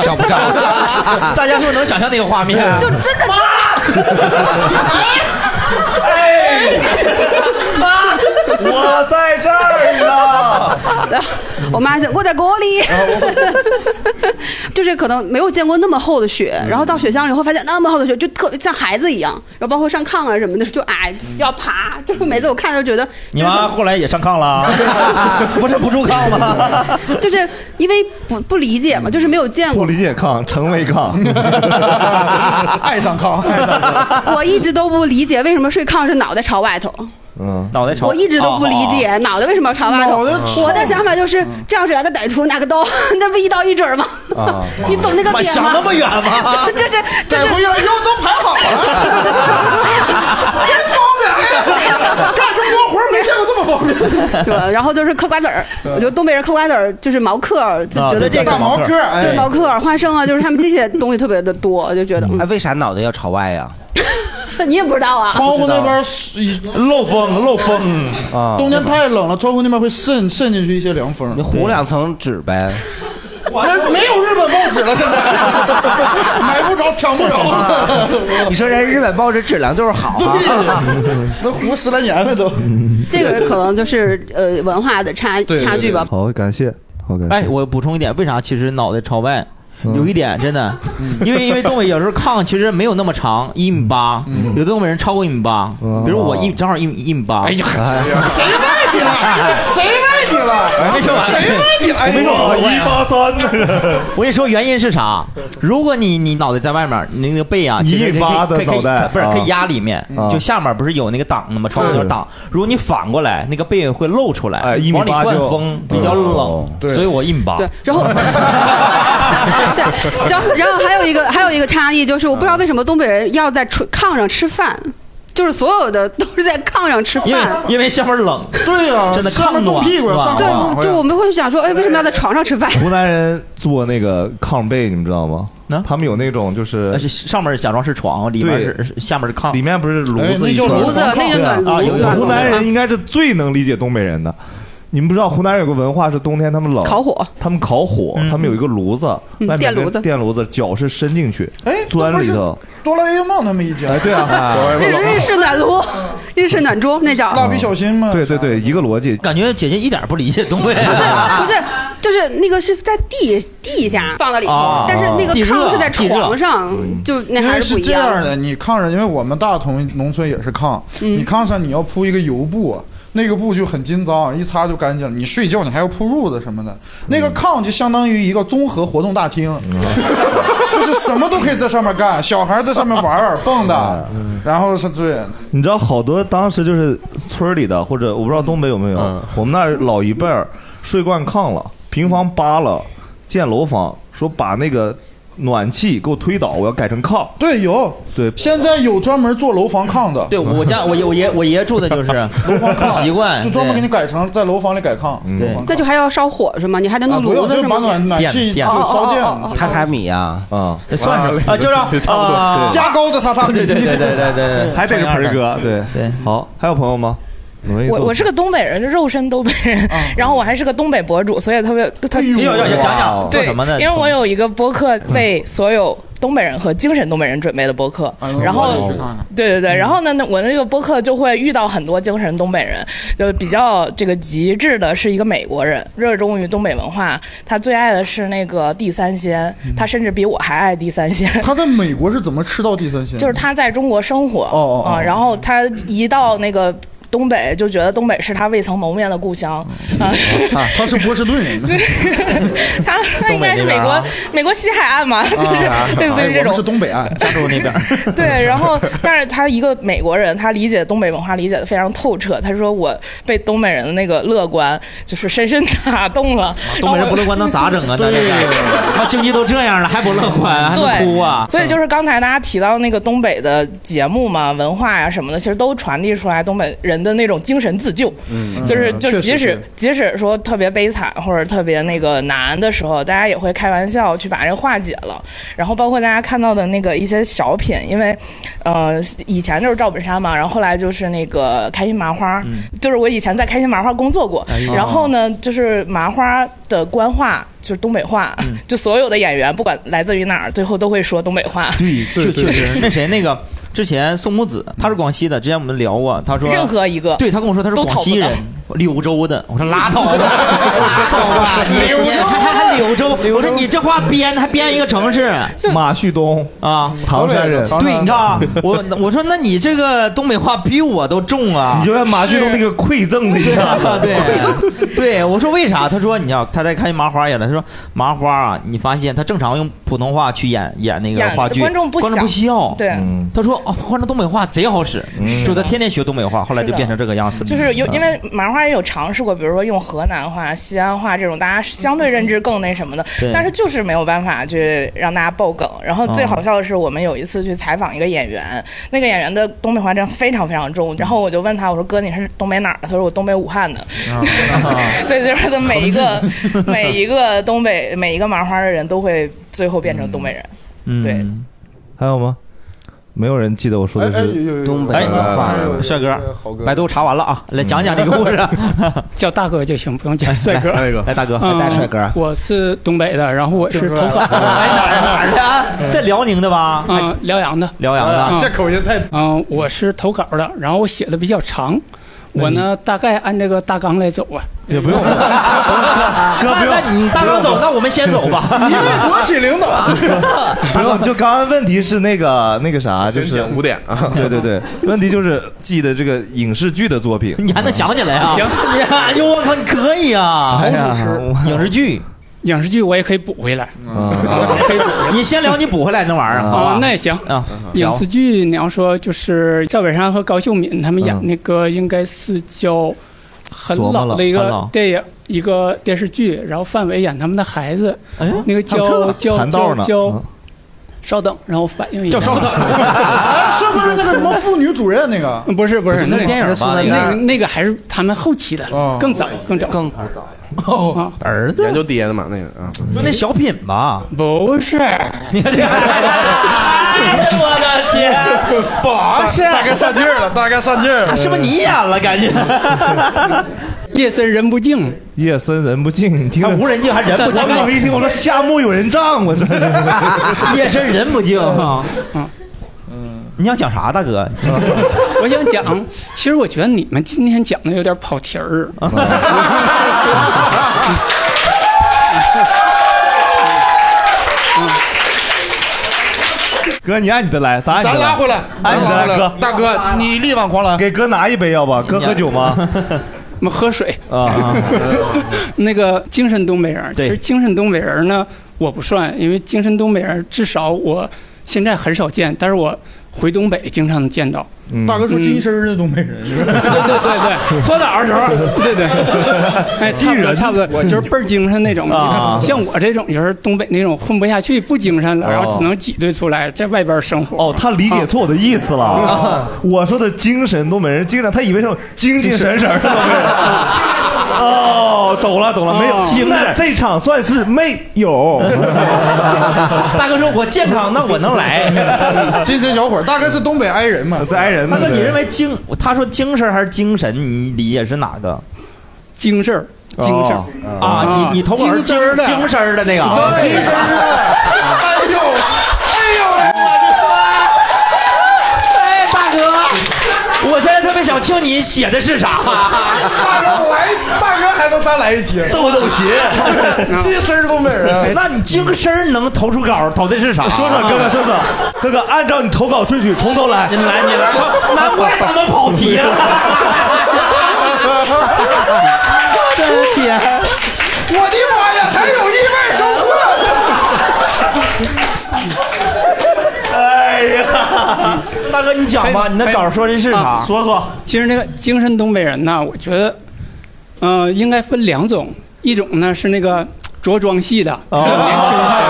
[SPEAKER 4] 像不像？ 大家是不是能想象那个画面？
[SPEAKER 9] 就真的
[SPEAKER 1] 我在这儿呢。
[SPEAKER 9] 我妈就我在锅里，就是可能没有见过那么厚的雪，然后到雪乡了以后发现那么厚的雪就特像孩子一样，然后包括上炕啊什么的就矮要爬，就是每次我看都觉得
[SPEAKER 4] 你妈后来也上炕了，不是不住炕吗？
[SPEAKER 9] 就是因为不不理解嘛，就是没有见
[SPEAKER 1] 不
[SPEAKER 9] 过。
[SPEAKER 1] 理解炕，成为 哎炕，爱上炕。
[SPEAKER 9] 我一直都不理解为什么睡炕是脑袋朝外头，
[SPEAKER 1] 嗯，
[SPEAKER 4] 脑袋朝哦
[SPEAKER 9] 我一直都不理
[SPEAKER 3] 哦
[SPEAKER 9] 解脑袋为什么要朝外头。
[SPEAKER 4] 脑袋
[SPEAKER 3] 嗯
[SPEAKER 4] 朝
[SPEAKER 9] 我的想法就是这要是来个歹徒拿个刀， 那不一刀一准儿吗？
[SPEAKER 1] 啊，
[SPEAKER 9] 你懂那个点吗？
[SPEAKER 4] 想那么远 吗
[SPEAKER 9] 就是 就是，
[SPEAKER 3] 回要腰都盘 好了，真方便！哎 呀，干这么多活儿没见过这么方便。嗯
[SPEAKER 9] 对，然后就是嗑瓜子儿，我觉得东北人嗑瓜子儿就是毛嗑儿，就
[SPEAKER 2] 啊
[SPEAKER 9] 觉得
[SPEAKER 2] 对
[SPEAKER 9] 这个
[SPEAKER 2] 大毛嗑儿哎
[SPEAKER 9] 对毛嗑儿、花生啊，就是他们这些东西特别的多，就觉
[SPEAKER 3] 嗯
[SPEAKER 9] 得
[SPEAKER 2] 哎，为啥脑袋要朝外呀？
[SPEAKER 9] 嗯 你也不知道啊，
[SPEAKER 3] 窗户那边漏风，漏风
[SPEAKER 2] 啊
[SPEAKER 3] 冬天太冷了，窗户那边会渗渗进去一些凉风。
[SPEAKER 2] 你糊两层纸呗。
[SPEAKER 3] 那没有日本报纸了，现 在买不着，抢不着。
[SPEAKER 2] 你说人日本报纸质量就是好啊。
[SPEAKER 3] 那糊十来年了都。
[SPEAKER 9] 这个可能就是呃文化的差差距吧。
[SPEAKER 1] 好，感谢，好感谢。嗯
[SPEAKER 4] 哎，我补充一点，为啥其实脑袋朝外？有一点真的，
[SPEAKER 3] 嗯
[SPEAKER 4] 因为因为东北有时候炕其实没有那么长，一米八，
[SPEAKER 3] 嗯
[SPEAKER 4] 有的东北人超过一米八，
[SPEAKER 1] 嗯
[SPEAKER 4] 比如我一正好一米一米八。哎呀，
[SPEAKER 3] 谁卖你了？谁卖你了？
[SPEAKER 4] 哎没说完
[SPEAKER 3] 谁卖你了？哎
[SPEAKER 4] 我没说完
[SPEAKER 3] 呦
[SPEAKER 4] 我
[SPEAKER 1] 八三，
[SPEAKER 4] 我跟你说原因是啥？如果你你脑袋在外面，你那个背啊，其实可以
[SPEAKER 1] 一米八的
[SPEAKER 4] 可以可以
[SPEAKER 1] 脑袋
[SPEAKER 4] 不是
[SPEAKER 1] 啊
[SPEAKER 4] 可以压里面
[SPEAKER 1] 啊，
[SPEAKER 4] 就下面不是有那个挡的吗？窗户有
[SPEAKER 1] 是
[SPEAKER 4] 挡。如果你反过来，那个背会露出来，
[SPEAKER 1] 哎一米
[SPEAKER 4] 往里
[SPEAKER 1] 八
[SPEAKER 4] 灌
[SPEAKER 1] 就
[SPEAKER 4] 风，比较冷
[SPEAKER 1] 哦，对
[SPEAKER 4] 所以我一米八。
[SPEAKER 9] 对，然 后对，然后 然后还有一个还有一个差异就是，我不知道为什么东北人要在厨炕上吃饭，就是所有的都是在炕上吃
[SPEAKER 4] 因为
[SPEAKER 9] 饭。
[SPEAKER 4] 因为下面冷，
[SPEAKER 3] 对呀
[SPEAKER 4] 真的
[SPEAKER 3] 上
[SPEAKER 4] 炕
[SPEAKER 3] 面冻
[SPEAKER 4] 暖
[SPEAKER 3] 屁股
[SPEAKER 4] 暖
[SPEAKER 3] 上
[SPEAKER 9] 对，
[SPEAKER 4] 和
[SPEAKER 9] 我就我们会想说，哎，为什么要在床上吃饭？
[SPEAKER 1] 湖南人做那个炕被，你们知道吗？他们有那种就是
[SPEAKER 4] 呃上面假装是床，里面是下面是炕，
[SPEAKER 1] 里面不是炉
[SPEAKER 4] 哎
[SPEAKER 1] 子
[SPEAKER 4] 那
[SPEAKER 1] 一
[SPEAKER 4] 叫
[SPEAKER 1] 圈儿，
[SPEAKER 4] 炉子那是暖炉
[SPEAKER 1] 啊有
[SPEAKER 4] 暖炉
[SPEAKER 1] 湖南人应该是最能理解东北人的。你们不知道湖南人有个文化是冬天他们冷，
[SPEAKER 9] 烤火，
[SPEAKER 1] 他们烤火，他们有一个炉子，
[SPEAKER 9] 嗯
[SPEAKER 1] 外面
[SPEAKER 9] 电
[SPEAKER 1] 跟
[SPEAKER 9] 炉子
[SPEAKER 1] 电炉子脚是伸进去，
[SPEAKER 3] 哎
[SPEAKER 1] 钻里头，
[SPEAKER 3] 哆啦 A 梦他们一家。
[SPEAKER 1] 哎，对啊，
[SPEAKER 9] 日日式暖炉，日式暖桌那叫
[SPEAKER 3] 小新嘛，
[SPEAKER 1] 对对对，一个逻辑。
[SPEAKER 4] 感觉姐姐一点不理解东北，
[SPEAKER 9] 不是不是，就是那个是在地地下放到里头，
[SPEAKER 3] 啊
[SPEAKER 9] 但是那个
[SPEAKER 3] 地热
[SPEAKER 9] 炕是在
[SPEAKER 3] 地热
[SPEAKER 9] 床上，就那
[SPEAKER 3] 因
[SPEAKER 9] 还
[SPEAKER 3] 为
[SPEAKER 9] 是
[SPEAKER 3] 是
[SPEAKER 9] 不一
[SPEAKER 3] 这样
[SPEAKER 9] 样
[SPEAKER 3] 的，。你炕上，因为我们大同农村也是炕，
[SPEAKER 9] 嗯
[SPEAKER 3] 你炕上你要铺一个油布，那个布就很金脏，一擦就干净了。你睡觉你还要铺褥子什么的，那
[SPEAKER 19] 嗯
[SPEAKER 3] 个炕就相当于一个综合活动大厅， 就是什么都可以在上面干，小孩在上面玩儿蹦
[SPEAKER 1] 哎
[SPEAKER 3] 跶，然后是对，
[SPEAKER 1] 你知道好多当时就是村里的，或者我不知道东北有没有，我们那儿老一辈儿睡惯炕了，平房扒了，建楼房，说把那个暖气给我推倒，我要改成炕。
[SPEAKER 3] 对，有，
[SPEAKER 1] 对，
[SPEAKER 3] 现在有专门做楼房炕的，
[SPEAKER 4] 对我家我爷我爷我爷住的就是 习惯，
[SPEAKER 3] 就专门
[SPEAKER 4] 对
[SPEAKER 3] 给
[SPEAKER 4] 嗯
[SPEAKER 3] 你改成在楼房里改炕，
[SPEAKER 4] 对
[SPEAKER 3] 楼房
[SPEAKER 9] 那就还要烧火是吗？你还得弄
[SPEAKER 3] 啊不用
[SPEAKER 9] 炉子
[SPEAKER 3] 就是
[SPEAKER 9] 吗？
[SPEAKER 3] 把暖暖气
[SPEAKER 9] 电
[SPEAKER 3] 就
[SPEAKER 9] 哦
[SPEAKER 3] 烧电
[SPEAKER 9] 哦哦哦
[SPEAKER 2] 榻榻米啊，
[SPEAKER 1] 啊，
[SPEAKER 4] 算是 啊， 就是啊，
[SPEAKER 3] 加高的榻榻米，
[SPEAKER 4] 对对对对对对，
[SPEAKER 1] 还得是盆儿哥，
[SPEAKER 4] 对
[SPEAKER 1] 对对。好，还有朋友吗？我
[SPEAKER 19] 我我是个东北人，就肉身东北人， 然后我还是个东北博主，所以特别特
[SPEAKER 4] 嗯哎呦要要讲讲做
[SPEAKER 19] 对
[SPEAKER 4] 什么呢嗯
[SPEAKER 19] 因为我有一个播客为所有东北人和精神东北人准备的播客，
[SPEAKER 4] 哎
[SPEAKER 19] 然后
[SPEAKER 3] 我也是
[SPEAKER 19] 对对
[SPEAKER 4] 嗯
[SPEAKER 19] 对，然后呢，那我那个播客就会遇到很多精神东北人，就比较这个极致的是一个美国人，热衷于东北文化，他最爱的是那个地三鲜，
[SPEAKER 4] 嗯
[SPEAKER 19] 他甚至比我还爱地三鲜。
[SPEAKER 3] 他在美国是怎么吃到地三鲜？
[SPEAKER 19] 哎就是他在中国生活，
[SPEAKER 3] 哦哦
[SPEAKER 19] 啊，然后他一到那个东北，就觉得东北是他未曾谋面的故乡，
[SPEAKER 4] 嗯
[SPEAKER 19] 啊，
[SPEAKER 3] 啊，他是波士顿人，
[SPEAKER 19] 他 他应该
[SPEAKER 3] 东北
[SPEAKER 19] 是
[SPEAKER 3] 那
[SPEAKER 19] 美
[SPEAKER 3] 边
[SPEAKER 19] 国、
[SPEAKER 3] 啊
[SPEAKER 19] 美国西海岸
[SPEAKER 4] 啊
[SPEAKER 19] 嘛，就是 类似于这种。
[SPEAKER 3] 东北啊 岸，
[SPEAKER 1] 加州那边。
[SPEAKER 19] 对，然后但是他一个美国人，他理解东北文化理解的非常透彻。他说我被东北人的那个乐观就是深深打动了。
[SPEAKER 4] 啊东北人不乐观能咋 整啊？那这个，他经济都这样了还不乐观，还能
[SPEAKER 19] 对，
[SPEAKER 4] 哭啊？
[SPEAKER 19] 所以就是刚才大家提到那个东北的节目嘛，文化呀、什么的，其实都传递出来东北人的那种精神自救。
[SPEAKER 4] 嗯
[SPEAKER 19] 就是
[SPEAKER 4] 嗯
[SPEAKER 19] 就
[SPEAKER 4] 确实
[SPEAKER 19] 即使
[SPEAKER 4] 是
[SPEAKER 19] 即使说特别悲惨或者特别那个难的时候，大家也会开玩笑去把这化解了。然后包括大家看到的那个一些小品，因为呃以前就是赵本山嘛，然后后来就是那个开心麻花，就是我以前在开心麻花工作过
[SPEAKER 4] 哎，呦
[SPEAKER 19] 然后呢就是麻花的官话。就是东北话，就所有的演员不管来自于哪儿，最后都会说东北话。
[SPEAKER 4] 对，确
[SPEAKER 19] 对
[SPEAKER 4] 确实
[SPEAKER 19] 对
[SPEAKER 4] 那谁那个之前宋木子，他是广西的，之前我们聊过，他说
[SPEAKER 19] 任何一个，
[SPEAKER 4] 对他跟我说他是
[SPEAKER 19] 都
[SPEAKER 4] 广
[SPEAKER 19] 讨不
[SPEAKER 4] 西
[SPEAKER 19] 到
[SPEAKER 4] 人，柳州的，我说拉倒吧，
[SPEAKER 19] 柳州
[SPEAKER 4] 还还还柳州，我说你这话编还编一个城市，
[SPEAKER 1] 马旭东
[SPEAKER 4] 啊，
[SPEAKER 1] 唐山人唐山
[SPEAKER 4] 对，你看啊，我我说那你这个东北话比我都重啊，
[SPEAKER 1] 你就让马旭东那个馈赠一下子，
[SPEAKER 4] 对对，我说为啥？他说你知道他在看麻花演了，他说麻花啊，你发现他正常用普通话去演演那个
[SPEAKER 19] 演
[SPEAKER 4] 话剧，
[SPEAKER 19] 观众不
[SPEAKER 4] 观众不
[SPEAKER 19] 想
[SPEAKER 4] 笑，
[SPEAKER 19] 对
[SPEAKER 4] 嗯他说哦，换成东北话贼好使，就他天天学东北话，后来就变成这个样子，
[SPEAKER 19] 就是有，
[SPEAKER 4] 嗯
[SPEAKER 19] 因为麻花也有尝试过，比如说用河南话、西安话这种大家相对认知更那什么的
[SPEAKER 4] 对，
[SPEAKER 19] 但是就是没有办法去让大家爆梗。然后最
[SPEAKER 4] 哦
[SPEAKER 19] 好笑的是，我们有一次去采访一个演员，那个演员的东北话真的非常非常重。然后我就问他，我说哥你是东北哪儿的？他说我东北武汉的。对，就是每一个每一个东北每一个麻花的人都会最后变成东北人。
[SPEAKER 1] 嗯，
[SPEAKER 19] 对。
[SPEAKER 1] 还有吗？没有人记得我说的
[SPEAKER 19] 哎哎有有
[SPEAKER 1] 是
[SPEAKER 19] 有东北
[SPEAKER 4] 哎
[SPEAKER 19] 文化
[SPEAKER 1] 哎
[SPEAKER 4] 帅哥
[SPEAKER 19] 豪，
[SPEAKER 4] 百度查完了啊，来讲讲这个故事。
[SPEAKER 20] 叫大哥就行，不用叫帅哥。
[SPEAKER 4] 来来大哥
[SPEAKER 20] 嗯
[SPEAKER 4] 来大帅哥
[SPEAKER 20] 我是东北的，然后我是
[SPEAKER 4] 听出来
[SPEAKER 20] 头
[SPEAKER 4] 了
[SPEAKER 20] 发。
[SPEAKER 4] 哪儿的啊？在辽宁的吧？哎
[SPEAKER 20] 嗯，辽阳的，
[SPEAKER 4] 辽阳的
[SPEAKER 20] 嗯
[SPEAKER 4] 这
[SPEAKER 20] 口音太……嗯，我是投稿的，然后我写的比较长，我
[SPEAKER 4] 嗯
[SPEAKER 20] 呢大概按这个大纲来走啊。
[SPEAKER 1] 也不用，
[SPEAKER 4] 那那你大哥走，那我们先走吧。
[SPEAKER 1] 一位
[SPEAKER 4] 国企领导，
[SPEAKER 1] 不用，就刚刚问题是那个那个啥，就
[SPEAKER 5] 先
[SPEAKER 1] 是
[SPEAKER 5] 讲五点啊
[SPEAKER 1] 对对对，问题就是记得这个影视剧的作品，
[SPEAKER 4] 你还能想起来啊？你哎呦我靠，你可以啊！
[SPEAKER 1] 好主持
[SPEAKER 4] 持，影视剧，
[SPEAKER 20] 影视剧我也可以补回来。
[SPEAKER 3] 嗯
[SPEAKER 4] 你先聊你补回来那玩意儿，好吧
[SPEAKER 20] 啊，？那也行
[SPEAKER 4] 啊，
[SPEAKER 20] 影
[SPEAKER 4] 聊
[SPEAKER 20] 视剧你要说就是赵本山和高秀敏他们演
[SPEAKER 4] 嗯
[SPEAKER 20] 那个应该是叫很
[SPEAKER 4] 琢磨
[SPEAKER 20] 老
[SPEAKER 4] 了
[SPEAKER 20] 的一
[SPEAKER 4] 很
[SPEAKER 20] 个
[SPEAKER 4] 老
[SPEAKER 20] 电影一个电视剧，然后范伟演他们的孩子，
[SPEAKER 4] 还
[SPEAKER 20] 那个
[SPEAKER 4] 有哎这
[SPEAKER 20] 叫
[SPEAKER 4] 个
[SPEAKER 20] 叫
[SPEAKER 4] 盘道
[SPEAKER 20] 叫
[SPEAKER 4] 呢
[SPEAKER 20] 叫
[SPEAKER 4] 嗯
[SPEAKER 20] 稍等，让我反应一下。
[SPEAKER 3] 叫稍等是不是那个什么妇女主任那个？
[SPEAKER 20] 不是不是那个那个
[SPEAKER 3] 那
[SPEAKER 20] 那个还是他们后期的了，更早更早更早。哦，
[SPEAKER 4] 儿子
[SPEAKER 5] 研究爹的嘛，那个啊，
[SPEAKER 4] 说那小品吧，
[SPEAKER 20] 不是，
[SPEAKER 4] 你看这，我的 天，不是，啊
[SPEAKER 20] 大
[SPEAKER 3] 啊大概上劲儿了，大概上劲儿了，
[SPEAKER 4] 是不是你演了？ 感觉
[SPEAKER 20] 夜深人不静，
[SPEAKER 1] 夜深嗯人不静，你听着
[SPEAKER 4] 无人静还人不静
[SPEAKER 1] 啊我猛一听，我说夏目友人帐，我说
[SPEAKER 4] 夜深人不静啊。
[SPEAKER 20] 嗯
[SPEAKER 4] 你想讲啥，大哥？
[SPEAKER 20] 我想讲，其实我觉得你
[SPEAKER 4] 嗯
[SPEAKER 20] 们今天讲的有点跑题儿。
[SPEAKER 1] 哥，你按你的来，咱按你的
[SPEAKER 3] 咱拉回来
[SPEAKER 1] 按你的
[SPEAKER 3] 咱拉
[SPEAKER 1] 来，
[SPEAKER 3] 回来
[SPEAKER 1] 哥，
[SPEAKER 3] 大哥你力挽狂澜，
[SPEAKER 1] 给哥拿一杯要吧？哥喝酒 吗？
[SPEAKER 20] 我们喝
[SPEAKER 3] 哎
[SPEAKER 20] 水
[SPEAKER 1] 啊，
[SPEAKER 4] 嗯
[SPEAKER 20] 那个精神东北人儿，其
[SPEAKER 1] 对
[SPEAKER 20] 实精神东北人儿呢，我不算，因为精神东北人儿至少我现在很少见，但是我回东北经常能见到。
[SPEAKER 3] 大哥说
[SPEAKER 20] 嗯
[SPEAKER 3] 金身儿的东北人是吧？
[SPEAKER 20] 对对对，搓澡的时候，对对，哎，差不多差不多，我就是倍儿精神那种
[SPEAKER 3] 啊
[SPEAKER 20] 像我这种就是东北那种混不下去、不精神了，然
[SPEAKER 1] 哦
[SPEAKER 20] 后只能挤兑出来在外边生活。
[SPEAKER 1] 哦，他理解错我的意思了。
[SPEAKER 20] 啊
[SPEAKER 1] 我说的精神东北人，精神，他以为是那种精精神神儿的东北人。哦，懂了懂了，没有
[SPEAKER 4] 哦精神
[SPEAKER 1] 那这场算是没有。
[SPEAKER 4] 大哥说：“我健康，那我能来。”
[SPEAKER 3] 金神小伙，大概是东北挨人嘛，
[SPEAKER 1] 挨人
[SPEAKER 4] 大哥，你认为精？他说精神还是精神？你理解是哪个？
[SPEAKER 20] 精神，
[SPEAKER 4] 精
[SPEAKER 20] 神
[SPEAKER 4] 啊！你你头发是精精神儿的那个啊，
[SPEAKER 3] 对精神儿的哎呦， 哎呦，
[SPEAKER 4] 哎，大哥，我现在特别想听你写的是啥。
[SPEAKER 3] 大哥来，大哥还能单来一期，，
[SPEAKER 4] 豆豆鞋
[SPEAKER 3] 金身儿东北人，啊
[SPEAKER 4] 哎那你精神儿能投出稿，投的是啥？
[SPEAKER 1] 说说哥哥，说说哥哥，按照你投稿顺序从头来。啊
[SPEAKER 4] 你来你来，难怪咱们跑题了。
[SPEAKER 3] 对不起，我的妈呀，还有意外收获。
[SPEAKER 4] 哎呀，大哥你讲吧，你那稿说的是啥？
[SPEAKER 1] 哎说说。
[SPEAKER 20] 哎啊其实那个精神东北人呢，我觉得，嗯、应该分两种，一种呢是那个着装系的，是年轻派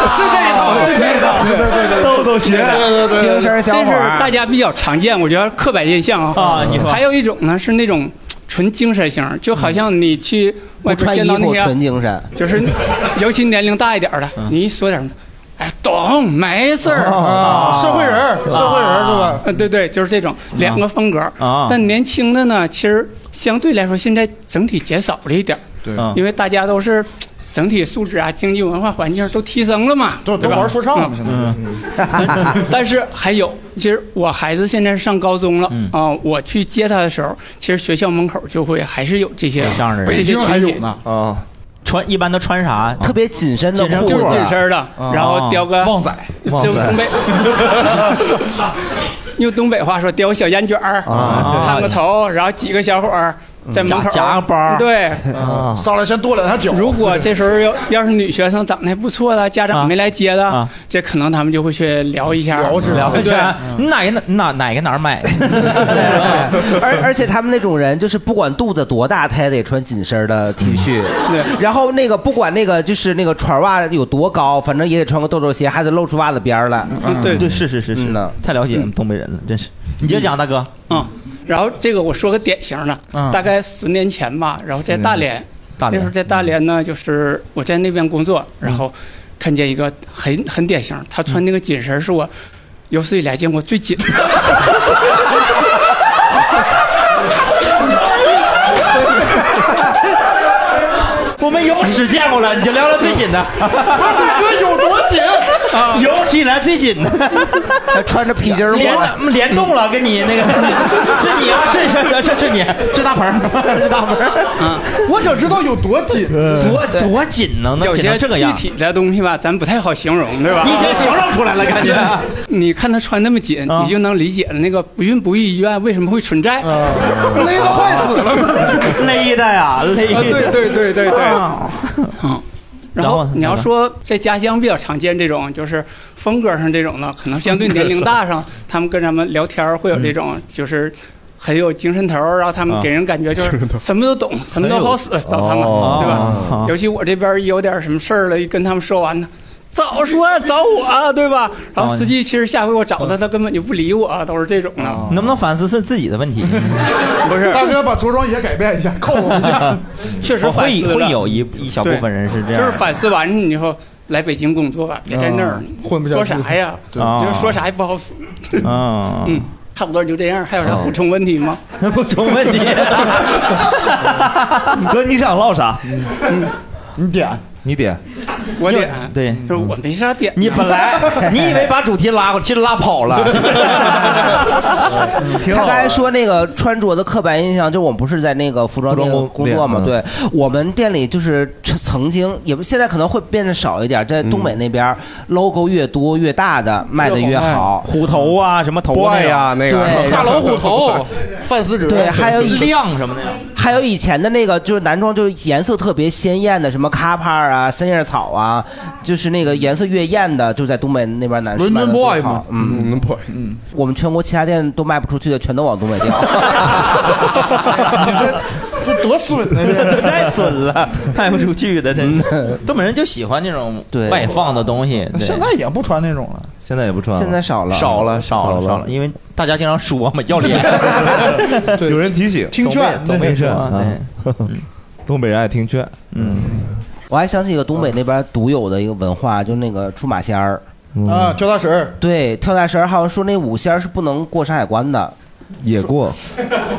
[SPEAKER 20] 的，是这一套，是这一套，
[SPEAKER 3] 对对对对
[SPEAKER 20] 豆
[SPEAKER 3] 对
[SPEAKER 20] 豆
[SPEAKER 3] 对对对对精神小伙儿
[SPEAKER 20] 这是大家比较常见，我觉得刻板印象啊。
[SPEAKER 4] 啊你说
[SPEAKER 20] 还有一种呢是那种纯精神型，就好像你去外边见到那
[SPEAKER 2] 不穿衣
[SPEAKER 20] 些
[SPEAKER 2] 服纯精神
[SPEAKER 20] 就是尤其年龄大一点儿的，你一说点儿。哎，懂，没事儿
[SPEAKER 3] 啊社会人儿社会人儿对吧
[SPEAKER 20] 嗯，对对，就是这种两个风格
[SPEAKER 3] 啊
[SPEAKER 20] 但年轻的呢，其实相对来说现在整体减少了一点儿，
[SPEAKER 3] 对嗯
[SPEAKER 20] 因为大家都是整体素质啊、经济文化环境都提升了嘛，都
[SPEAKER 3] 都玩说唱
[SPEAKER 1] 嗯
[SPEAKER 3] 了现在
[SPEAKER 20] 在。嗯 但是还有，其实我孩子现在上高中了
[SPEAKER 4] 嗯
[SPEAKER 20] 啊，我去接他的时候，其实学校门口就会还是有这些
[SPEAKER 4] 这样的人，
[SPEAKER 20] 这些群体。
[SPEAKER 1] 啊。
[SPEAKER 4] 穿一般都穿啥？
[SPEAKER 20] 特别紧身的
[SPEAKER 4] 紧身
[SPEAKER 20] 裤
[SPEAKER 4] 裤
[SPEAKER 20] 子
[SPEAKER 4] 子，
[SPEAKER 20] 紧身的
[SPEAKER 4] 啊
[SPEAKER 20] 然后叼个
[SPEAKER 3] 旺仔
[SPEAKER 20] 就东北，用东北话说叼个小烟卷儿，
[SPEAKER 3] 啊嗯
[SPEAKER 20] 烫个头，然后几个小伙儿在门口
[SPEAKER 3] 夹夹个包儿
[SPEAKER 20] 对
[SPEAKER 3] 啊，上来先跺两下脚。
[SPEAKER 20] 如果这时候要要是女学生长得还不错的，家长没来接的，这可能他们就会去聊一下，
[SPEAKER 4] 聊一
[SPEAKER 20] 对
[SPEAKER 4] 下，你哪个哪哪哪个哪儿买？
[SPEAKER 2] 哎而而且他们那种人，就是不管肚子多大，他也得穿紧身的 T 恤。
[SPEAKER 20] 对，
[SPEAKER 2] 然后那个不管那个就是那个船袜有多高，反正也得穿个豆豆鞋，还得露出袜子边儿来。嗯
[SPEAKER 20] 对
[SPEAKER 4] 对，是是是
[SPEAKER 3] 嗯
[SPEAKER 4] 是，太了解东北人了，真是。你接着讲，大哥。
[SPEAKER 20] 嗯，然后这个我说个典型的，
[SPEAKER 4] 嗯
[SPEAKER 20] 大概十年前吧，然后在大连，
[SPEAKER 4] 大连
[SPEAKER 20] 那时候在大连呢，就是我在那边工作，然后看见一个很很典型，他穿那个紧身儿是我有史以来见过最紧的。
[SPEAKER 4] 我们有史见过了，你就聊聊最紧的。大
[SPEAKER 3] 哥有多紧？啊
[SPEAKER 4] 有史以来最紧的，
[SPEAKER 2] 穿着皮筋儿
[SPEAKER 4] 联联动了，跟你那个是你啊，是是是是是你，是大鹏儿，是大鹏儿。
[SPEAKER 3] 我想知道有多紧，
[SPEAKER 4] 多多紧呢？能
[SPEAKER 20] 有
[SPEAKER 4] 紧
[SPEAKER 20] 些
[SPEAKER 4] 成这个样？
[SPEAKER 20] 具体的东西吧，咱不太好形容，对吧？
[SPEAKER 4] 你已经形容出来了感觉 嗯
[SPEAKER 20] 你看他穿那么紧，你就能理解那个不孕不育医院为什么会存在，
[SPEAKER 3] 勒得坏死
[SPEAKER 4] 了，嗯 勒的呀，勒的
[SPEAKER 20] 啊对对对对对。
[SPEAKER 4] 啊
[SPEAKER 20] 然
[SPEAKER 4] 然
[SPEAKER 20] 后
[SPEAKER 4] 后
[SPEAKER 20] 你要
[SPEAKER 4] 好的
[SPEAKER 20] 说在家乡比较常见这种，就是风格上这种呢，可能相对年龄大上，他们跟咱们聊天儿会有这种，就是很有精神头儿，然后他们
[SPEAKER 4] 啊
[SPEAKER 20] 给人感觉就
[SPEAKER 4] 精
[SPEAKER 20] 是
[SPEAKER 4] 神头
[SPEAKER 20] 什么都懂，什么都好使，找他们，
[SPEAKER 4] 哦
[SPEAKER 20] 对
[SPEAKER 4] 啊
[SPEAKER 20] 吧？尤其我这边有点什么事儿了，一跟他们说完呢。早说找我，对吧？然后
[SPEAKER 4] 哦
[SPEAKER 20] 司机其实下回我找他，他根本就不理我，都是这种的。
[SPEAKER 4] 能不能反思是自己的问题？
[SPEAKER 20] 不是
[SPEAKER 3] 大哥把着装也改变一下，扣我一 下。
[SPEAKER 20] 确实
[SPEAKER 4] 哦
[SPEAKER 20] 反
[SPEAKER 4] 会
[SPEAKER 20] 思了
[SPEAKER 4] 会有一一小部分人是这样
[SPEAKER 20] 就
[SPEAKER 4] 的。
[SPEAKER 20] 是反思完你以后来北京工作吧，别在那
[SPEAKER 4] 啊
[SPEAKER 3] 哦
[SPEAKER 20] 儿、
[SPEAKER 4] 混不下去
[SPEAKER 20] 说啥呀？
[SPEAKER 4] 对啊
[SPEAKER 20] 就是说啥也不好使。
[SPEAKER 4] 啊，
[SPEAKER 20] 嗯，差不多就这样。还有啥
[SPEAKER 1] 哦
[SPEAKER 20] 补充问题吗？
[SPEAKER 1] 嗯
[SPEAKER 4] 补充问题。
[SPEAKER 1] 哥，你想唠啥？
[SPEAKER 20] 哦
[SPEAKER 3] 嗯你点，
[SPEAKER 1] 你点。
[SPEAKER 20] 我点，
[SPEAKER 4] 对，
[SPEAKER 20] 就是我没啥点。
[SPEAKER 4] 你本来你以 为把主题拉过，其实拉跑了。
[SPEAKER 2] 他刚才说那个穿着的刻板印象，就我们不是在那个服装店工作嘛？
[SPEAKER 4] 店
[SPEAKER 2] 对，
[SPEAKER 4] 嗯
[SPEAKER 2] 我们店里就是曾经也不现在可能会变得少一点，在东北那边、logo 越多越大的卖的越好，
[SPEAKER 4] 虎头啊，什么头啊
[SPEAKER 2] Boy 啊那个
[SPEAKER 4] 对
[SPEAKER 2] 大老虎头
[SPEAKER 4] 范思
[SPEAKER 2] 对，还有以
[SPEAKER 4] 亮什么的呀。
[SPEAKER 2] 还有以前的那个，就是男装，就是颜色特别鲜艳的，什么卡帕啊、三叶草啊，就是那个颜色越艳的，就在东北那边男士卖的
[SPEAKER 3] London
[SPEAKER 2] 最
[SPEAKER 3] boy
[SPEAKER 2] 好
[SPEAKER 3] 嘛
[SPEAKER 2] 嗯
[SPEAKER 5] ，London boy，
[SPEAKER 2] 嗯，我们全国其他店都卖不出去的，全都往东北调。
[SPEAKER 3] 这多损啊！
[SPEAKER 4] 这太损了， 卖不出去的，真
[SPEAKER 1] 嗯
[SPEAKER 4] 是。 东北人就喜欢这种
[SPEAKER 2] 对
[SPEAKER 4] 外放的东西。对
[SPEAKER 3] 现在也不穿那种了。
[SPEAKER 1] 现在也不穿
[SPEAKER 2] 现在少了
[SPEAKER 4] 少了，少了，少了，因为大家经常说嘛，要 脸。
[SPEAKER 1] 有人提醒，
[SPEAKER 2] 听劝
[SPEAKER 1] 总被
[SPEAKER 2] 那是
[SPEAKER 1] 劝
[SPEAKER 2] 啊
[SPEAKER 1] 啊。 东北人爱听劝，
[SPEAKER 4] 嗯。
[SPEAKER 2] 我还想起一个东北那边独有的一个文化，就那个出马仙儿
[SPEAKER 1] 嗯
[SPEAKER 3] 啊跳大神儿。
[SPEAKER 2] 对，跳大神儿，好像说那五仙儿是不能过山海关的，
[SPEAKER 1] 也过。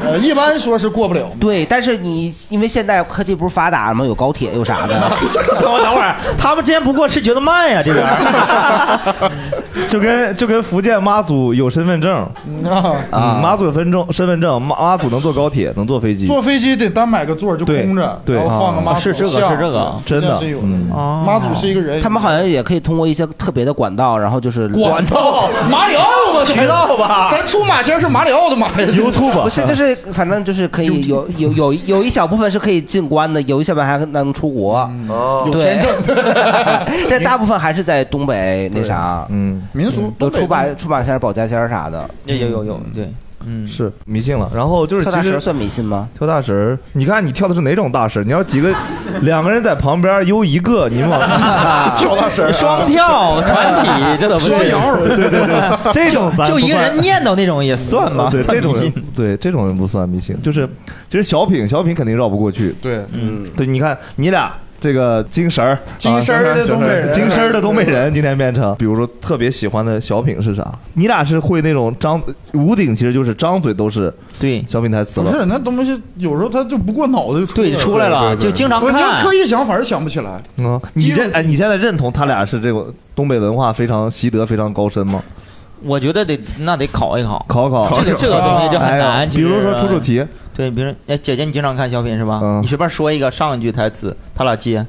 [SPEAKER 3] 呃，一般说是过不了。
[SPEAKER 2] 对，但是你因为现在科技不是发达了吗？有高铁，有啥的。
[SPEAKER 4] 等会儿，等会儿，他们之前不过是觉得慢呀，这边
[SPEAKER 1] 就跟就跟福建妈祖有身份证
[SPEAKER 3] 啊
[SPEAKER 1] 嗯妈祖有身份证，身份证妈妈祖能坐高铁，能坐飞机，
[SPEAKER 3] 坐飞机得单买个座儿就
[SPEAKER 1] 对
[SPEAKER 3] 空着，
[SPEAKER 1] 对
[SPEAKER 3] 然后放个妈
[SPEAKER 1] 啊
[SPEAKER 3] 祖
[SPEAKER 1] 是这个
[SPEAKER 3] 像
[SPEAKER 1] 是这个
[SPEAKER 3] 福建
[SPEAKER 1] 真的
[SPEAKER 3] 是有
[SPEAKER 1] 嗯
[SPEAKER 3] 妈祖是一个人，
[SPEAKER 2] 他们好像也可以通过一些特别的管道，然后就是
[SPEAKER 3] 管道马里奥吧渠道吧咱出马仙是马里奥的马呀 YouTube 啊
[SPEAKER 2] 不是，就是反正就是可以有有有有一小部分是可以进关的，有一小部分还能出国，
[SPEAKER 3] 嗯有
[SPEAKER 2] 对
[SPEAKER 3] 签证，
[SPEAKER 2] 但大部分还是在东北那啥，
[SPEAKER 1] 嗯，
[SPEAKER 3] 民俗
[SPEAKER 2] 有
[SPEAKER 3] 东北
[SPEAKER 2] 出马出马仙儿、保家仙儿啥的，
[SPEAKER 4] 有有有，对，嗯，
[SPEAKER 1] 是迷信了。然后就是
[SPEAKER 2] 跳大
[SPEAKER 1] 其
[SPEAKER 2] 神
[SPEAKER 1] 实
[SPEAKER 2] 算迷信吗？
[SPEAKER 1] 跳大神儿，你看你跳的是哪种大神？你要几个两个人在旁边悠一个，你 往
[SPEAKER 3] 跳大神儿
[SPEAKER 4] 双 跳团体，这都不是
[SPEAKER 1] 双摇
[SPEAKER 4] 对
[SPEAKER 1] 对对对 这种
[SPEAKER 4] 就
[SPEAKER 1] 咱
[SPEAKER 4] 就
[SPEAKER 1] 不
[SPEAKER 4] 一个
[SPEAKER 1] 算
[SPEAKER 4] 人念叨那种也算吗？
[SPEAKER 1] 对，
[SPEAKER 4] 算
[SPEAKER 1] 这种
[SPEAKER 4] 迷
[SPEAKER 1] 人
[SPEAKER 4] 信
[SPEAKER 1] 对这种人不算迷信，就是其实小品小品肯定绕不过去。
[SPEAKER 3] 对，
[SPEAKER 1] 嗯，对，你看你俩。这个精神儿，啊
[SPEAKER 3] 精神儿的东北人
[SPEAKER 1] 精神儿的东北人，今天变成，比如说特别喜欢的小品是啥？你俩是会那种张吴鼎，其实就是张嘴都是
[SPEAKER 4] 对
[SPEAKER 1] 小品台词
[SPEAKER 3] 不
[SPEAKER 1] 了。
[SPEAKER 3] 是那东西，有时候他就不过脑子就出
[SPEAKER 1] 对出来了
[SPEAKER 3] 对对对
[SPEAKER 1] 就经常
[SPEAKER 3] 我你要
[SPEAKER 1] 看
[SPEAKER 3] 刻意想，反而想不起来。
[SPEAKER 1] 嗯，你认哎，你现在认同他俩是这个东北文化非常习得非常高深吗？
[SPEAKER 4] 我觉得得那得考一考，
[SPEAKER 1] 考考
[SPEAKER 4] 这个这个东西就很
[SPEAKER 1] 哎
[SPEAKER 4] 难。
[SPEAKER 1] 呦
[SPEAKER 4] 其实
[SPEAKER 1] 比如说出出题，嗯
[SPEAKER 4] 对，比如哎，姐姐你经常看小品是吧？你随便说一个上一句台词，他俩接，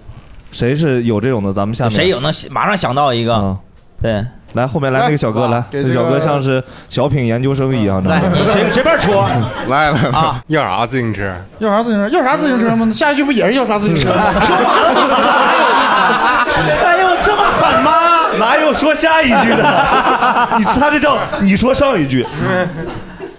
[SPEAKER 1] 谁是有这种的？咱们下面嗯
[SPEAKER 4] 谁有能马上想到一个？对，
[SPEAKER 1] 来后面来那个
[SPEAKER 3] 啊
[SPEAKER 1] 小哥来，
[SPEAKER 4] 给
[SPEAKER 1] 这个
[SPEAKER 4] 这
[SPEAKER 1] 小哥
[SPEAKER 4] 个
[SPEAKER 1] 像是小品研究生一样的。
[SPEAKER 4] 来你随随便说，
[SPEAKER 5] 来来
[SPEAKER 4] 啊，
[SPEAKER 21] 要啥自行车？
[SPEAKER 3] 要啥自行车？要啥自行车吗？下一句不也是要啥自行车吗？说完了，
[SPEAKER 4] 哎呦，这么狠吗？
[SPEAKER 1] 哪有说下一句的？ 你他这叫你说上一句，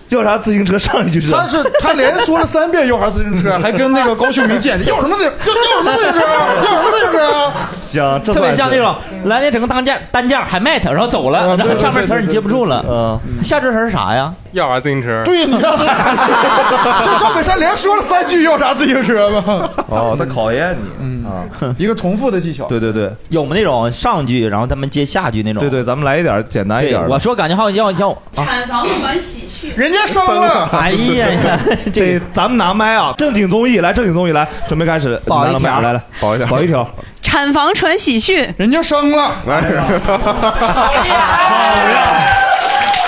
[SPEAKER 1] 要啥自行车上一句是？
[SPEAKER 3] 他是他连说了三遍要啥自行
[SPEAKER 1] 啊
[SPEAKER 3] 车， 还跟那个高 秀敏姐姐要什么自行要要什么自行车， 要什么自啊行车。
[SPEAKER 1] 行，
[SPEAKER 4] 特别像那种来那整个单价单价还卖他，然后走
[SPEAKER 1] 嗯
[SPEAKER 4] 了，然后下面词儿你接不住了。嗯，下这词儿啊是啥呀？
[SPEAKER 21] 要啥自行车？
[SPEAKER 3] 对，你看，这赵本山连说了三句要啥自行车吗？
[SPEAKER 1] 哦，他考验你啊，
[SPEAKER 3] 嗯一个重复的技巧。
[SPEAKER 1] 对对对，
[SPEAKER 4] 有没那种上句，然后他们接下句那种？对对，
[SPEAKER 1] 咱们来一点简单
[SPEAKER 3] 哎
[SPEAKER 4] 一点。我说感觉好像要要
[SPEAKER 22] 产房管喜剧，
[SPEAKER 3] 人家生 了
[SPEAKER 4] 哎 呀你看
[SPEAKER 1] 对，咱们拿麦啊，正经综艺来，正经综艺来，准备开始，
[SPEAKER 22] 保一
[SPEAKER 1] 拿了
[SPEAKER 22] 条
[SPEAKER 1] 麦啊来来，保一条，保一条，
[SPEAKER 22] 产房传喜讯，
[SPEAKER 3] 人家生了，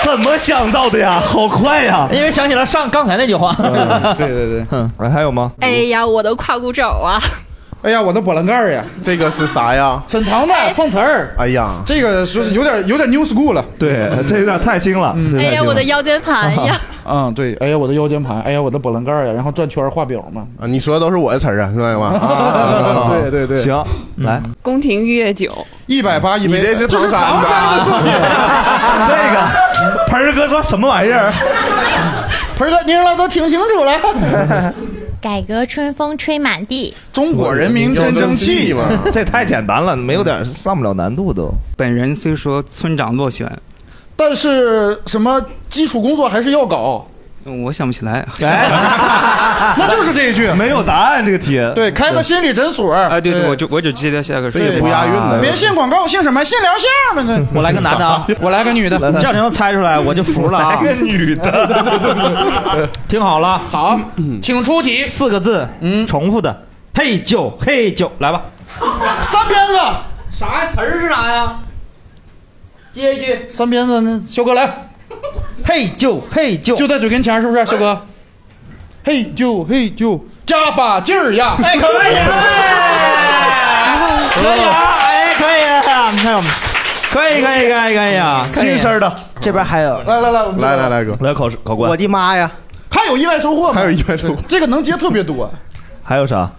[SPEAKER 1] 怎么想到的呀？好快呀！
[SPEAKER 4] 因为想起了上刚才那句话。
[SPEAKER 3] 嗯
[SPEAKER 4] 嗯
[SPEAKER 3] 对 对
[SPEAKER 1] 对，哎，还有吗？
[SPEAKER 22] 哎呀，我的胯骨肘啊！
[SPEAKER 3] 哎呀，我的波棱盖呀，
[SPEAKER 5] 这个是啥呀？
[SPEAKER 3] 沈腾的碰瓷儿。
[SPEAKER 5] 哎呀，
[SPEAKER 3] 这个说是有点有点 new school 了。
[SPEAKER 1] 对，这有点太新了。
[SPEAKER 22] 哎呀，我的腰间盘 呀！
[SPEAKER 3] 嗯，对，哎呀，我的腰间盘，哎呀，我的波棱盖呀，然后转圈儿画表嘛。
[SPEAKER 5] 啊，你说的都是我的词儿啊，啊明 白吗？
[SPEAKER 3] 对对嗯对，
[SPEAKER 1] 行，来，
[SPEAKER 22] 宫廷玉液酒，
[SPEAKER 3] 一百八一
[SPEAKER 5] 杯，你这是唐山
[SPEAKER 3] 的作品。
[SPEAKER 1] 啊 这个盆儿哥说什么玩意儿？
[SPEAKER 3] 盆儿哥，您让他听清楚了。
[SPEAKER 23] 改革春风吹满地，
[SPEAKER 3] 中国人民真争 气嘛
[SPEAKER 1] 这太简单了，没有点上不了难度都。
[SPEAKER 7] 本人虽说村长落选，
[SPEAKER 3] 但是什么基础工作还是要搞，
[SPEAKER 7] 呃
[SPEAKER 3] 哎
[SPEAKER 7] 我想不起来。
[SPEAKER 3] 啊那就是这一句，
[SPEAKER 1] 没有答案这个题。
[SPEAKER 3] 对，开个心理诊所。
[SPEAKER 7] 哎，对
[SPEAKER 3] 对
[SPEAKER 7] 我就我只记得下个。
[SPEAKER 3] 对别信广告，信什么？信疗效嘛。那
[SPEAKER 4] 我来个男的啊，
[SPEAKER 3] 我来个女的，
[SPEAKER 4] 这样就能猜出来，我就服了啊。
[SPEAKER 1] 来个女
[SPEAKER 4] 的，听好了，
[SPEAKER 3] 好，请出题，嗯
[SPEAKER 4] 四个字，嗯，重复的，嘿咻嘿咻，来吧，
[SPEAKER 3] 三鞭子，
[SPEAKER 4] 啥呀？词儿是啥呀？接一句。
[SPEAKER 3] 三鞭子呢？肖哥来，嘿就嘿就就在嘴跟前，是不
[SPEAKER 21] 哎
[SPEAKER 3] 是，肖哥？嘿就嘿就加把劲儿呀！
[SPEAKER 21] 哎可以哎可以啊，哎，可以啊，你看，可以，可以，可以，可以啊，
[SPEAKER 1] 近身的，
[SPEAKER 21] 这边还有，
[SPEAKER 3] 来来来，
[SPEAKER 21] 来来
[SPEAKER 5] 来哥，
[SPEAKER 1] 来考试考官，
[SPEAKER 21] 我的妈呀，
[SPEAKER 3] 还有意外收获吗？还
[SPEAKER 5] 有意外收获，啊
[SPEAKER 3] 这个能接特别多。
[SPEAKER 1] 还有啥？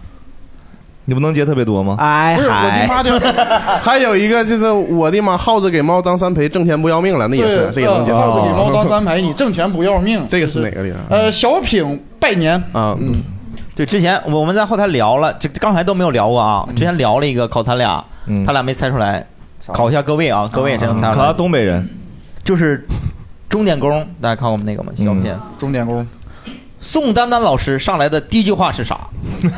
[SPEAKER 1] 你不能接特别多吗？
[SPEAKER 21] 哎
[SPEAKER 5] 不是我的妈
[SPEAKER 3] 就，
[SPEAKER 5] 还有一个就是我的妈，耗子给猫当三陪，挣钱不要命了，那也是，这
[SPEAKER 3] 对
[SPEAKER 5] 也能解
[SPEAKER 3] 呃
[SPEAKER 5] 释。
[SPEAKER 3] 耗子给猫当三陪，你挣钱不要命。
[SPEAKER 5] 这个是哪个厉啊害？
[SPEAKER 3] 呃，小品拜年
[SPEAKER 5] 啊，
[SPEAKER 3] 嗯，
[SPEAKER 4] 对，之前我们在后台聊了，这刚才都没有聊过啊。
[SPEAKER 3] 嗯
[SPEAKER 4] 之前聊了一个考咱俩，
[SPEAKER 1] 嗯
[SPEAKER 4] 他俩没猜出来，考一下各位啊，各位也真能猜出
[SPEAKER 1] 考
[SPEAKER 4] 来。
[SPEAKER 1] 嗯东北人，
[SPEAKER 4] 就是钟点工，大家看过我们那个吗？
[SPEAKER 1] 嗯
[SPEAKER 4] 小品。
[SPEAKER 3] 钟点工。
[SPEAKER 4] 宋丹丹老师上来的第一句话是啥？
[SPEAKER 3] 那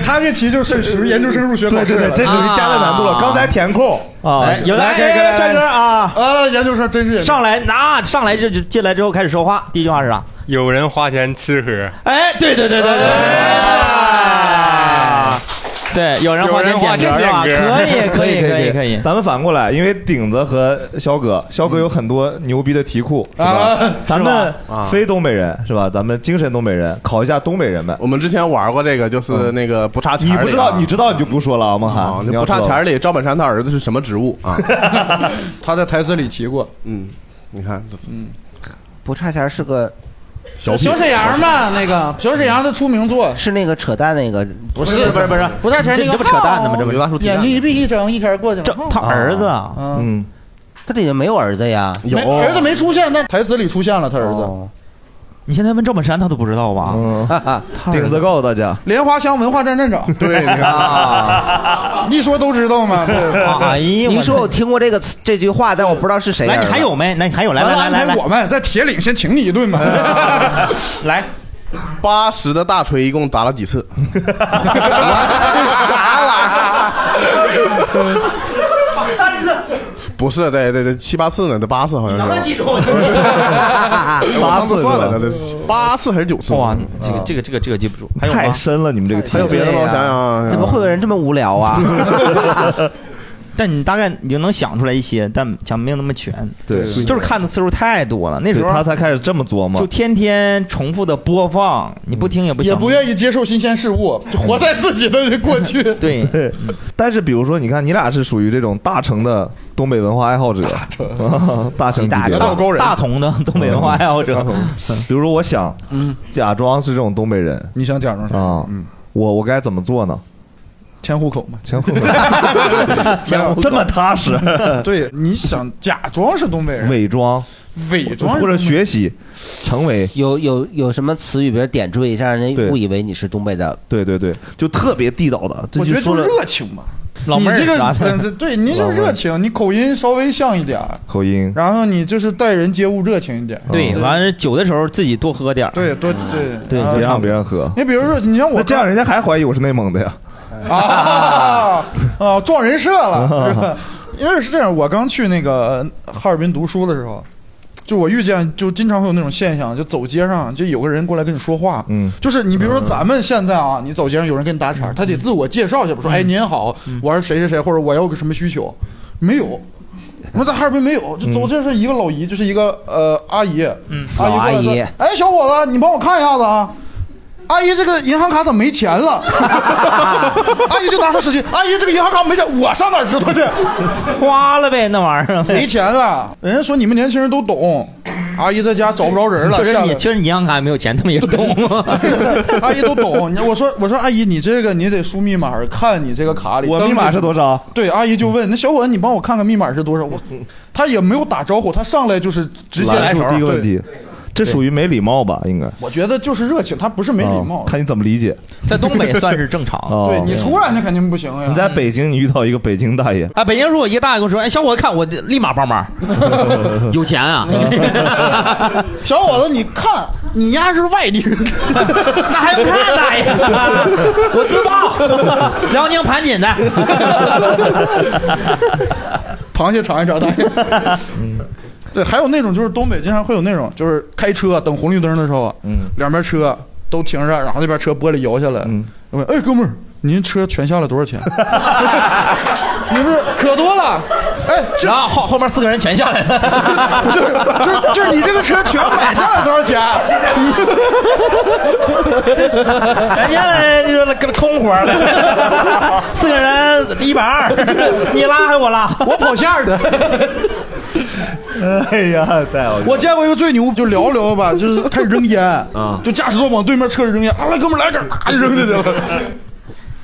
[SPEAKER 3] 他这题就是属于研究生入学考试
[SPEAKER 1] 对对
[SPEAKER 3] 了，
[SPEAKER 1] 对，这属于加大难度了。刚才填空啊
[SPEAKER 4] 哎，，有来
[SPEAKER 1] 给
[SPEAKER 4] 来帅哥啊！
[SPEAKER 3] 呃，研究生真是
[SPEAKER 4] 上来那上来就就进来之后开始说话，第一句话是啥？
[SPEAKER 6] 有人花钱吃喝，
[SPEAKER 4] 哎，对对对对对。对，有人花钱点歌是吧？ 可以 可以可以可以。
[SPEAKER 1] 咱们反过来，因为顶子和肖哥，肖哥有很多牛逼的题库是
[SPEAKER 5] 嗯啊
[SPEAKER 4] 嗯
[SPEAKER 1] 吧？咱们
[SPEAKER 5] 是吧啊
[SPEAKER 1] 非东北人是吧？咱们精神东北人，考一下东北人们。嗯
[SPEAKER 5] 我们之前玩过这个，就是那个不差钱
[SPEAKER 1] 你
[SPEAKER 5] 儿里啊
[SPEAKER 1] 不知道，你知道你就不说了啊，孟涵。你要
[SPEAKER 5] 不差
[SPEAKER 1] 知道
[SPEAKER 5] 钱儿里，赵本山他儿子是什么职务 啊？
[SPEAKER 3] 他在台词里提过。
[SPEAKER 5] 嗯，你看，嗯，
[SPEAKER 2] 不差钱是个
[SPEAKER 5] 小
[SPEAKER 3] 小沈阳嘛，那个小沈阳的出名作
[SPEAKER 2] 是那个扯淡那个，
[SPEAKER 3] 不是不是不是不差钱那个这这不扯淡呢吗这不是刘大叔提眼睛一闭一睁一开过去了。
[SPEAKER 4] 他儿子
[SPEAKER 2] 啊，
[SPEAKER 1] 嗯，
[SPEAKER 2] 他底下没有儿子呀，
[SPEAKER 3] 没儿子没出现，但台词里出现了他儿子。
[SPEAKER 1] 哦
[SPEAKER 4] 你现在问赵本山，他都不知道吧？
[SPEAKER 1] 顶子够大家。
[SPEAKER 3] 莲花香文化站站长，啊
[SPEAKER 5] 对，你
[SPEAKER 3] 看，一说都知道吗？
[SPEAKER 4] 哎呀
[SPEAKER 2] 你说我听过这个词这句话，但我不知道是谁。
[SPEAKER 4] 来你还有没？那你还有来来来来来
[SPEAKER 3] 我们在铁岭先请你一顿吧。
[SPEAKER 4] 来，
[SPEAKER 5] 八十的大锤一共打了几 次？
[SPEAKER 21] 三次，
[SPEAKER 5] 不是，得得得七八次呢，得八次好像是。
[SPEAKER 21] 住？
[SPEAKER 5] 八次算了，这八次还是九次？哇，
[SPEAKER 4] 这个这个这个这个记不住。
[SPEAKER 5] 还有吗
[SPEAKER 1] 太深了，你们这个题。
[SPEAKER 5] 还有别的吗？
[SPEAKER 1] 对
[SPEAKER 5] 我
[SPEAKER 1] 呀
[SPEAKER 5] 想想啊，
[SPEAKER 2] 怎么会有人这么无聊啊？
[SPEAKER 4] 但你大概你就能想出来一些，但想没有那么全。
[SPEAKER 1] 对
[SPEAKER 4] 就是看的次数太多了，那时候
[SPEAKER 1] 对他才开始这么琢磨
[SPEAKER 4] 就天天重复的播放，你不听也不行。
[SPEAKER 3] 嗯也不愿意接受新鲜事物，就活在自己的过去。
[SPEAKER 4] 对嗯
[SPEAKER 1] 对，但是比如说，你看你俩是属于这种大成的东北文化爱好者，大成 大成级别的
[SPEAKER 4] 大同的东北文
[SPEAKER 1] 啊
[SPEAKER 4] 化
[SPEAKER 3] 嗯
[SPEAKER 4] 爱好者。
[SPEAKER 1] 嗯比如说，我想，假装是这种东北人，
[SPEAKER 3] 你想假装嗯
[SPEAKER 1] 是啊，我我该怎么 做呢？
[SPEAKER 3] 迁户口嘛，
[SPEAKER 1] 迁户口，
[SPEAKER 3] 没有，
[SPEAKER 1] 这么踏实
[SPEAKER 3] 对，你想 假装是东北人，
[SPEAKER 1] 伪装，
[SPEAKER 3] 伪装
[SPEAKER 1] 或者学习，成为
[SPEAKER 2] 有有有什么词语，比如点缀一下，人家
[SPEAKER 1] 对
[SPEAKER 2] 误以为你是东北的。
[SPEAKER 1] 对对对，就特别地道的。
[SPEAKER 3] 我觉得
[SPEAKER 1] 说
[SPEAKER 3] 就
[SPEAKER 1] 了
[SPEAKER 3] 热情嘛。
[SPEAKER 1] 老
[SPEAKER 3] 你
[SPEAKER 1] 妹儿
[SPEAKER 3] 这个
[SPEAKER 1] 啥的
[SPEAKER 3] 嗯对对，你就是热情，你口音稍微像一点儿，
[SPEAKER 1] 嗯口音，嗯
[SPEAKER 3] 然后你就是待人接物热情一点。
[SPEAKER 4] 对，完了酒的时候自己多喝点
[SPEAKER 3] 对多对啊
[SPEAKER 4] 对，
[SPEAKER 1] 别让别人喝。
[SPEAKER 3] 你比如说，你像我
[SPEAKER 1] 那这样，人家还怀疑我是内蒙的呀。
[SPEAKER 3] 啊啊，撞人设了，
[SPEAKER 1] 啊
[SPEAKER 3] 是 吧因为是这样，我刚去那个呃哈尔滨读书的时候，就我遇见，就经常会有那种现象，就走街上就有个人过来跟你说话，
[SPEAKER 1] 嗯，
[SPEAKER 3] 就是你比如说咱们现在啊，你走街上有人跟你搭茬，他得自我介绍一下吧，说
[SPEAKER 1] 嗯
[SPEAKER 3] 哎您好，我是谁谁谁，或者我有个什么需求，没有。我们在哈尔滨没有，就
[SPEAKER 1] 嗯
[SPEAKER 3] 走街是一个老姨，就是一个呃阿姨，嗯阿姨
[SPEAKER 2] 老
[SPEAKER 3] 过
[SPEAKER 2] 阿
[SPEAKER 3] 来说
[SPEAKER 2] 姨
[SPEAKER 3] 哎小伙子，你帮我看一下子啊，阿姨，这个银行卡怎么没钱 了？阿姨就拿出手机，阿姨，这个银行卡没钱，我上哪儿知道去？
[SPEAKER 4] 花了呗，那玩意儿
[SPEAKER 3] 没钱了。人家说你们年轻人都懂，阿姨在家找不 着人了，
[SPEAKER 4] 确实
[SPEAKER 3] 下
[SPEAKER 4] 你
[SPEAKER 3] 来
[SPEAKER 4] 确实你银行卡也没有钱，他们也懂。
[SPEAKER 3] 阿姨都懂。你我说我说阿姨，你这个你得输密码，看你这个卡里
[SPEAKER 1] 我
[SPEAKER 3] 登
[SPEAKER 1] 密码
[SPEAKER 3] 着
[SPEAKER 1] 是多少？嗯
[SPEAKER 3] 对，阿姨就问那小伙子，你帮我看看密码是多少？我他也没有打招呼，他上来就是直接
[SPEAKER 1] 拦住第一个问
[SPEAKER 3] 对
[SPEAKER 1] 题，这属于没礼貌吧？应该
[SPEAKER 3] 我觉得就是热情，他不是没礼貌
[SPEAKER 1] 啊。看你怎么理解。
[SPEAKER 4] 在东北算是正常。
[SPEAKER 3] 对
[SPEAKER 1] 哦
[SPEAKER 3] 你出来那肯定不行呀。
[SPEAKER 1] 你在北京，你遇到一个北京大爷，
[SPEAKER 4] 啊，北京如果一个大爷跟我说：“哎，小伙子，看我立马帮忙，有钱 啊！”
[SPEAKER 3] 小伙子，你看，你丫是外地人，
[SPEAKER 4] 那还用看大爷？ 我自曝，辽宁盘锦的。
[SPEAKER 3] 螃蟹尝一尝，大 爷。
[SPEAKER 1] 嗯
[SPEAKER 3] 对，还有那种就是东北经常会有那种，就是开车等
[SPEAKER 1] 嗯
[SPEAKER 3] 红绿灯的时候，嗯，两边车都停着，然后那边车玻璃摇下来，问：“哎，哥们儿，您车全下来多少钱？
[SPEAKER 1] 哎
[SPEAKER 18] 你不是可多了？
[SPEAKER 3] 哎，
[SPEAKER 4] 然后后后面四个人全下来了，
[SPEAKER 3] 就就就你这个车全买下来多少钱？啊
[SPEAKER 21] 人家来就是跟空活儿了，四个人一百二，你拉还我拉，
[SPEAKER 3] 我跑线儿的。
[SPEAKER 1] 哎呀，太好
[SPEAKER 3] 我见过一个最牛，就聊聊吧，就是开始扔烟啊，就驾驶座往对面车里扔烟，啊，来哥们儿来点儿，咔就扔下 去了。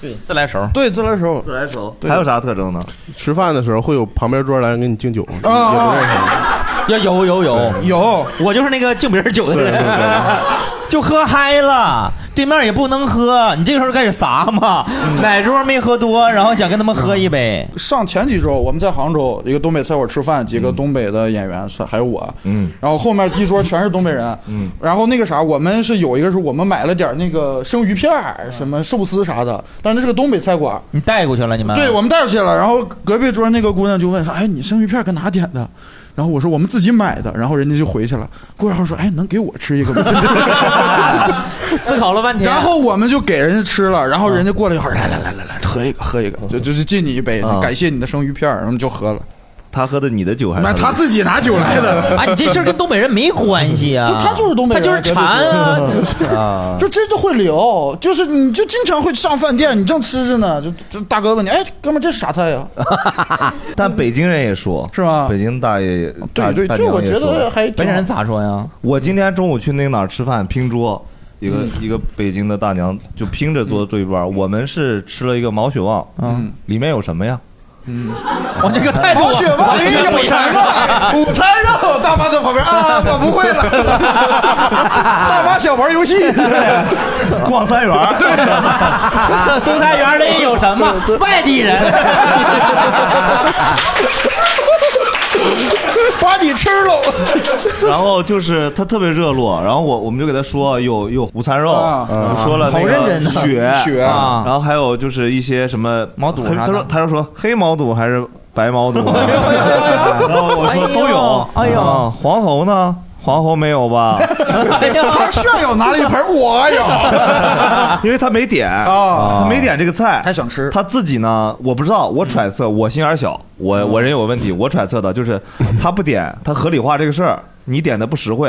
[SPEAKER 4] 对，自来熟。
[SPEAKER 3] 对，自来熟，
[SPEAKER 1] 自来熟
[SPEAKER 3] 对
[SPEAKER 1] 还有啥特征呢？
[SPEAKER 5] 吃饭的时候会有旁边桌来人给你敬酒，
[SPEAKER 3] 啊啊！
[SPEAKER 4] 要有有有
[SPEAKER 3] 有，
[SPEAKER 4] 我就是那个敬别人酒的人， 就喝嗨了，对面也不能喝，你这个时候开始撒嘛，
[SPEAKER 3] 嗯
[SPEAKER 4] 哪桌没喝多，然后想跟他们喝一杯，
[SPEAKER 3] 上前几周我们在杭州一个东北菜馆吃饭，几个东北的演员，还有我，
[SPEAKER 1] 嗯，
[SPEAKER 3] 然后后面一桌全是东北人，
[SPEAKER 1] 嗯，
[SPEAKER 3] 然后那个啥，我们是有一个是我们买了点那个生鱼片儿、什么寿司啥的，但是这是个东北菜馆，
[SPEAKER 4] 你带过去了你们？
[SPEAKER 3] 对我们带出去了，然后隔壁桌那个姑娘就问说：“哎，你生鱼片搁哪点的？”然后我说我们自己买的，然后人家就回去了。过一会儿说：“哎，能给我吃一个吗？”
[SPEAKER 4] 思考了半天，
[SPEAKER 3] 然后我们就给人家吃了，然后人家过了一会儿，来来来来来，喝一个，喝一个，就就是敬你一杯
[SPEAKER 1] 啊，
[SPEAKER 3] 感谢你的生鱼片儿，然后就喝了。
[SPEAKER 1] 他喝的你的酒还是
[SPEAKER 3] 那
[SPEAKER 1] 的
[SPEAKER 3] 他自己拿酒来的
[SPEAKER 4] 啊，你这事儿跟东北人没关系啊，
[SPEAKER 3] 他 就是东北
[SPEAKER 4] 他
[SPEAKER 3] 人
[SPEAKER 4] 就是馋啊，
[SPEAKER 1] 啊
[SPEAKER 3] 就真的会聊，就是你就经常会上饭店，你正吃着呢，就就大哥问你，哎，哥们儿这是啥菜 呀、
[SPEAKER 1] 但北京人也 说，是吗？北京大爷，大
[SPEAKER 3] 对对
[SPEAKER 1] 大
[SPEAKER 3] 这
[SPEAKER 1] 娘
[SPEAKER 3] 我
[SPEAKER 1] 也
[SPEAKER 3] 觉得
[SPEAKER 1] 说
[SPEAKER 3] 还挺北京人
[SPEAKER 4] 咋说呀？
[SPEAKER 1] 我今天中午去那个哪儿吃饭拼桌，一个、
[SPEAKER 3] 嗯
[SPEAKER 1] 一个北京的大娘就拼着桌子坐一半儿、我们是吃了一个毛血旺，
[SPEAKER 3] 嗯，
[SPEAKER 1] 里面有什么呀？
[SPEAKER 3] 嗯，
[SPEAKER 4] 我这个
[SPEAKER 3] 态度啊毛血旺里有什么？ 午餐肉，大妈在旁边 啊，我不会了。大妈想玩游戏，
[SPEAKER 1] 逛三元儿，
[SPEAKER 4] 这 中山园里有什么？外地人，
[SPEAKER 3] 把你吃喽。
[SPEAKER 1] 然后就是他特别热络，然后我我们就给他说有有午餐肉，
[SPEAKER 3] 啊
[SPEAKER 1] 嗯说了那
[SPEAKER 3] 好认真
[SPEAKER 1] 个
[SPEAKER 3] 呢
[SPEAKER 1] 血
[SPEAKER 3] 血
[SPEAKER 1] 啊然后还有就是一些什么毛肚
[SPEAKER 4] 啥的
[SPEAKER 1] 他说他就说黑毛肚还是白毛肚啊， 然后我说都
[SPEAKER 3] 哦
[SPEAKER 1] 有，
[SPEAKER 4] 哎呦
[SPEAKER 1] 啊黄喉呢？黄喉没有 吧？
[SPEAKER 3] 他炫耀拿了一盆，我有。
[SPEAKER 1] 因为他没点
[SPEAKER 3] 啊
[SPEAKER 1] 他没点这个菜，
[SPEAKER 3] 他想吃，嗯
[SPEAKER 1] 他自己呢，我不知道，我揣测，我心眼儿小，
[SPEAKER 3] 哦
[SPEAKER 1] 我我人有问题，我揣测的就是他不点，他合理化这个事儿，你点的不实惠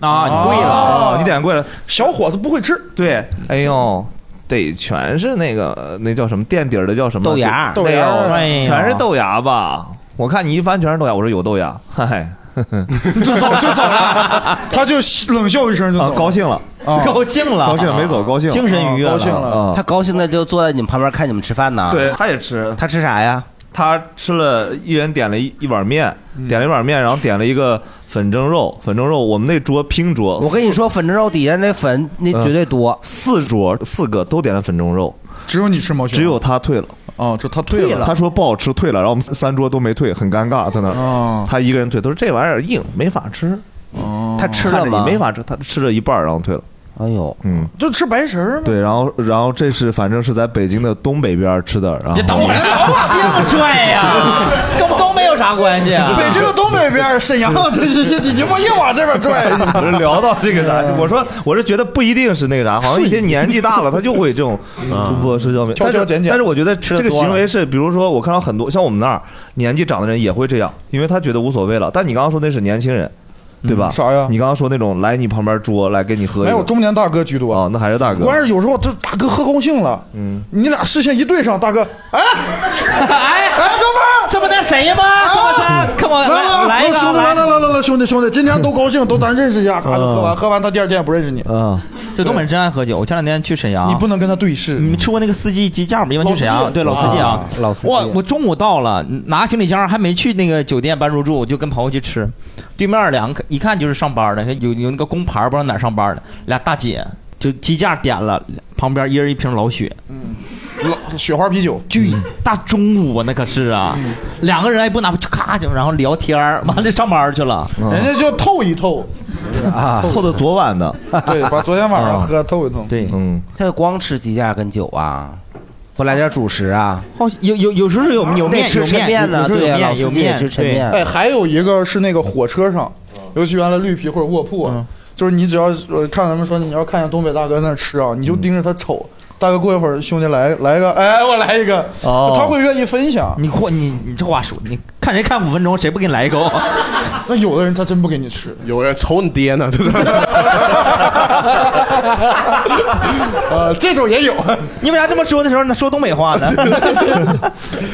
[SPEAKER 4] 啊，
[SPEAKER 1] 你贵了，你点贵了，
[SPEAKER 3] 哦小伙子不会吃，
[SPEAKER 1] 对，哎呦。得全是那个那叫什么垫底儿的叫什么
[SPEAKER 2] 豆芽
[SPEAKER 1] 得有
[SPEAKER 3] 啊
[SPEAKER 2] 豆芽哎呀
[SPEAKER 1] 全是豆芽吧？我看你一翻全是豆芽，我说有豆芽，嗨，
[SPEAKER 3] 就走就 走了，他就冷笑一声就走
[SPEAKER 1] 啊，高兴了，
[SPEAKER 3] 啊
[SPEAKER 4] 高兴了
[SPEAKER 1] 高兴了没
[SPEAKER 2] 啊
[SPEAKER 1] 走，高兴，啊
[SPEAKER 3] 哦
[SPEAKER 1] 哦
[SPEAKER 2] 高兴了。他高兴的就坐在你们旁边看你们吃饭呢。
[SPEAKER 1] 对，他也吃，
[SPEAKER 2] 他吃啥呀？
[SPEAKER 1] 他吃了一人点了一一碗面，
[SPEAKER 3] 嗯
[SPEAKER 1] 点了一碗面，然后点了一个粉蒸肉，粉蒸肉我们那桌拼桌，
[SPEAKER 2] 我跟你说，粉蒸肉底下那粉那
[SPEAKER 1] 嗯
[SPEAKER 2] 绝对多。
[SPEAKER 1] 四桌四个都点了粉蒸肉，
[SPEAKER 3] 只有你吃毛血，
[SPEAKER 1] 只有他退了。
[SPEAKER 3] 哦，这他退了
[SPEAKER 1] 他说不好吃，退了。然后我们三桌都没退，很尴尬，在那儿。他一个人退，他说这玩意儿硬，没法吃。
[SPEAKER 3] 哦
[SPEAKER 2] 他吃了吗
[SPEAKER 1] 没法吃，他吃了一半儿，然后退了。
[SPEAKER 2] 哎呦，
[SPEAKER 1] 嗯，
[SPEAKER 3] 就吃白食儿吗？
[SPEAKER 1] 对，然后然后这是反正是在北京的东北边儿吃的，然后
[SPEAKER 4] 硬拽啊呀，跟东北有啥关系啊？
[SPEAKER 3] 北京的东北边儿，沈阳 这这这，你不硬往 这边 拽。
[SPEAKER 1] 不是聊到这个啥，我说我是觉得不一定是那个啥，好像一些年纪大了，他就会这 种嗯突破社交媒体。
[SPEAKER 3] 挑挑拣
[SPEAKER 1] 但
[SPEAKER 3] 拣
[SPEAKER 1] 是但是我觉得
[SPEAKER 3] 得
[SPEAKER 1] 这个
[SPEAKER 3] 多
[SPEAKER 1] 行
[SPEAKER 3] 了
[SPEAKER 1] 为是，比如说我看到很多像我们那儿年纪长的人也会这样，因为他觉得无所谓了。但你刚刚说那是年轻人。对吧？啥呀？你刚刚说那种来你旁边桌来跟你喝一个，
[SPEAKER 3] 没有中年大哥居多
[SPEAKER 1] 啊，那还是大哥。
[SPEAKER 3] 关键是有时候这大哥喝高兴了，
[SPEAKER 1] 嗯，
[SPEAKER 3] 你俩视线一对上，大哥，哎，
[SPEAKER 4] 哎
[SPEAKER 3] 哎，哥们儿，
[SPEAKER 4] 这不那谁吗？赵本山，come on，来来一个
[SPEAKER 3] 兄弟，
[SPEAKER 4] 来
[SPEAKER 3] 来来来来来，兄弟兄弟，今天都高兴，都咱认识一下，咔就喝
[SPEAKER 4] 嗯
[SPEAKER 3] 完，喝完他第二天也不认识你，
[SPEAKER 1] 啊，
[SPEAKER 4] 这东北人真爱喝酒。我前两天去沈阳，
[SPEAKER 3] 你不能跟他对视。
[SPEAKER 4] 你们吃过那个司机鸡架吗？因为去沈阳，对老司机啊，
[SPEAKER 2] 老司机
[SPEAKER 4] 我我中午到了，拿行李箱还没去那个酒店办入住，我就跟朋友去吃。对面两个一看就是上班的，有有那个工牌，不知道哪儿上班的，俩大姐就鸡架点了，旁边一人一瓶老雪，
[SPEAKER 3] 嗯老雪花啤酒，
[SPEAKER 4] 巨大中午啊，那可是啊，两个人也不拿，就咔就然后聊天儿完了上班去了，
[SPEAKER 3] 人家就透一透，
[SPEAKER 1] 啊，后头昨晚的，
[SPEAKER 3] 对，把昨天晚上
[SPEAKER 2] 啊
[SPEAKER 3] 喝透一透。
[SPEAKER 4] 对，
[SPEAKER 1] 嗯，
[SPEAKER 2] 他光吃鸡架跟酒啊，不来点主食啊？
[SPEAKER 4] 好有有有时候有有面
[SPEAKER 2] 那吃
[SPEAKER 4] 有
[SPEAKER 2] 抻
[SPEAKER 4] 面
[SPEAKER 2] 面呢，
[SPEAKER 4] 有有
[SPEAKER 2] 对呀，老
[SPEAKER 4] 面
[SPEAKER 2] 司
[SPEAKER 4] 有
[SPEAKER 2] 机也
[SPEAKER 4] 面
[SPEAKER 2] 吃抻
[SPEAKER 4] 对嗯
[SPEAKER 2] 面。
[SPEAKER 3] 哎，还有一个是那个火车上，尤其原来绿皮
[SPEAKER 4] 嗯
[SPEAKER 3] 或者卧铺啊，就是你只要呃看他们说你要看见东北大哥那儿吃啊，你就盯着他瞅，大哥，过一会儿兄弟来来一个，哎，我来一 个，
[SPEAKER 4] 哦
[SPEAKER 3] 他会愿意分享。
[SPEAKER 4] 你或你你这话说，你看谁看五分钟，谁不给你来一口？
[SPEAKER 3] 那有的人他真不给你吃，
[SPEAKER 5] 有人瞅你爹呢， 就是。
[SPEAKER 3] 呃，这种也有。
[SPEAKER 4] 你为啥这么说的时候，呢？说东北话 呢？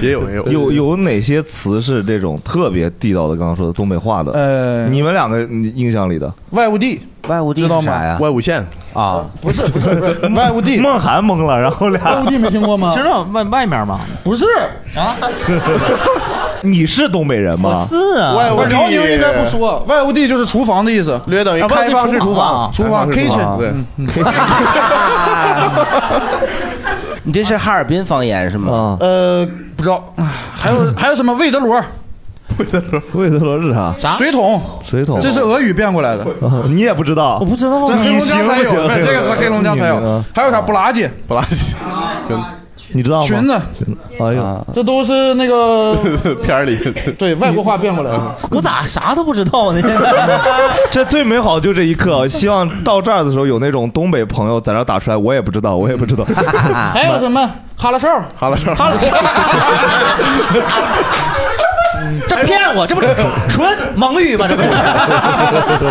[SPEAKER 5] 也有也有
[SPEAKER 1] 有有哪些词是这种特别地道的？刚刚说的东北话的，
[SPEAKER 3] 呃，
[SPEAKER 1] 你们两个你印象里的
[SPEAKER 3] 外务地，
[SPEAKER 1] 外务
[SPEAKER 3] 地
[SPEAKER 1] 知道
[SPEAKER 3] 是啥
[SPEAKER 1] 吗
[SPEAKER 3] 呀？
[SPEAKER 5] 外务县
[SPEAKER 1] 啊，
[SPEAKER 3] 不是不是 不是，外务地，
[SPEAKER 1] 梦涵懵了，然后俩
[SPEAKER 3] 外务地没听过吗？
[SPEAKER 4] 知道外外面吗？
[SPEAKER 3] 不是
[SPEAKER 4] 啊，
[SPEAKER 1] 你是东北人吗？
[SPEAKER 4] 啊
[SPEAKER 3] 外务辽宁应该不说，外务地就是厨房的意思，
[SPEAKER 5] 略等于开放式厨房，
[SPEAKER 3] 厨
[SPEAKER 2] 哎
[SPEAKER 3] 房
[SPEAKER 5] 开放式厨房
[SPEAKER 3] kitchen，
[SPEAKER 5] 对
[SPEAKER 3] 嗯
[SPEAKER 2] 嗯 你这是哈尔滨方言是吗？
[SPEAKER 3] 呃，不知道，还有还有什么魏德罗？
[SPEAKER 5] 魏德罗，
[SPEAKER 1] 魏德罗是啥？
[SPEAKER 3] 水桶，
[SPEAKER 1] 水桶，
[SPEAKER 3] 这是俄语变 过来的。
[SPEAKER 1] 你也不知道？啊我
[SPEAKER 4] 不知道
[SPEAKER 3] 在黑龙江才有，
[SPEAKER 1] 行不行
[SPEAKER 3] 这个是黑龙江才
[SPEAKER 1] 你呢
[SPEAKER 3] 有。还有啥布拉吉？
[SPEAKER 5] 布拉吉，
[SPEAKER 1] 你知道吗？
[SPEAKER 3] 裙子，
[SPEAKER 1] 哎呀，
[SPEAKER 3] 这都是那 个
[SPEAKER 5] 片儿里
[SPEAKER 3] 对外国话变过来的。
[SPEAKER 4] 我咋啊啥都不知
[SPEAKER 1] 啊
[SPEAKER 4] 道呢？
[SPEAKER 1] 这最美好就这一刻，希望到这儿的时候有那种东北朋友在这儿打出来，我也不知道，我也不 知道。哎
[SPEAKER 3] 还有什么？哈拉哨，
[SPEAKER 5] 哈拉哨，
[SPEAKER 3] 哈拉哨，
[SPEAKER 4] 这骗我，这不是纯蒙语吗？这不是。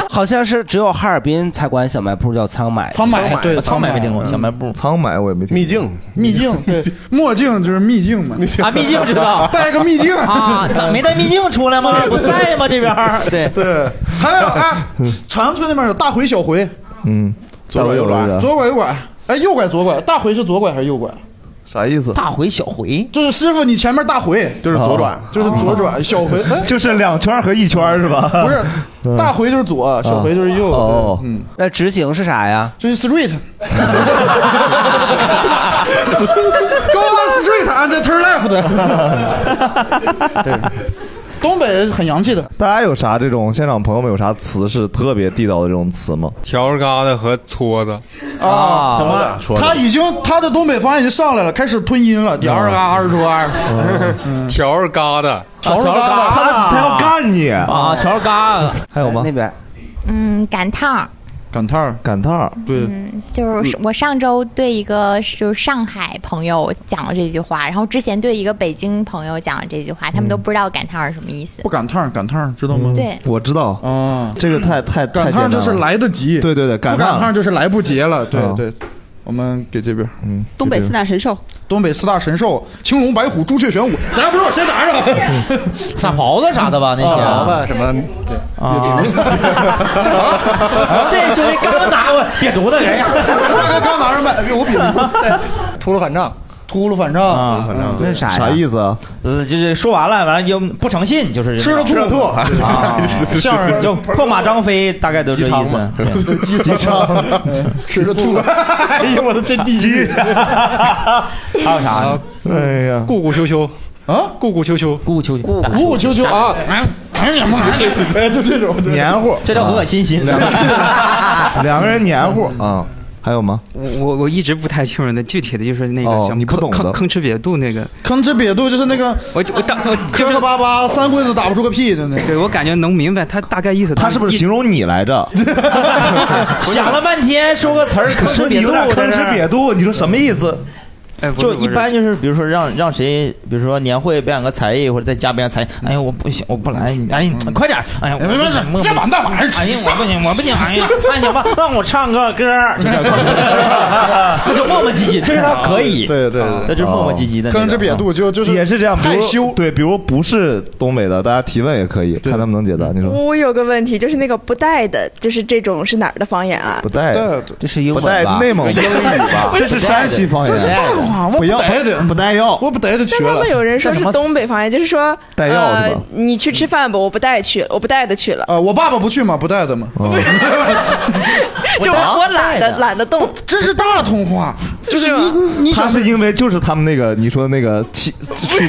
[SPEAKER 2] 好像是只有哈尔滨才管小卖铺叫仓买，
[SPEAKER 3] 仓买仓买对嗯仓买仓买没听过小
[SPEAKER 4] 卖部，
[SPEAKER 1] 仓买我也没听过。
[SPEAKER 5] 秘境，
[SPEAKER 3] 秘境，对，墨镜就是秘境嘛。
[SPEAKER 4] 啊，秘境知道，
[SPEAKER 3] 戴个秘镜
[SPEAKER 4] 啊，咋没戴秘镜出来 吗？不在吗？这边 儿对
[SPEAKER 3] 对，还有啊，朝阳村那边有大回小回，
[SPEAKER 1] 嗯，
[SPEAKER 5] 左拐右拐
[SPEAKER 3] 左拐右拐，哎，右拐左拐，大回是左拐还是右拐？
[SPEAKER 1] 啥意思？
[SPEAKER 4] 大回小回
[SPEAKER 3] 就是师傅，你前面大回啊
[SPEAKER 5] 就是左转
[SPEAKER 3] 就是左转，小回哎
[SPEAKER 1] 就是两圈和一圈是吧？
[SPEAKER 3] 不
[SPEAKER 1] 嗯
[SPEAKER 3] 是大回就是
[SPEAKER 1] 啊
[SPEAKER 3] 左，小回就是右。
[SPEAKER 1] 哦
[SPEAKER 3] 对嗯，
[SPEAKER 2] 那直行是啥呀？
[SPEAKER 3] 就是 street。Go on street and turn left。对，东北人很洋气的。
[SPEAKER 1] 大家有啥这种现场朋友们有啥词是特别地道的这种词吗？
[SPEAKER 6] 笤帚疙瘩和搓子
[SPEAKER 3] 啊
[SPEAKER 6] 什么
[SPEAKER 1] 说的
[SPEAKER 3] 他已经他的东北方言已经上来了，开始吞音了，点二嘎二十多二，
[SPEAKER 6] 嗯
[SPEAKER 4] 嗯
[SPEAKER 6] 笤帚疙瘩，
[SPEAKER 3] 笤帚疙瘩
[SPEAKER 1] 他他要干你
[SPEAKER 4] 啊，笤帚疙瘩。
[SPEAKER 1] 还有吗？
[SPEAKER 2] 那边
[SPEAKER 23] 嗯，赶趟儿。
[SPEAKER 3] 赶趟儿，
[SPEAKER 1] 赶趟儿，
[SPEAKER 3] 对，
[SPEAKER 23] 就是
[SPEAKER 3] 嗯
[SPEAKER 23] 我上周对一个就是上海朋友讲了这句话，然后之前对一个北京朋友讲了这句话，他
[SPEAKER 3] 嗯
[SPEAKER 23] 们都不知道赶趟儿是什么意思。
[SPEAKER 3] 不赶趟儿赶趟儿知道吗？
[SPEAKER 23] 对，
[SPEAKER 1] 嗯我知道
[SPEAKER 3] 啊，
[SPEAKER 1] 这个太太太
[SPEAKER 3] 赶趟儿
[SPEAKER 1] 简单了
[SPEAKER 3] 就是来得及，
[SPEAKER 1] 对对对，
[SPEAKER 3] 不赶
[SPEAKER 1] 趟
[SPEAKER 3] 趟儿就是来不及了，对
[SPEAKER 1] 啊
[SPEAKER 3] 对。我们给这边，
[SPEAKER 1] 嗯，
[SPEAKER 9] 东北四大神兽，
[SPEAKER 3] 东北四大神兽：青龙、白虎、朱雀、玄武。咱不知道谁拿着，
[SPEAKER 4] 傻狍子啥的吧，那些
[SPEAKER 3] 啊狍子
[SPEAKER 4] 什么啊，
[SPEAKER 3] 这
[SPEAKER 4] 兄弟刚拿过，别犊子人呀！
[SPEAKER 3] 大哥刚拿上麦，哎我比
[SPEAKER 4] 秃噜反账，
[SPEAKER 3] 秃噜反账
[SPEAKER 4] 啊，
[SPEAKER 5] 反账
[SPEAKER 4] 那啥
[SPEAKER 1] 啥意思啊？
[SPEAKER 4] 呃，就是说完了，完了就不诚信，就是
[SPEAKER 3] 吃了吐了吐
[SPEAKER 4] 啊，
[SPEAKER 3] 相声
[SPEAKER 4] 就破马张飞，大概都这意思。对
[SPEAKER 3] 鸡
[SPEAKER 1] 肠
[SPEAKER 3] 吃着 吐了。哎呀，我的真地狱！
[SPEAKER 4] 还有啥？
[SPEAKER 1] 哎呀，
[SPEAKER 6] 啊故故羞羞
[SPEAKER 3] 啊，
[SPEAKER 6] 故故羞羞，
[SPEAKER 4] 故故羞羞，
[SPEAKER 3] 鼓鼓秋秋啊，哎，哎呀妈呀！哎，就这种
[SPEAKER 1] 黏糊，
[SPEAKER 4] 这叫恶心心。
[SPEAKER 1] 嗯 两个人黏糊啊，还有吗？
[SPEAKER 7] 我我我一直不太清楚那具体的就是那个
[SPEAKER 1] 哦
[SPEAKER 7] 像
[SPEAKER 1] 你不
[SPEAKER 7] 坑
[SPEAKER 1] 懂的
[SPEAKER 7] 坑坑哧瘪肚那个，
[SPEAKER 3] 吭哧瘪肚就是那个，
[SPEAKER 7] 我我当我
[SPEAKER 3] 磕磕巴巴三棍子打不出个屁的那个。
[SPEAKER 7] 对我感觉能明白他大概意思。
[SPEAKER 1] 他是不是形容你来 着？
[SPEAKER 4] 想了半天，说个词儿吭哧
[SPEAKER 1] 说你
[SPEAKER 4] 瘪
[SPEAKER 1] 有
[SPEAKER 4] 肚
[SPEAKER 1] 点，吭
[SPEAKER 4] 在这
[SPEAKER 1] 哧
[SPEAKER 4] 儿
[SPEAKER 1] 瘪肚，你说什么意思？
[SPEAKER 4] 就一般哎就是，比如说让让谁，比如说年会表演个才艺，或者在家表演才艺。哎呀，我不行，我不来。你哎，你快点儿！哎呀，我
[SPEAKER 3] 没
[SPEAKER 4] 不
[SPEAKER 3] 没
[SPEAKER 4] 行
[SPEAKER 3] 没这完蛋玩意儿
[SPEAKER 4] 哎呀，我不行，我不行！哎 呀
[SPEAKER 3] 上，上
[SPEAKER 4] 那行吧，让我唱个歌儿， 就这样那就磨磨 唧唧，这是
[SPEAKER 11] 啊
[SPEAKER 4] 他可以。
[SPEAKER 3] 对啊对
[SPEAKER 4] 那就是磨磨唧
[SPEAKER 3] 哦
[SPEAKER 4] 唧的那种。啊
[SPEAKER 3] 就就是
[SPEAKER 1] 也是这样，比如
[SPEAKER 4] 害羞
[SPEAKER 1] 对，比如不是东北的，大家提问也可以，看他们能解答。
[SPEAKER 3] 嗯
[SPEAKER 1] 你说
[SPEAKER 8] 我有个问题，就是那个不带的，就是这种是哪儿的方言啊
[SPEAKER 1] 不？带，
[SPEAKER 2] 这是英文
[SPEAKER 1] 不带
[SPEAKER 2] 吧
[SPEAKER 1] 内蒙
[SPEAKER 2] 英语吧
[SPEAKER 1] 这是山西方言，
[SPEAKER 2] 这是大
[SPEAKER 3] 陆话我
[SPEAKER 1] 不要
[SPEAKER 3] 不带的
[SPEAKER 1] 不带药，
[SPEAKER 3] 我不带的
[SPEAKER 8] 但他们有人说是东北方言，就是说，
[SPEAKER 1] 带药是
[SPEAKER 8] 呃
[SPEAKER 1] 吧，
[SPEAKER 8] 你去吃饭吧，我不带去了，我不带的去了，
[SPEAKER 3] 啊，我爸爸不去嘛，不带的嘛。
[SPEAKER 1] 哦
[SPEAKER 8] 就我我懒得懒得动。
[SPEAKER 3] 这是大通话，就是你你你
[SPEAKER 1] 他
[SPEAKER 3] 想
[SPEAKER 1] 是因为就是他们那个你说的那个七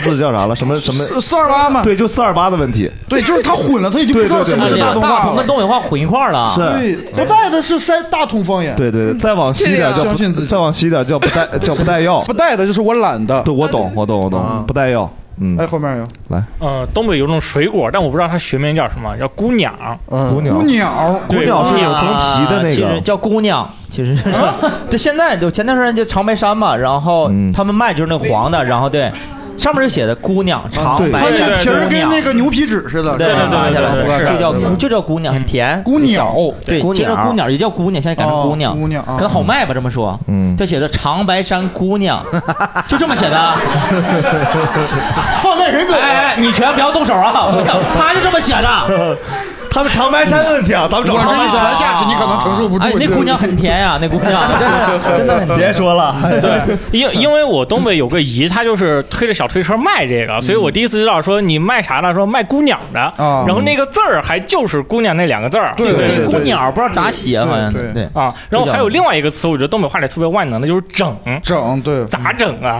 [SPEAKER 1] 数字叫啥了？什么什么
[SPEAKER 3] 四四二八嘛
[SPEAKER 1] 对，就四二八的问题。
[SPEAKER 3] 对，就是他混了，他已经不知道什么是大
[SPEAKER 4] 大
[SPEAKER 3] 通话
[SPEAKER 4] 同
[SPEAKER 3] 了
[SPEAKER 4] 跟。东北话混一块儿了。
[SPEAKER 1] 是
[SPEAKER 3] 对，不带的是山大通方言。
[SPEAKER 1] 对对，对再往西点叫
[SPEAKER 3] 相信
[SPEAKER 1] 不再往西点叫不带叫不带药，
[SPEAKER 3] 不带的就是我懒的。啊
[SPEAKER 1] 对，我懂，我懂，我懂，不带药。嗯，
[SPEAKER 3] 哎，后面有
[SPEAKER 1] 来，
[SPEAKER 11] 呃，东北有种水果，但我不知道它学名叫什么，叫姑娘。
[SPEAKER 4] 嗯
[SPEAKER 1] 姑娘
[SPEAKER 3] 姑娘
[SPEAKER 4] 对
[SPEAKER 11] 对，
[SPEAKER 4] 姑
[SPEAKER 11] 是
[SPEAKER 4] 娘
[SPEAKER 11] 有层皮的那个
[SPEAKER 4] 其实啊叫姑娘， 其实是就现在就前段时间就长白山嘛，然后
[SPEAKER 11] 嗯
[SPEAKER 4] 他们卖就是那黄的，然后对，上面就写的姑娘，
[SPEAKER 11] 啊
[SPEAKER 4] 长
[SPEAKER 3] 对，
[SPEAKER 4] 白山
[SPEAKER 3] 皮儿
[SPEAKER 4] 姑
[SPEAKER 3] 跟
[SPEAKER 4] 娘
[SPEAKER 3] 那个牛皮纸似的，
[SPEAKER 4] 对
[SPEAKER 3] 是吧
[SPEAKER 4] 拉下来的
[SPEAKER 3] 是
[SPEAKER 4] 就叫
[SPEAKER 3] 对吧
[SPEAKER 4] 姑就叫姑娘，很甜。
[SPEAKER 3] 姑鸟
[SPEAKER 4] 对，
[SPEAKER 3] 嗯姑
[SPEAKER 4] 就
[SPEAKER 3] 鸟
[SPEAKER 4] 叫姑鸟，也叫姑娘，现在改成姑娘，姑哦娘
[SPEAKER 3] 啊
[SPEAKER 4] 可能好卖吧？这么说，嗯，他写的长白山姑 娘，就这么写的。
[SPEAKER 3] 放在人狗，
[SPEAKER 4] 哎哎，你全不要动手啊！ 我跟你讲他就这么写的。
[SPEAKER 1] 他们长白山问题啊，咱们找
[SPEAKER 4] 我这
[SPEAKER 1] 长白
[SPEAKER 4] 一
[SPEAKER 1] 山
[SPEAKER 4] 拳下去你可能承受不住哎那姑娘很甜呀那姑 娘真的真的很甜
[SPEAKER 1] 别说了，
[SPEAKER 11] 对，因因为我东北有个姨，她就是推着小推车卖这个，所以我
[SPEAKER 4] 嗯
[SPEAKER 11] 第一次知道说你卖啥呢？说卖姑娘的，然后那个字儿还就是姑娘那两个字儿，
[SPEAKER 4] 啊对对对姑娘不知道咋写好像对对
[SPEAKER 11] 啊。然后还有另外一个词，我觉得东北话里特别万能的就是整
[SPEAKER 3] 整，对，
[SPEAKER 11] 咋整啊？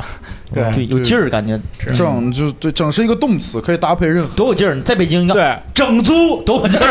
[SPEAKER 11] 对，
[SPEAKER 4] 有劲儿感觉。
[SPEAKER 3] 整就对，整是一个动词，可以搭配任何。
[SPEAKER 4] 多有劲儿！在北京，
[SPEAKER 11] 对，
[SPEAKER 4] 整租多有劲儿！哎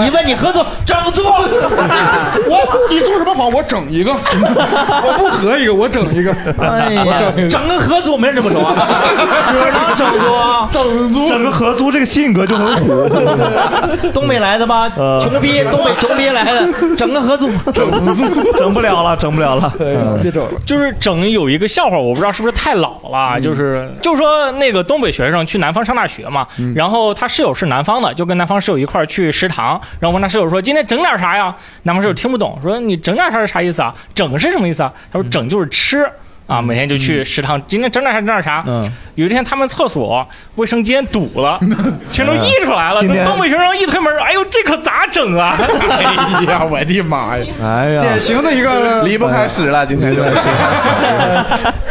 [SPEAKER 4] 你问你合作整租，
[SPEAKER 3] 我你租什么房？我整一个， 我不合一个，我整一个，
[SPEAKER 4] 哎呀
[SPEAKER 3] 我整一个，
[SPEAKER 4] 整个合租没人这么说啊，只能整租，
[SPEAKER 3] 整租，
[SPEAKER 1] 整个合租这个性格就很 虎。呃
[SPEAKER 4] 东北来的吗？呃穷逼，东北穷逼来的，整个合租，哎
[SPEAKER 3] 整租，
[SPEAKER 1] 整不了了，整不了了，嗯
[SPEAKER 3] 别整了。
[SPEAKER 11] 就是整有一个笑话，我不知道是不是太老了，
[SPEAKER 1] 嗯
[SPEAKER 11] 就是就说那个东北学生去南方上大学嘛，
[SPEAKER 1] 嗯
[SPEAKER 11] 然后他室友是南方的，就跟南方室友一块儿去食堂，然后问他室友说今天整点啥呀？南方室友听不懂，说你整点啥是啥意思啊？整是什么意思啊？他说
[SPEAKER 1] 嗯
[SPEAKER 11] 整就是吃。啊，每天就去食堂，今天整点啥整点啥。
[SPEAKER 1] 嗯
[SPEAKER 11] 有一天他们厕所卫生间堵 了，全都溢出来了。
[SPEAKER 1] 今天
[SPEAKER 11] 东北学生一推门，哎呦，这可咋 整啊？
[SPEAKER 3] 哎呀，我的妈呀！
[SPEAKER 1] 哎呀，
[SPEAKER 3] 典型的一个
[SPEAKER 5] 离不开屎了，今天就。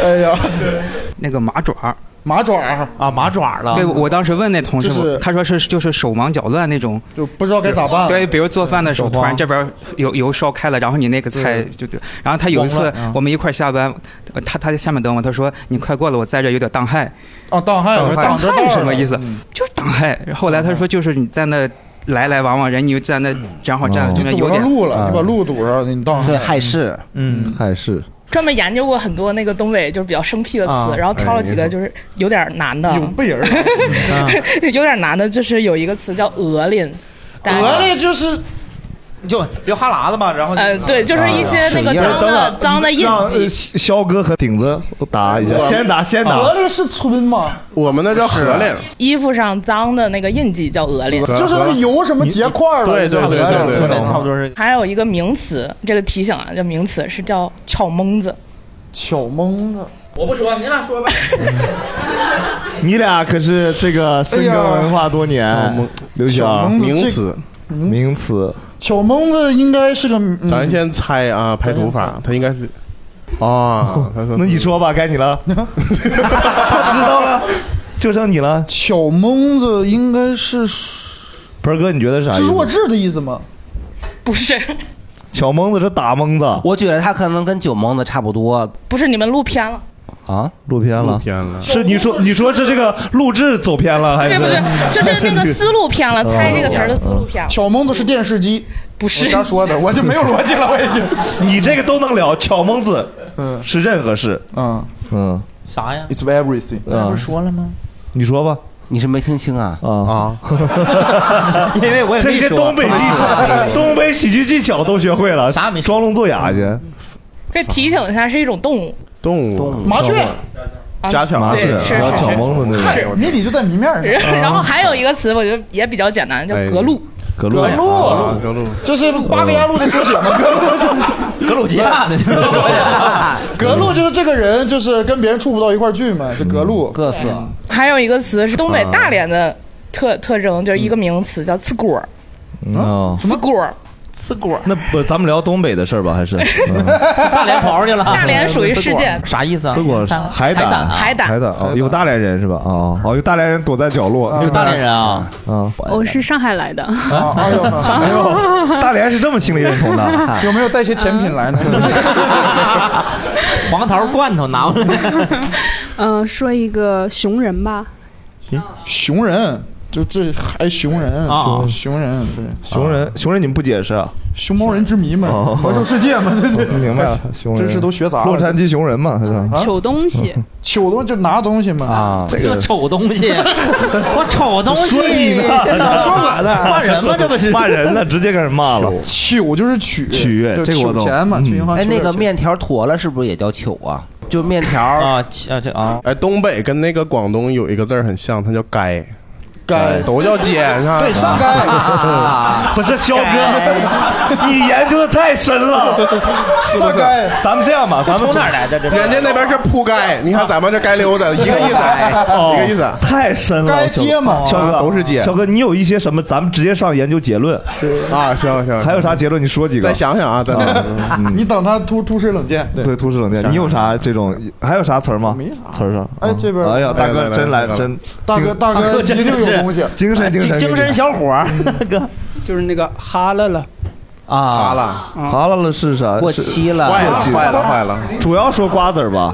[SPEAKER 3] 哎呀，
[SPEAKER 7] 那个麻爪儿。
[SPEAKER 3] 麻爪儿
[SPEAKER 4] 啊，麻爪儿了
[SPEAKER 7] 对，我当时问那同事，
[SPEAKER 3] 就是
[SPEAKER 7] 他说是就是手忙脚乱那种，
[SPEAKER 3] 就不知道该咋办了
[SPEAKER 7] 对，比如做饭的时候，
[SPEAKER 3] 手
[SPEAKER 7] 突
[SPEAKER 3] 慌
[SPEAKER 7] 然这边油油烧开了，然后你那个菜就就，然后他有一
[SPEAKER 3] 慌
[SPEAKER 7] 次
[SPEAKER 3] 乱啊
[SPEAKER 7] 我们一块儿下班，呃他他在下面等我，他说你快过来，我在这有点当害。
[SPEAKER 3] 哦，当害
[SPEAKER 7] 我说
[SPEAKER 3] 挡
[SPEAKER 7] 当
[SPEAKER 3] 着道
[SPEAKER 7] 害
[SPEAKER 3] 儿嗯
[SPEAKER 7] 什么
[SPEAKER 3] 了
[SPEAKER 7] 意思？就是当害。后来他说就是你在那来来往往，人你就在那正好站在那
[SPEAKER 3] 嗯堵
[SPEAKER 7] 嗯有
[SPEAKER 3] 上
[SPEAKER 7] 点
[SPEAKER 3] 路了，你把路堵上，你当
[SPEAKER 7] 所以害
[SPEAKER 3] 事，
[SPEAKER 4] 嗯，
[SPEAKER 1] 害事。
[SPEAKER 19] 专门研究过很多那个东北就是比较生僻的词，
[SPEAKER 1] 啊
[SPEAKER 19] 然后挑了几
[SPEAKER 1] 哎
[SPEAKER 19] 个
[SPEAKER 1] 你
[SPEAKER 19] 就是有点难的，有
[SPEAKER 3] 备而
[SPEAKER 19] 有点难的，就是有一个词叫鹅林，
[SPEAKER 4] 鹅
[SPEAKER 3] 林就是
[SPEAKER 4] 就流哈喇子嘛，然后
[SPEAKER 19] 呃对就是
[SPEAKER 1] 啊
[SPEAKER 19] 一些那个脏的脏的印记
[SPEAKER 1] 让呃肖哥和顶子打一下，先打先
[SPEAKER 4] 啊
[SPEAKER 1] 打。
[SPEAKER 3] 河里是村吗？
[SPEAKER 5] 我们那叫河 里，
[SPEAKER 19] 衣服上脏的那个印记叫鹅林，
[SPEAKER 3] 就是那个油什么结块儿了，
[SPEAKER 5] 对对对对对，
[SPEAKER 4] 差不多是
[SPEAKER 19] 还有一个名词，这个提醒啊，叫名词是叫巧蒙子。
[SPEAKER 3] 巧蒙子，
[SPEAKER 4] 我不说，你俩说 吧。
[SPEAKER 1] 你俩可是这
[SPEAKER 4] 哎
[SPEAKER 1] 个深耕文化多年，刘
[SPEAKER 5] 小
[SPEAKER 1] 晓
[SPEAKER 5] 蒙名词，
[SPEAKER 1] 名词，
[SPEAKER 3] 巧蒙子应该是个，嗯
[SPEAKER 5] 咱先猜啊，排除法，它应该是啊， 他说
[SPEAKER 1] 那你说吧，该你了。他知道了，就剩你了。
[SPEAKER 3] 巧蒙子应该是
[SPEAKER 1] 盆儿哥，你觉得是啥意
[SPEAKER 3] 是弱
[SPEAKER 1] 思？
[SPEAKER 3] 智的意思吗？
[SPEAKER 19] 不是，
[SPEAKER 1] 巧蒙子是打蒙子，
[SPEAKER 2] 我觉得他可能跟酒蒙子差不多
[SPEAKER 19] 不是你们录偏了，
[SPEAKER 2] 啊，
[SPEAKER 1] 录偏了，
[SPEAKER 5] 偏了
[SPEAKER 1] 是你说你说是这个录制走偏了还
[SPEAKER 19] 不
[SPEAKER 1] 是？
[SPEAKER 19] 是不是，就是 那个思路偏了，
[SPEAKER 1] 哦
[SPEAKER 19] 猜这个词儿的思路偏了。
[SPEAKER 3] 巧蒙子是电视机，
[SPEAKER 19] 不是
[SPEAKER 3] 我瞎说的，我就没有逻辑了，我已经。
[SPEAKER 1] 你这个都能聊，巧蒙子，嗯，是任何事，
[SPEAKER 3] 嗯
[SPEAKER 1] 嗯，
[SPEAKER 4] 啥呀
[SPEAKER 3] ？It's everything，
[SPEAKER 1] 嗯
[SPEAKER 4] 说了吗？
[SPEAKER 1] 你说吧，
[SPEAKER 2] 你是没听清啊
[SPEAKER 1] 啊
[SPEAKER 4] 啊！因为我也
[SPEAKER 1] 这
[SPEAKER 4] 没
[SPEAKER 1] 些
[SPEAKER 4] 说
[SPEAKER 1] 东北技
[SPEAKER 4] 啊
[SPEAKER 1] 巧，东北喜剧技巧都学会了，啥没装聋作哑去？
[SPEAKER 19] 可以提醒一下，是一种动物。
[SPEAKER 5] 动物
[SPEAKER 3] 麻雀
[SPEAKER 19] 啊
[SPEAKER 5] 加强
[SPEAKER 19] 麻雀
[SPEAKER 5] 对是
[SPEAKER 1] 然后
[SPEAKER 5] 是
[SPEAKER 1] 巧
[SPEAKER 5] 是
[SPEAKER 1] 蒙子那
[SPEAKER 3] 嗨
[SPEAKER 1] 个，
[SPEAKER 3] 谜底就在谜面上。
[SPEAKER 19] 然后还有一个词，我觉得也比较简单，叫格路。
[SPEAKER 18] 哎
[SPEAKER 1] 格
[SPEAKER 3] 格
[SPEAKER 5] 啊
[SPEAKER 3] 路，
[SPEAKER 5] 格路，
[SPEAKER 3] 这是八个鸭路的缩写吗？格路，
[SPEAKER 4] 格鲁吉亚的，
[SPEAKER 3] 格路就是这个人，就是跟别人处不到一块儿去
[SPEAKER 1] 嗯
[SPEAKER 3] 嘛，就格路，
[SPEAKER 2] 各色。
[SPEAKER 19] 还有一个词是东北大连的特特征，就是一个名词叫刺果儿，
[SPEAKER 1] 嗯，
[SPEAKER 19] 刺果儿，
[SPEAKER 4] 刺果儿。
[SPEAKER 1] 那不，咱们聊东北的事儿吧，还 是？
[SPEAKER 4] 大连跑去了，
[SPEAKER 19] 大连属于世界
[SPEAKER 4] 啥意思啊？
[SPEAKER 1] 丝果海
[SPEAKER 4] 胆
[SPEAKER 1] 胆，
[SPEAKER 4] 啊，
[SPEAKER 19] 海胆
[SPEAKER 1] 海胆哦，有大连人是吧？啊哦，哦有大连人躲在角落，
[SPEAKER 4] 有大连 人啊，
[SPEAKER 1] 啊，
[SPEAKER 14] 我是上海来的，
[SPEAKER 1] 哎呦，大连是这么心理认同的，
[SPEAKER 3] 有没有带些甜品来呢？
[SPEAKER 1] 嗯
[SPEAKER 4] 黄桃罐头拿过 来。
[SPEAKER 14] 嗯、说一个熊人吧，
[SPEAKER 3] 熊人，就这还熊人
[SPEAKER 1] 啊
[SPEAKER 3] 熊人，对，
[SPEAKER 1] 熊人，熊人你们不解释啊？哦
[SPEAKER 3] 熊猫人之谜嘛，魔兽世界嘛，这这
[SPEAKER 1] 明白了，熊人
[SPEAKER 3] 知识都学杂了。
[SPEAKER 1] 洛杉矶熊人嘛，是吧？
[SPEAKER 3] 糗
[SPEAKER 22] 东西，
[SPEAKER 3] 啊糗东西就拿东西嘛。
[SPEAKER 1] 啊这个
[SPEAKER 4] 丑东 西， 我丑东西，
[SPEAKER 3] 说你呢说我呢
[SPEAKER 4] 骂人吗？这不是
[SPEAKER 1] 骂人呢，直接给人骂了。
[SPEAKER 3] 糗就是取
[SPEAKER 1] 取悦，
[SPEAKER 3] 就
[SPEAKER 1] 这个我懂。嗯
[SPEAKER 3] 取钱嘛去银行
[SPEAKER 2] 哎，
[SPEAKER 3] 取
[SPEAKER 2] 那
[SPEAKER 3] 点
[SPEAKER 2] 个
[SPEAKER 3] 钱
[SPEAKER 2] 面条坨了是不是也叫糗啊？就面条
[SPEAKER 4] 啊啊这啊！
[SPEAKER 5] 哎，东北跟那个广东有一个字儿很像，它叫“街”，
[SPEAKER 3] 街
[SPEAKER 5] 都叫街上。
[SPEAKER 3] 对上街
[SPEAKER 5] 啊
[SPEAKER 1] 不是肖哥， 你研究的太深了。是不
[SPEAKER 5] 上
[SPEAKER 1] 是
[SPEAKER 5] 街，
[SPEAKER 1] 咱们这样吧，咱们
[SPEAKER 5] 人家那边是铺盖，你看咱们这街溜达，一个意思，
[SPEAKER 1] 哦
[SPEAKER 5] 一个意思。
[SPEAKER 1] 太深了，
[SPEAKER 5] 该接嘛
[SPEAKER 1] 肖哥
[SPEAKER 5] 啊都是接
[SPEAKER 1] 肖哥，你有一些什么？咱们直接上研究结论
[SPEAKER 5] 啊！行行，
[SPEAKER 1] 还有啥结论？你说几个？
[SPEAKER 5] 再想想啊，再
[SPEAKER 3] 你等他突突施冷箭，
[SPEAKER 1] 嗯对，突施冷箭。
[SPEAKER 3] 想
[SPEAKER 1] 你有啥这种？还有啥词儿吗？没啥词儿上。
[SPEAKER 3] 哎，这边
[SPEAKER 1] 哎呀，大哥真来真，
[SPEAKER 3] 大哥大 哥一定有东西，
[SPEAKER 1] 精
[SPEAKER 20] 哎
[SPEAKER 1] 神精神精神
[SPEAKER 4] 小伙儿，
[SPEAKER 20] 就是那个哈了嗯了，
[SPEAKER 1] 啊，
[SPEAKER 20] 哈了
[SPEAKER 1] 哈了了是啥？
[SPEAKER 20] 过
[SPEAKER 1] 是
[SPEAKER 20] 期了坏了
[SPEAKER 1] 过期
[SPEAKER 20] 坏了坏了
[SPEAKER 1] 主要说瓜子儿吧，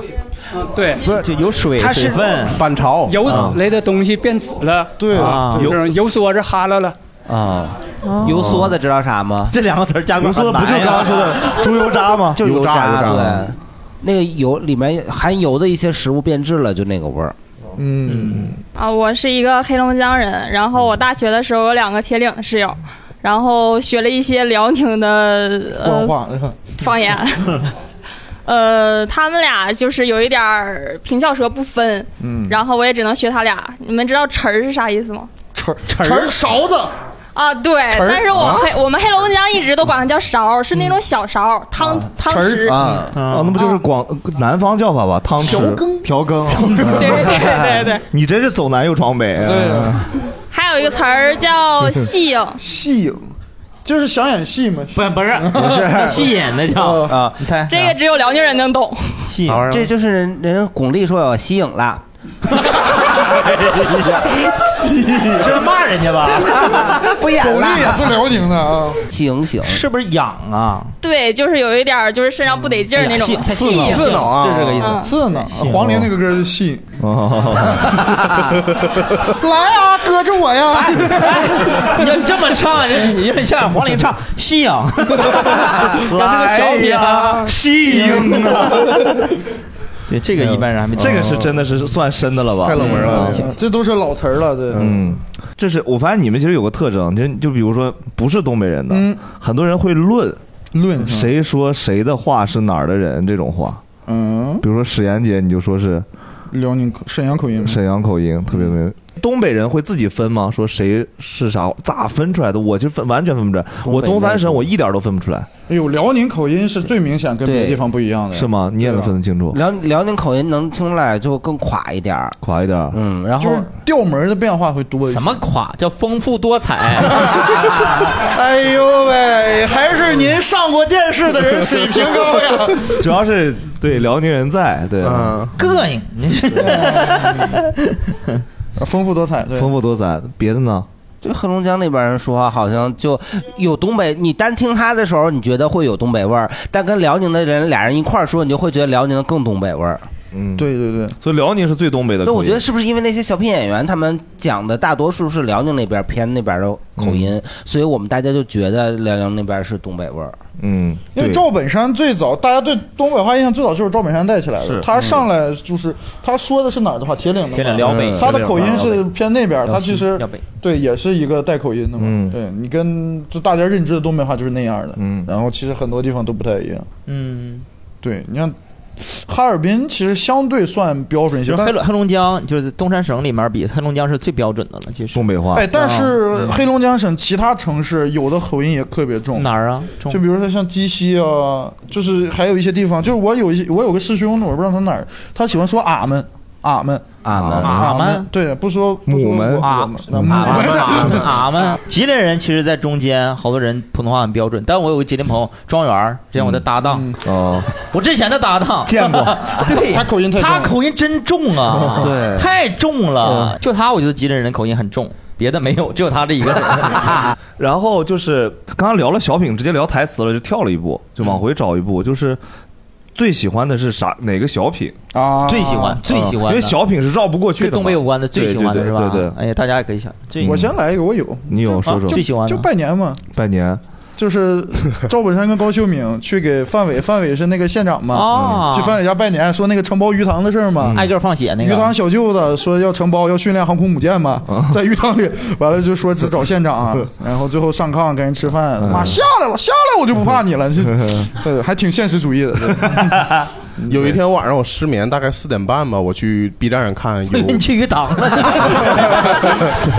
[SPEAKER 20] 对，
[SPEAKER 1] 不是就有水
[SPEAKER 20] 它是水啊分
[SPEAKER 5] 反潮
[SPEAKER 20] 由此类的东西变紫了，
[SPEAKER 3] 对
[SPEAKER 20] 啊，
[SPEAKER 2] 有
[SPEAKER 20] 有有说是哈了了，
[SPEAKER 2] 啊，油梭
[SPEAKER 1] 哦
[SPEAKER 2] 子知道啥吗？
[SPEAKER 4] 这两个词儿加
[SPEAKER 2] 油梭子不
[SPEAKER 20] 啊
[SPEAKER 2] 就刚刚说的
[SPEAKER 1] 猪油渣吗？
[SPEAKER 2] 就是油
[SPEAKER 1] 油
[SPEAKER 2] 渣，
[SPEAKER 1] 渣油渣
[SPEAKER 2] 对，那个油里面含油的一些食物变质了，就那个 味儿。
[SPEAKER 3] 嗯，
[SPEAKER 13] 啊，我是一个黑龙江人，然后我大学的时候有两个铁岭的室友，然后学了一些辽宁的
[SPEAKER 3] 官
[SPEAKER 13] 呃
[SPEAKER 3] 话。
[SPEAKER 13] 方言，呃，他们俩就是有一点儿平翘舌不分，
[SPEAKER 3] 嗯
[SPEAKER 13] 然后我也只能学他俩。你们知道“词儿”是啥意思吗？
[SPEAKER 3] 匙匙勺子，
[SPEAKER 13] 啊，对，
[SPEAKER 3] 匙儿
[SPEAKER 13] 但是我
[SPEAKER 3] 啊嗯
[SPEAKER 13] 黑、我们黑龙江一直都管它叫勺，是那种小勺、汤汤匙
[SPEAKER 1] 啊
[SPEAKER 4] 嗯
[SPEAKER 1] 啊，那不就是广南方叫法吧？汤匙调
[SPEAKER 13] 调
[SPEAKER 1] 羹，嗯
[SPEAKER 13] 对对对对对，
[SPEAKER 1] 你真是走南又闯北啊！
[SPEAKER 13] 还有一个词 儿叫戏影，
[SPEAKER 3] 嗯戏影就是想演戏嘛，
[SPEAKER 4] 不不是不是吸引那叫
[SPEAKER 1] 哦
[SPEAKER 2] 啊，
[SPEAKER 4] 你 猜
[SPEAKER 13] 这个只有辽宁人能懂。
[SPEAKER 4] 吸
[SPEAKER 2] 引，这就是人人巩俐说我吸引 了，
[SPEAKER 4] 吸引是骂人家 吧？
[SPEAKER 2] 不演了。
[SPEAKER 3] 宁的啊，
[SPEAKER 2] 行行，
[SPEAKER 4] 是不是痒啊？
[SPEAKER 13] 对，就是有一点儿就是身上不得劲儿那种。
[SPEAKER 3] 刺
[SPEAKER 13] 影，
[SPEAKER 3] 哎刺挠啊，
[SPEAKER 4] 这是个意思
[SPEAKER 13] 嗯
[SPEAKER 3] 刺挠，黄龄那个歌是戏影。
[SPEAKER 1] 啊
[SPEAKER 3] 来啊，搁着 我呀！
[SPEAKER 4] 你要这么唱，这有点像黄龄唱《夕 阳》，要是个小品啊，《
[SPEAKER 1] 夕阳》啊。
[SPEAKER 4] 对，这个一般人还没，哦
[SPEAKER 1] 这个是真的是算深的了吧？
[SPEAKER 4] 太冷门了
[SPEAKER 1] 嗯
[SPEAKER 3] 这都是老词儿了，对。
[SPEAKER 1] 嗯，这是我发现你们其实有个特征，就就比如说不是东北人的，很多人会论
[SPEAKER 3] 论
[SPEAKER 1] 谁说谁的话是哪儿的人这种话。
[SPEAKER 3] 嗯，
[SPEAKER 1] 比如说史岩姐，你就说是
[SPEAKER 3] 辽宁沈阳口音，
[SPEAKER 1] 沈阳口音特别没。东北人会自己分吗？说谁是啥？咋分出来的？我就分完全分不出来。我东三省我一点都分不出来，
[SPEAKER 3] 哎呦，辽宁口音是最明显跟别的地方不一样的，啊
[SPEAKER 1] 是？吗？你也能分得清楚？
[SPEAKER 2] 辽辽宁口音能听出来，就更垮一点儿，
[SPEAKER 1] 垮一点儿。
[SPEAKER 2] 嗯，然
[SPEAKER 3] 就
[SPEAKER 2] 后
[SPEAKER 3] 是调门儿的变化会多一些。什
[SPEAKER 4] 么垮叫丰富多彩？
[SPEAKER 3] 哎呦喂，还是您上过电视的人水平高 呀！
[SPEAKER 1] 主要是 对辽宁人在，对，
[SPEAKER 3] 嗯
[SPEAKER 4] 膈应，你是
[SPEAKER 3] 丰富多彩，对，
[SPEAKER 1] 丰富多彩。别的呢？
[SPEAKER 2] 就黑龙江那边人说话，好像就有东北。你单听他的时候，你觉得会有东北味儿，但跟辽宁的人俩人一块儿说，你就会觉得辽宁的更东北味儿。
[SPEAKER 1] 嗯，
[SPEAKER 3] 对对对。
[SPEAKER 1] 所以辽宁是最东北的口
[SPEAKER 2] 那
[SPEAKER 1] 音。
[SPEAKER 2] 我觉得是不是因为那些小品演员他们讲的大多数是辽宁那边偏那边的口音，所以我们大家就觉得辽宁那边是东北味儿。
[SPEAKER 1] 嗯，
[SPEAKER 3] 因为赵本山最早，大家对东北话印象最早就是赵本山带起来
[SPEAKER 2] 是
[SPEAKER 3] 的。他上来就是他说的是哪儿的话，铁岭的嘛
[SPEAKER 4] 铁岭辽北
[SPEAKER 3] 他的口音
[SPEAKER 4] 铁岭
[SPEAKER 3] 是偏那边儿，
[SPEAKER 4] 辽西
[SPEAKER 3] 他其实
[SPEAKER 4] 辽北嗯
[SPEAKER 3] 对也是一个带口音的嘛。对你跟就大家认知的东北话就是那样的，然后其实很多地方都不太一样。
[SPEAKER 4] 嗯，
[SPEAKER 3] 对你像哈尔滨，其实相对算标准一些
[SPEAKER 4] 就，是
[SPEAKER 3] 但
[SPEAKER 4] 黑龙黑龙江，就是东三省里面比黑龙江是最标准的了，其实
[SPEAKER 1] 东北话嗯
[SPEAKER 3] 哎，但
[SPEAKER 4] 啊
[SPEAKER 3] 是黑龙江省其他城市有的口音也特别重。
[SPEAKER 4] 嗯哪儿啊？重
[SPEAKER 3] 就比如说像鸡西啊，就是还有一些地方，就是我有一我有个师兄，我不知道他哪儿，他喜欢说俺们。俺们，
[SPEAKER 1] 啊
[SPEAKER 2] 俺
[SPEAKER 4] 们
[SPEAKER 3] 俺
[SPEAKER 4] 俺
[SPEAKER 3] 们
[SPEAKER 4] 们，
[SPEAKER 3] 对，不说不说我
[SPEAKER 4] 们
[SPEAKER 3] 我
[SPEAKER 4] 啊
[SPEAKER 3] 们，
[SPEAKER 4] 俺
[SPEAKER 3] 那
[SPEAKER 4] 们
[SPEAKER 3] 我
[SPEAKER 4] 俺们俺们，啊吉林人其实，在中间好多人普通话很标准，但我有个吉林朋友庄园儿，之前我的搭档
[SPEAKER 3] 嗯
[SPEAKER 1] 哦，
[SPEAKER 4] 我 之前的搭 档
[SPEAKER 1] 见过哦
[SPEAKER 4] 对
[SPEAKER 3] 他口音太 重
[SPEAKER 4] 他口音真重啊，
[SPEAKER 3] 对
[SPEAKER 4] 太重了，就他我觉得吉林人口音很重，别的没有，只有他这一个人。
[SPEAKER 1] 然后就是刚刚聊了小品，直接聊台词了，就跳了一
[SPEAKER 3] 嗯
[SPEAKER 1] 步，就往回找一步，就是最喜欢的是啥哪个小品
[SPEAKER 3] 啊
[SPEAKER 4] 最喜欢最喜欢的
[SPEAKER 1] 因为小品是绕不过去的嘛，
[SPEAKER 4] 跟东北有关的最喜欢的
[SPEAKER 1] 对
[SPEAKER 4] 是
[SPEAKER 1] 对
[SPEAKER 4] 吧？
[SPEAKER 1] 对对，
[SPEAKER 4] 哎呀，大家也可以想，最
[SPEAKER 3] 啊我先来一个，我有，
[SPEAKER 1] 你有说说
[SPEAKER 3] 就就拜年嘛，
[SPEAKER 1] 拜年
[SPEAKER 3] 就是赵本山跟高秀敏去给范伟，范伟是那个县长嘛，
[SPEAKER 4] 哦嗯
[SPEAKER 3] 去范伟家拜年，说那个承包鱼塘的事儿嘛，
[SPEAKER 4] 啊挨个放血那
[SPEAKER 3] 嗯鱼
[SPEAKER 4] 个啊
[SPEAKER 3] 塘小舅子说要承包，要训练航空母舰嘛，在鱼塘里，完了就说只找县长、啊 然后最后上炕跟人吃饭，
[SPEAKER 4] 嗯
[SPEAKER 3] 妈下来了，下来我就不怕你 了，这对，还挺现实主义的。
[SPEAKER 5] 有一天晚上我失眠，大概四点半吧，我去 B 站上看 有
[SPEAKER 4] 你去鱼塘了，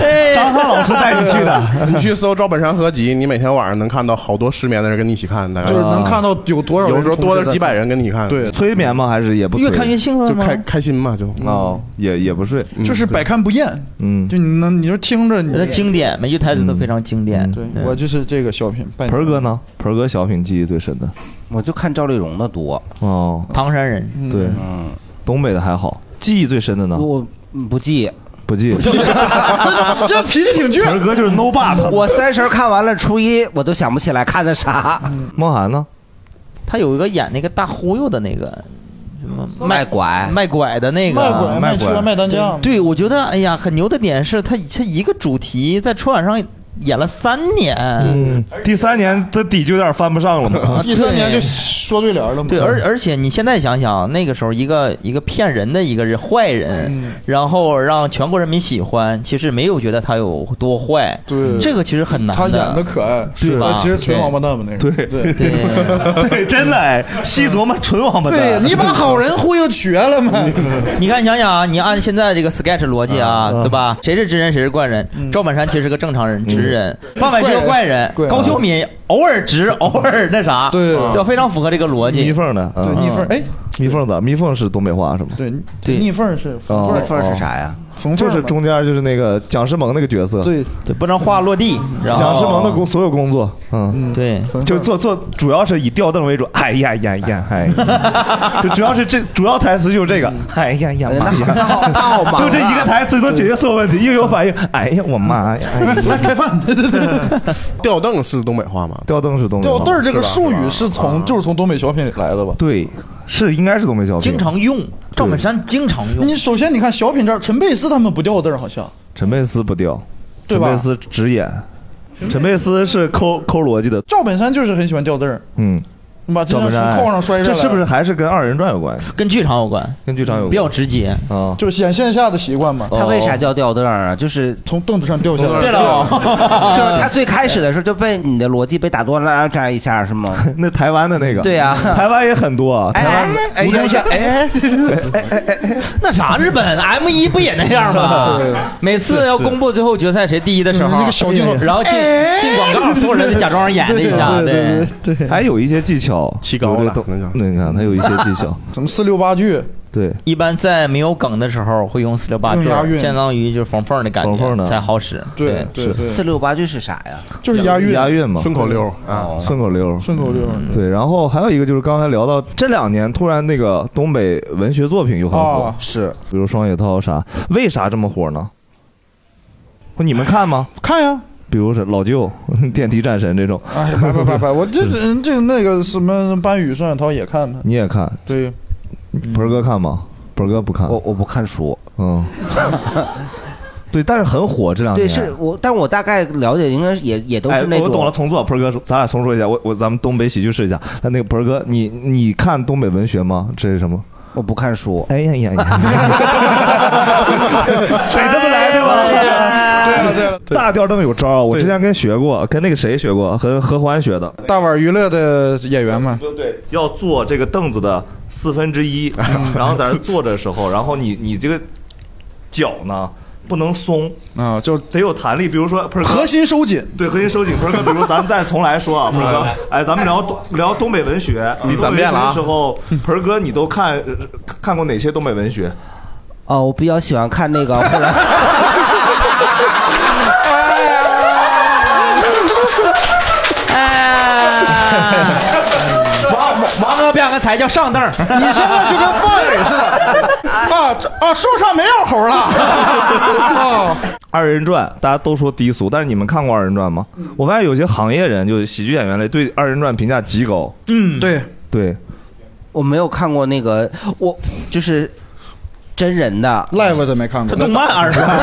[SPEAKER 4] 哎
[SPEAKER 1] 张翰老师带你去的。
[SPEAKER 5] 你去搜赵本山合集，你每天晚上能看到好多失眠的人跟你一起看，大概
[SPEAKER 1] 就是能看
[SPEAKER 3] 到有
[SPEAKER 4] 嗯
[SPEAKER 3] 多
[SPEAKER 1] 少人
[SPEAKER 5] 有时候多
[SPEAKER 1] 同时
[SPEAKER 5] 了
[SPEAKER 1] 在
[SPEAKER 5] 几百人跟你看，
[SPEAKER 1] 对催眠吗？还是也不催
[SPEAKER 5] 越看越兴奋吗就开开心嘛，就
[SPEAKER 1] 哦，也也不睡，
[SPEAKER 3] 就是百看不厌，
[SPEAKER 1] 嗯，
[SPEAKER 3] 就你能，你就听着你，嗯
[SPEAKER 4] 经典，每句台词都非常经典。对
[SPEAKER 3] 我就是这个小品。盆
[SPEAKER 1] 儿哥呢？盆儿哥小品记忆最深的，
[SPEAKER 2] 我就看赵丽蓉的多嗯
[SPEAKER 1] 哦，
[SPEAKER 4] 唐山人
[SPEAKER 1] 对，东北的还好，记忆最深的呢？
[SPEAKER 2] 我不记，
[SPEAKER 1] 不记，
[SPEAKER 3] 这脾气挺倔。
[SPEAKER 1] 盆儿哥就是 no but。
[SPEAKER 2] 我三十看完了，初一我都想不起来看的 啥。
[SPEAKER 1] 梦涵呢？
[SPEAKER 4] 他有一个演那个大忽悠的那个什么卖
[SPEAKER 2] 拐
[SPEAKER 4] 卖拐的那个啊
[SPEAKER 3] 卖拐卖车卖单价
[SPEAKER 4] 对，对我觉得哎呀，很牛的点是他他一个主题在春晚上演了三年，。
[SPEAKER 1] 嗯，第三年这底就有点翻不上了嘛
[SPEAKER 4] 第三年就
[SPEAKER 3] 说对联了嘛
[SPEAKER 4] 啊对，而而且你现在想想，那个时候一个一个骗人的一个人坏人，
[SPEAKER 3] 嗯
[SPEAKER 4] 然后让全国人民喜欢，其实没有觉得他有多坏。
[SPEAKER 3] 对
[SPEAKER 4] 嗯这个其实很难
[SPEAKER 3] 他演的可爱，
[SPEAKER 4] 对吧？
[SPEAKER 3] 其实纯王八蛋嘛，那个。对
[SPEAKER 4] 对
[SPEAKER 3] 对
[SPEAKER 1] 对，真的 哎，细琢磨纯王八蛋。
[SPEAKER 3] 对你把好人忽悠瘸 了嘛？
[SPEAKER 4] 你看，想想啊，你按现在这个 sketch 逻辑啊，对吧？谁是知人，谁是怪人？赵本山其实是个正常人，
[SPEAKER 1] 嗯
[SPEAKER 4] 直人；范伟是个怪人，
[SPEAKER 3] 嗯怪人
[SPEAKER 4] 高秀敏偶尔直，偶尔那啥，
[SPEAKER 3] 对
[SPEAKER 4] 就非常符合这个逻辑。嗯
[SPEAKER 1] 蜜凤呢？对
[SPEAKER 3] 蜜凤哎，
[SPEAKER 1] 嗯蜜凤咋？蜜凤是东北话是吗？哦
[SPEAKER 3] 对逆缝是缝缝
[SPEAKER 2] 呀？
[SPEAKER 3] 缝缝
[SPEAKER 1] 就
[SPEAKER 3] 儿
[SPEAKER 1] 是
[SPEAKER 3] 嘛
[SPEAKER 1] 中间就是那个蒋诗萌那个角色，
[SPEAKER 3] 对
[SPEAKER 4] 对，不让话落地。然后
[SPEAKER 1] 蒋诗萌的工所有工作，嗯，
[SPEAKER 4] 对，
[SPEAKER 1] 就做做主要是以吊凳为主。哎呀呀呀，哎呀， 就主要是这主要台词就是这个。哎呀呀，妈呀，
[SPEAKER 3] 好忙啊
[SPEAKER 1] 就这一个台词能解决所有问题，又有反应。哎呀，我妈呀！ 来
[SPEAKER 3] 开饭，对对对，
[SPEAKER 5] 吊凳是东北话吗？
[SPEAKER 1] 吊凳是东北话。
[SPEAKER 3] 吊凳儿这个
[SPEAKER 1] 是吧啊
[SPEAKER 3] 术语是从就是从东北小品里来的吧？
[SPEAKER 1] 对，是应该是东北小品。
[SPEAKER 3] 经常
[SPEAKER 4] 用，赵本山经常用。
[SPEAKER 3] 你首先你看小品这儿，陈佩斯他们不吊凳儿好像。
[SPEAKER 1] 陈佩斯不吊，
[SPEAKER 3] 对
[SPEAKER 1] 陈
[SPEAKER 3] 吧
[SPEAKER 1] 佩斯直演，陈佩斯是抠抠逻辑的。
[SPEAKER 3] 赵本山就是很喜欢吊凳儿，
[SPEAKER 1] 嗯，
[SPEAKER 3] 把这
[SPEAKER 1] 赵
[SPEAKER 3] 从
[SPEAKER 1] 本山
[SPEAKER 3] 扣上摔下
[SPEAKER 1] 这
[SPEAKER 3] 来，
[SPEAKER 1] 是不是还是跟二人转有关系？
[SPEAKER 4] 跟剧场有关，
[SPEAKER 1] 跟剧场有关，
[SPEAKER 4] 比较直接
[SPEAKER 1] 啊。
[SPEAKER 3] 就是显线下的习惯嘛？哦
[SPEAKER 2] 他为啥
[SPEAKER 4] 哦
[SPEAKER 2] 叫吊凳儿啊？就是
[SPEAKER 3] 从凳子上掉下来。
[SPEAKER 2] 对了，就是他最开始的时候就被你的逻辑被打断了，然后这样一下是吗？
[SPEAKER 1] 那台湾的那个
[SPEAKER 2] 对呀，
[SPEAKER 1] 台湾也很多，啊台湾
[SPEAKER 2] 哎
[SPEAKER 1] 吴宗宪，
[SPEAKER 4] 哎那啥，日本 M 一不也那样吗
[SPEAKER 1] 对？
[SPEAKER 4] 每次要公布最后决赛谁第一的时候，
[SPEAKER 1] 嗯那个小镜头
[SPEAKER 4] 然后进
[SPEAKER 2] 哎
[SPEAKER 4] 进广告，所有人得假装演了一下，对。
[SPEAKER 3] 对对，
[SPEAKER 1] 还有一些技巧，起高了，那你看他有一些技 巧，
[SPEAKER 3] 什么四六八
[SPEAKER 1] 啊
[SPEAKER 3] 句，
[SPEAKER 1] 对，
[SPEAKER 4] 一般在没有梗的时候会用四六八句
[SPEAKER 3] 用押，韵
[SPEAKER 4] 相当于就是缝缝的感
[SPEAKER 1] 缝缝
[SPEAKER 4] 觉
[SPEAKER 1] 的
[SPEAKER 4] 才好使。
[SPEAKER 3] 对对对
[SPEAKER 2] 四六八句是啥呀？
[SPEAKER 3] 就是押韵
[SPEAKER 1] 押韵嘛，
[SPEAKER 3] 顺口溜
[SPEAKER 1] 啊，顺口溜，
[SPEAKER 3] 顺口溜嗯
[SPEAKER 1] 对，然后还有一个就是刚才聊到这两年突然那个东北文学作品又很火
[SPEAKER 3] 哦，
[SPEAKER 1] 是，比如双雪涛啥，为啥这么火呢？不你们看吗？
[SPEAKER 3] 看呀。
[SPEAKER 1] 比如是老舅、 电梯战神这种，
[SPEAKER 3] 哎，不不不不，我 这这这那个什么班宇、宋雪涛也看吗？
[SPEAKER 1] 你也看？
[SPEAKER 3] 对，
[SPEAKER 1] 盆儿哥看吗？盆儿哥不看，我
[SPEAKER 2] 我不看书，
[SPEAKER 1] 嗯，对，但是很火这两
[SPEAKER 2] 对，
[SPEAKER 1] 年，
[SPEAKER 2] 是我，但我大概了解，应该也也都
[SPEAKER 1] 哎，
[SPEAKER 2] 是那
[SPEAKER 1] 我懂 了，
[SPEAKER 2] 种。
[SPEAKER 1] 重做。盆儿哥说，咱俩重说一下，我我咱们东北喜剧试一下。那那个盆儿哥，你你看东北文学吗？这是什么？
[SPEAKER 2] 我不看书。
[SPEAKER 1] 哎呀呀呀！
[SPEAKER 21] 水这么来的
[SPEAKER 2] 哎
[SPEAKER 21] 吗？对 了对了，
[SPEAKER 1] 大吊灯有招儿，啊我之前跟学过，跟那个谁学过，和何欢学的。
[SPEAKER 3] 大碗娱乐的演员嘛，
[SPEAKER 1] 对，要坐这个凳子的四分之一，嗯 然后在这坐着的时候，然后你你这个脚呢不能松
[SPEAKER 3] 啊，就
[SPEAKER 1] 得有弹力。比如说，不是
[SPEAKER 3] 核心收紧，嗯
[SPEAKER 1] 对，核心收紧。不是哥，比如咱们再重来说啊，盆儿哥，哎，咱们聊东聊东北文学，
[SPEAKER 5] 第三遍了啊
[SPEAKER 1] 的时候，盆儿哥，你都看看过哪些东北文学？
[SPEAKER 2] 哦，我比较喜欢看那个后来。
[SPEAKER 4] 哎 王王哥变个才叫上凳儿，
[SPEAKER 3] 你现在就跟范伟似的啊这啊，树上没有猴了。哦，
[SPEAKER 1] 二人转大家都说低俗，但是你们看过二人转吗？
[SPEAKER 3] 嗯
[SPEAKER 1] 我发现有些行业人，就是喜剧演员类，对二人转评价极高。
[SPEAKER 3] 嗯，对
[SPEAKER 1] 对，
[SPEAKER 2] 我没有看过那个，我就是真人的
[SPEAKER 3] live 的没看过，
[SPEAKER 2] 他动漫二十万，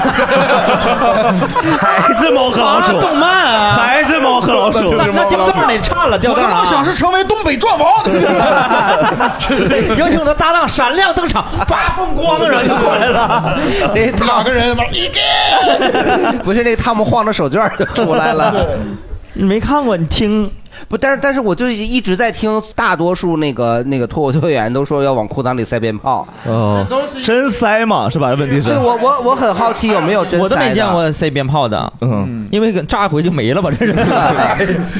[SPEAKER 1] 还是猫和老鼠，
[SPEAKER 21] 动漫啊，
[SPEAKER 1] 还是猫和老鼠，
[SPEAKER 21] 那那吊带儿得差了，吊带儿啊
[SPEAKER 3] 我的梦想是成为东北壮 王。
[SPEAKER 21] 有请我的搭档闪亮登场，发放光的人就过来 了，
[SPEAKER 3] 两个人往一
[SPEAKER 2] 不是那个他们晃着手绢儿就出来了。
[SPEAKER 21] 你没看过，你听
[SPEAKER 2] 不？但是但是我就一直在听，大多数那个那个脱口秀演员都说要往裤裆里塞鞭炮。
[SPEAKER 1] 哦，真塞嘛是吧？问题是，
[SPEAKER 2] 对我我我很好奇有没有真塞的
[SPEAKER 4] 我都没见过塞鞭炮的，
[SPEAKER 1] 嗯，
[SPEAKER 4] 因为炸一回就没了吧，这是。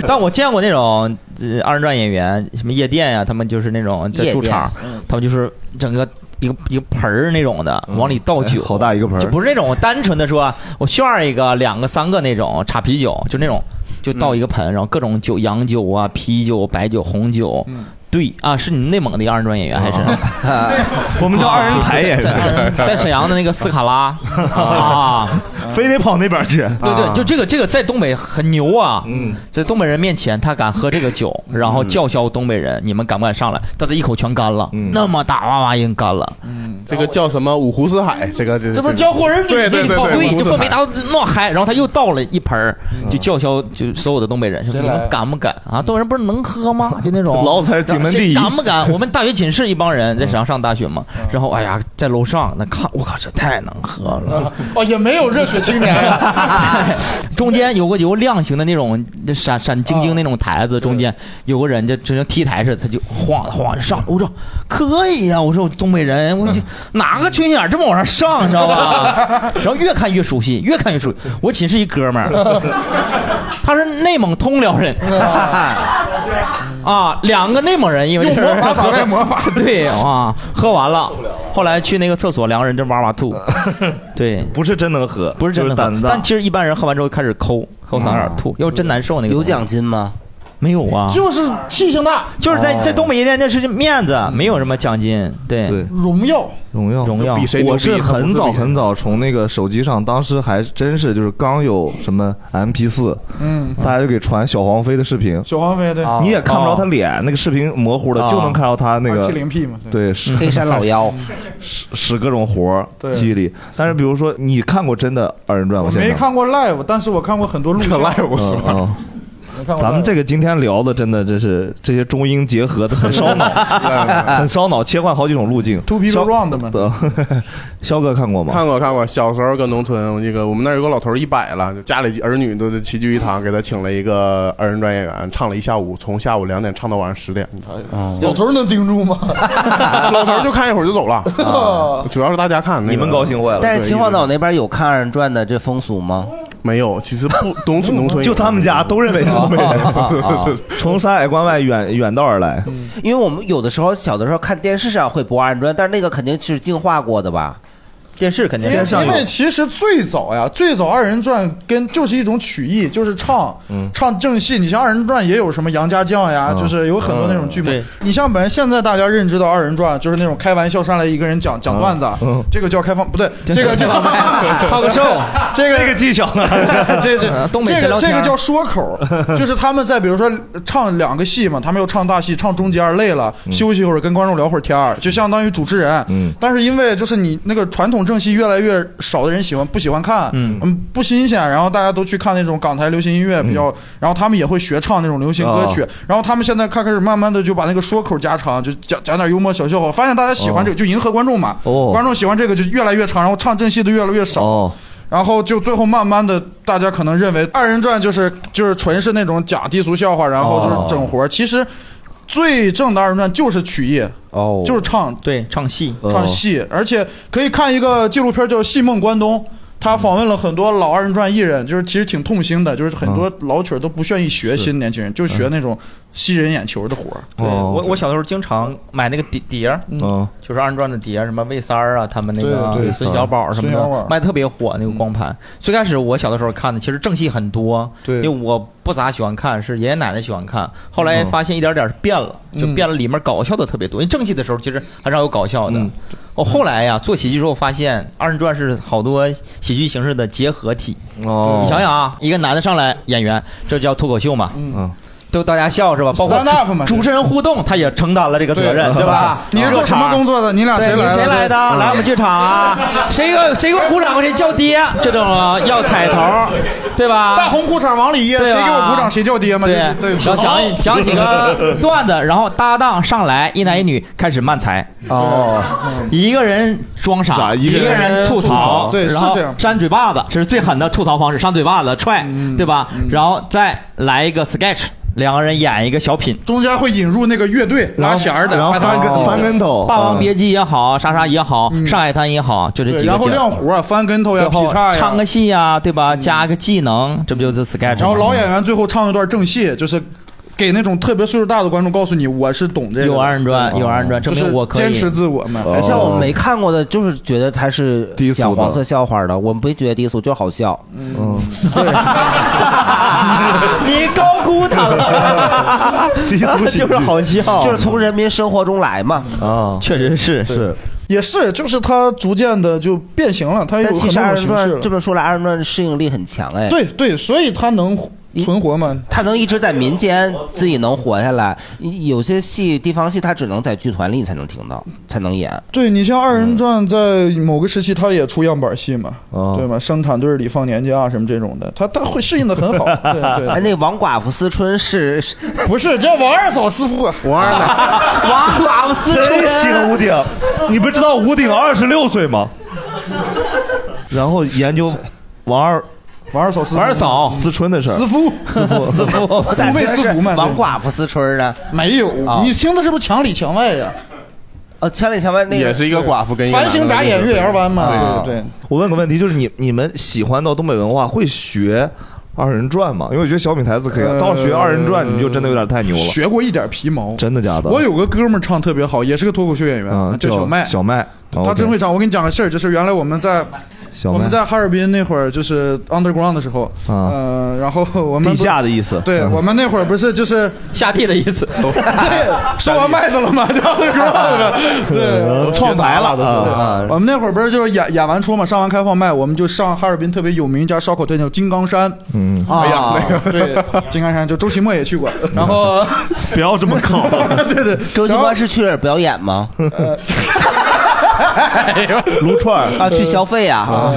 [SPEAKER 4] 但我见过那种呃二人转演员，什么夜店呀、他们就是那种在
[SPEAKER 1] 夜
[SPEAKER 4] 驻
[SPEAKER 1] 店
[SPEAKER 4] 场
[SPEAKER 1] 嗯，
[SPEAKER 4] 他们就是整个一个一个盆儿那种的，往里倒酒，好
[SPEAKER 1] 嗯大一个盆
[SPEAKER 4] 就不是那种单纯的说我炫一个、两个、三个那种插啤酒，就那种就倒一个
[SPEAKER 1] 嗯
[SPEAKER 4] 盆，然后各种酒，洋酒啊、啤酒、白酒、红酒。
[SPEAKER 1] 嗯
[SPEAKER 4] 对啊，是你们内蒙的一个二人转演员还是？
[SPEAKER 1] 哦 我们叫二人抬演员
[SPEAKER 4] 在在在沈阳的那个斯 卡拉啊，
[SPEAKER 1] 非得跑那边去。啊
[SPEAKER 4] 对对，就这个这个在东北很牛啊！嗯，在东北人面前，他敢喝这个酒，
[SPEAKER 1] 嗯
[SPEAKER 4] 然后叫嚣东北人，你们敢不敢上来？他这一口全干了，
[SPEAKER 1] 嗯
[SPEAKER 4] 那么大哇哇音干了，
[SPEAKER 5] 嗯这个叫什么五湖四海，这个
[SPEAKER 4] 这不是教
[SPEAKER 5] 火
[SPEAKER 4] 火人女
[SPEAKER 5] 对对对
[SPEAKER 4] 对，就氛围达
[SPEAKER 5] 到
[SPEAKER 4] 到那嗨，然后他又倒了一盆儿，就叫嚣就所有的东北人，说
[SPEAKER 5] 嗯谁
[SPEAKER 4] 你
[SPEAKER 5] 来啊
[SPEAKER 4] 们敢不敢啊？东北人不是能喝吗？就那种
[SPEAKER 1] 老子才是景门第一
[SPEAKER 4] 谁敢不 敢？我们大学寝室一帮人在沈阳上大学嘛，然后哎呀，在楼上那看，我靠，这太能喝了。
[SPEAKER 19] 哦，也没有热血青年呀。
[SPEAKER 4] 中间有个有个亮型的那种闪闪晶晶那种台
[SPEAKER 3] 哦
[SPEAKER 4] 子，中间有个人就就像 T 台似的，他就晃晃着上。我说可以啊呀、我说我东北人，
[SPEAKER 3] 嗯
[SPEAKER 4] 我说哪个群演这么往上上，你知道 吧？然后越看越熟悉，越看越熟悉。我寝室一哥们儿， 他是内蒙通辽人。 啊，两个内蒙人因为
[SPEAKER 3] 哦用魔 法打败魔
[SPEAKER 4] 法，对啊，喝完了，后来去那个厕所，两个人就哇哇吐， 对，
[SPEAKER 1] 不是真能喝，
[SPEAKER 4] 不是真
[SPEAKER 1] 就是
[SPEAKER 4] 能
[SPEAKER 1] 胆
[SPEAKER 4] 喝
[SPEAKER 1] 子，大
[SPEAKER 4] 但其实一般人喝完之后开始抠，抠嗓子眼儿吐，要是真难受那个。有奖
[SPEAKER 2] 金吗？
[SPEAKER 4] 没有啊，
[SPEAKER 19] 就是气性大，
[SPEAKER 4] 就是在
[SPEAKER 19] 哦
[SPEAKER 4] 在东北夜店那是面子，没有什么啊奖金，对对，
[SPEAKER 19] 荣耀，
[SPEAKER 1] 荣耀，
[SPEAKER 4] 荣耀，
[SPEAKER 1] 我是很早很早从那个手机上，当时还真是就是刚有什么 MP 四，
[SPEAKER 3] 嗯
[SPEAKER 1] 大家就给传小黄飞的视频，
[SPEAKER 3] 小黄飞对，
[SPEAKER 1] 你也看不着他脸，那个视频模糊的，
[SPEAKER 3] 哦
[SPEAKER 1] 就能看到他那个
[SPEAKER 3] 270P 嘛
[SPEAKER 1] 对， 是
[SPEAKER 3] 黑山老妖，
[SPEAKER 1] 使使各种活儿
[SPEAKER 3] 对
[SPEAKER 1] 记忆里。但是比如说你看过真的二人转吗？
[SPEAKER 3] 我
[SPEAKER 1] 现
[SPEAKER 3] 没
[SPEAKER 1] 场
[SPEAKER 3] 看过 live，但是我看过很多录 像。
[SPEAKER 1] 嗯嗯
[SPEAKER 3] 没看过
[SPEAKER 1] 咱们
[SPEAKER 3] live
[SPEAKER 1] 这个今天聊的真的真是这些中英结合的很烧 脑，很烧脑，切换好几种路径。
[SPEAKER 3] Two people round 嘛，
[SPEAKER 1] 肖哥看过吗？
[SPEAKER 5] 看过看过，小时候搁农村，那个我们那儿有个老头儿一百了，就家里儿女都是齐聚一堂，给他请了一个二人转演员，唱了一下午，从下午两点唱到晚上十点。
[SPEAKER 3] 老头儿能盯住吗？ 啊
[SPEAKER 5] 老头儿就看一会儿就走了，
[SPEAKER 1] 哦
[SPEAKER 5] 主要是大家看。那个
[SPEAKER 2] 但是
[SPEAKER 5] 对
[SPEAKER 2] 秦皇岛那边有看二人转的这风俗吗？
[SPEAKER 5] 没有，其实不 农村农村
[SPEAKER 1] 就他们家都认
[SPEAKER 3] 啊
[SPEAKER 1] 为是
[SPEAKER 2] 哦
[SPEAKER 1] 东北人 从山海关外远远道而来。
[SPEAKER 2] 嗯因为我们有的时候小的时候看电视上会播二人转，但是那个肯定是进化过的吧？
[SPEAKER 4] 电视肯
[SPEAKER 3] 因为因为其实最早呀，最早二人转跟就是一种曲艺，就是唱、
[SPEAKER 1] 嗯
[SPEAKER 3] 唱正戏。你像二人转也有什么杨家将呀，
[SPEAKER 1] 哦
[SPEAKER 5] 嗯
[SPEAKER 3] 就是 有很多那种剧 目。
[SPEAKER 5] 嗯对
[SPEAKER 3] 你像本来现在大家认知到二人转就是那种开玩笑上来一个人讲
[SPEAKER 1] 嗯
[SPEAKER 3] 讲段子，这个叫开放不对， 这个叫
[SPEAKER 4] 套个瘦，
[SPEAKER 3] 这个这
[SPEAKER 1] 个技巧呢，
[SPEAKER 3] 这这
[SPEAKER 4] 呃东北
[SPEAKER 3] 这
[SPEAKER 4] 闲
[SPEAKER 3] 个
[SPEAKER 4] 聊
[SPEAKER 3] 这
[SPEAKER 4] 天
[SPEAKER 3] 个叫说口儿，就是他们在比如说唱两个戏嘛，他们又唱大戏，唱中间累了，
[SPEAKER 4] 嗯
[SPEAKER 3] 休息一会儿，跟观众聊会儿天儿，就相当于主持人。但是因为就是你那个传统正戏越来越少的人喜欢不喜欢看，
[SPEAKER 5] 嗯
[SPEAKER 3] 不新鲜，然后大家都去看那种港台流行音乐比较，
[SPEAKER 4] 嗯
[SPEAKER 3] 然后他们也会学唱那种流行歌曲
[SPEAKER 4] 啊
[SPEAKER 5] 哦，
[SPEAKER 3] 然后他们现在开开始慢慢的就把那个说口加长，就讲讲点幽默小笑话，发现大家喜
[SPEAKER 4] 哦
[SPEAKER 3] 欢这个就迎合观众嘛，观众喜欢这个就越来越长，然后唱正戏的越来越
[SPEAKER 1] 少。
[SPEAKER 3] 然后就最后慢慢的，大家可能认为二人转就是就是纯是那种假低俗笑话，然后就是整活儿。其实最正的二人转就是曲艺，
[SPEAKER 4] 哦
[SPEAKER 3] 就是唱
[SPEAKER 4] 对唱戏嗯
[SPEAKER 3] 唱戏，而且可以看一个纪录片叫《戏梦关东》。他访问了很多老二人转艺人，就是其实挺痛心的，就是很多老曲儿都不愿意学新年轻人，就学那种吸人眼球的活儿。
[SPEAKER 4] 对我我小的时候经常买那个碟碟儿
[SPEAKER 3] 嗯，
[SPEAKER 4] 就是二人转的碟儿，什么魏三儿啊，他们那
[SPEAKER 3] 对对
[SPEAKER 4] 个孙小宝什么
[SPEAKER 3] 孙小宝嗯
[SPEAKER 4] 的，卖特别火那个光盘。最开始我小的时候看的，其实正戏很多，因
[SPEAKER 3] 对
[SPEAKER 4] 为我不咋喜欢看，是爷爷奶奶喜欢看。后来发现一点点变了，
[SPEAKER 3] 嗯
[SPEAKER 4] 就变了里面搞笑的特别多。因为正戏的时候其实很少有搞笑
[SPEAKER 3] 嗯
[SPEAKER 4] 的。我后来呀做喜剧之后发现，二人转是好多喜剧形式的结合体。
[SPEAKER 1] 哦
[SPEAKER 4] 你想想啊，一个男的上来演员，这叫脱口秀嘛？
[SPEAKER 3] 嗯。
[SPEAKER 4] 都大家笑是吧？包括
[SPEAKER 3] Stand up 嘛
[SPEAKER 4] 主主持人互动，他也承担了这个责任，对
[SPEAKER 3] 对啊
[SPEAKER 2] 啊
[SPEAKER 4] 吧？啊
[SPEAKER 3] 你是做什么工作的你俩谁
[SPEAKER 4] 对
[SPEAKER 3] 来
[SPEAKER 4] 你
[SPEAKER 3] 了
[SPEAKER 4] 谁来的？
[SPEAKER 3] 嗯
[SPEAKER 4] 来我们剧场啊！谁给我谁给我鼓掌，谁叫爹，这种要彩头，对吧？
[SPEAKER 3] 大红裤衩往里掖，
[SPEAKER 4] 对
[SPEAKER 3] 谁
[SPEAKER 4] 吧
[SPEAKER 3] 给我鼓掌谁叫爹嘛？
[SPEAKER 4] 对，
[SPEAKER 3] 对，
[SPEAKER 4] 然后讲讲几个段子，然后搭档上来，一男一女开始漫才。哦，一个人装傻，
[SPEAKER 3] 一
[SPEAKER 4] 一
[SPEAKER 3] 个人
[SPEAKER 4] 人吐
[SPEAKER 3] 吐槽
[SPEAKER 4] 槽，
[SPEAKER 3] 对
[SPEAKER 4] 然后
[SPEAKER 3] 是这样
[SPEAKER 4] 扇嘴巴子，这是最狠的吐槽方式，扇嘴巴子踹，
[SPEAKER 3] 嗯
[SPEAKER 4] 对吧？然后再来一个 sketch，两个人演一个小品，
[SPEAKER 3] 中间会引入那个乐队拉弦儿的，哎
[SPEAKER 4] 然后
[SPEAKER 3] 把它哦
[SPEAKER 4] 《霸王别姬》也好，莎莎也好，上海滩也好，就这
[SPEAKER 3] 对
[SPEAKER 4] 几个劲儿。
[SPEAKER 3] 然后嗯亮活儿翻跟头呀
[SPEAKER 4] 最后
[SPEAKER 3] 劈叉呀嗯
[SPEAKER 4] 唱个戏呀，对吧？加个技能，这不就是 sketch？
[SPEAKER 3] 然后老演员最后唱一段正戏，就是给那种特别岁数大的观众告诉你，我是懂这个的。哦
[SPEAKER 4] 有二人转有二
[SPEAKER 2] 哦
[SPEAKER 4] 人转
[SPEAKER 3] 就
[SPEAKER 4] 证
[SPEAKER 3] 是
[SPEAKER 4] 明我可以哦
[SPEAKER 3] 坚持自我嘛。哦
[SPEAKER 2] 而且哎我没看过的，就是觉得他是讲黄色笑话的，我们不觉得低俗，就好笑。 嗯，
[SPEAKER 4] 你高估他了，
[SPEAKER 2] 就是
[SPEAKER 4] 好 笑
[SPEAKER 2] 就是从人民生活中来嘛。
[SPEAKER 1] 嗯
[SPEAKER 4] 啊，确实是是。
[SPEAKER 3] 也是，就是他逐渐的就变形了，他有
[SPEAKER 2] 但其
[SPEAKER 3] 很多
[SPEAKER 2] 实
[SPEAKER 3] 种
[SPEAKER 2] 二
[SPEAKER 3] 形
[SPEAKER 2] 人
[SPEAKER 3] 式
[SPEAKER 2] 转
[SPEAKER 3] 了
[SPEAKER 2] 这么说来，二人转适应力很强哎。
[SPEAKER 3] 对对，所以他能存活吗？
[SPEAKER 2] 他能一直在民间自己能活下来。有些戏地方戏，他只能在剧团里才能听到，才能演。
[SPEAKER 3] 对你像
[SPEAKER 2] 嗯
[SPEAKER 3] 二人转，在某个时期他也出样板戏嘛，
[SPEAKER 2] 哦
[SPEAKER 3] 对吧？生产队儿里放年假什么这种的，他他会适应 的很好。对对，
[SPEAKER 2] 哎，那王寡妇思春是
[SPEAKER 3] 不是叫王二嫂思夫？
[SPEAKER 24] 王二
[SPEAKER 2] 啊
[SPEAKER 3] 奶，
[SPEAKER 4] 王寡妇思
[SPEAKER 1] 真行，吴鼎，你不知道吴鼎二十六岁吗？然后研究王二。
[SPEAKER 3] 王二嫂思
[SPEAKER 4] 王二嫂
[SPEAKER 1] 思春的事儿，
[SPEAKER 3] 思夫
[SPEAKER 1] 思夫，
[SPEAKER 4] 思夫
[SPEAKER 2] 我咋觉得是王寡妇思春呢？
[SPEAKER 3] 没有
[SPEAKER 2] 啊，
[SPEAKER 3] 你听的是不是墙里墙外呀？
[SPEAKER 2] 哦，墙里墙外那个啊
[SPEAKER 3] 繁星打眼月牙弯嘛，对对对。
[SPEAKER 1] 我问个问题，就是你你们喜欢到东北文化，会学二人转吗？因为我觉得小品台词可以，啊到学二人转你就真的有点太牛了。
[SPEAKER 3] 呃学过一点皮毛，
[SPEAKER 1] 真的假的？
[SPEAKER 3] 我有个哥们儿唱特别好，也是个脱口秀演员，叫
[SPEAKER 1] 嗯叫
[SPEAKER 3] 小麦。
[SPEAKER 1] 小麦，
[SPEAKER 3] 他真会唱。我跟你讲个事儿，就是原来我们在
[SPEAKER 1] 小麦
[SPEAKER 3] 我们在哈尔滨那会儿，就是 underground 的时候，
[SPEAKER 1] 啊
[SPEAKER 3] 嗯，然后我们
[SPEAKER 1] 地
[SPEAKER 3] 不
[SPEAKER 1] 下的意思
[SPEAKER 3] 对
[SPEAKER 1] 嗯
[SPEAKER 3] 我们那会儿不是就是
[SPEAKER 4] 下地的意思，
[SPEAKER 3] 哦说完麦子了吗？就 underground 的，对，
[SPEAKER 1] 嗯创牌了啊
[SPEAKER 3] 我们那会儿不是就是演演完出嘛，上完开放麦，我们就上哈尔滨特别有名一家烧烤店叫金刚山。
[SPEAKER 1] 嗯
[SPEAKER 3] 哎呀，那个嗯对，金刚山就周奇墨也去过，然后
[SPEAKER 1] 不要这么靠。
[SPEAKER 3] 对对，呃
[SPEAKER 2] 周奇墨是去那儿表演吗？ 哎
[SPEAKER 1] 撸串
[SPEAKER 2] 啊，去消费 呀、
[SPEAKER 3] 啊，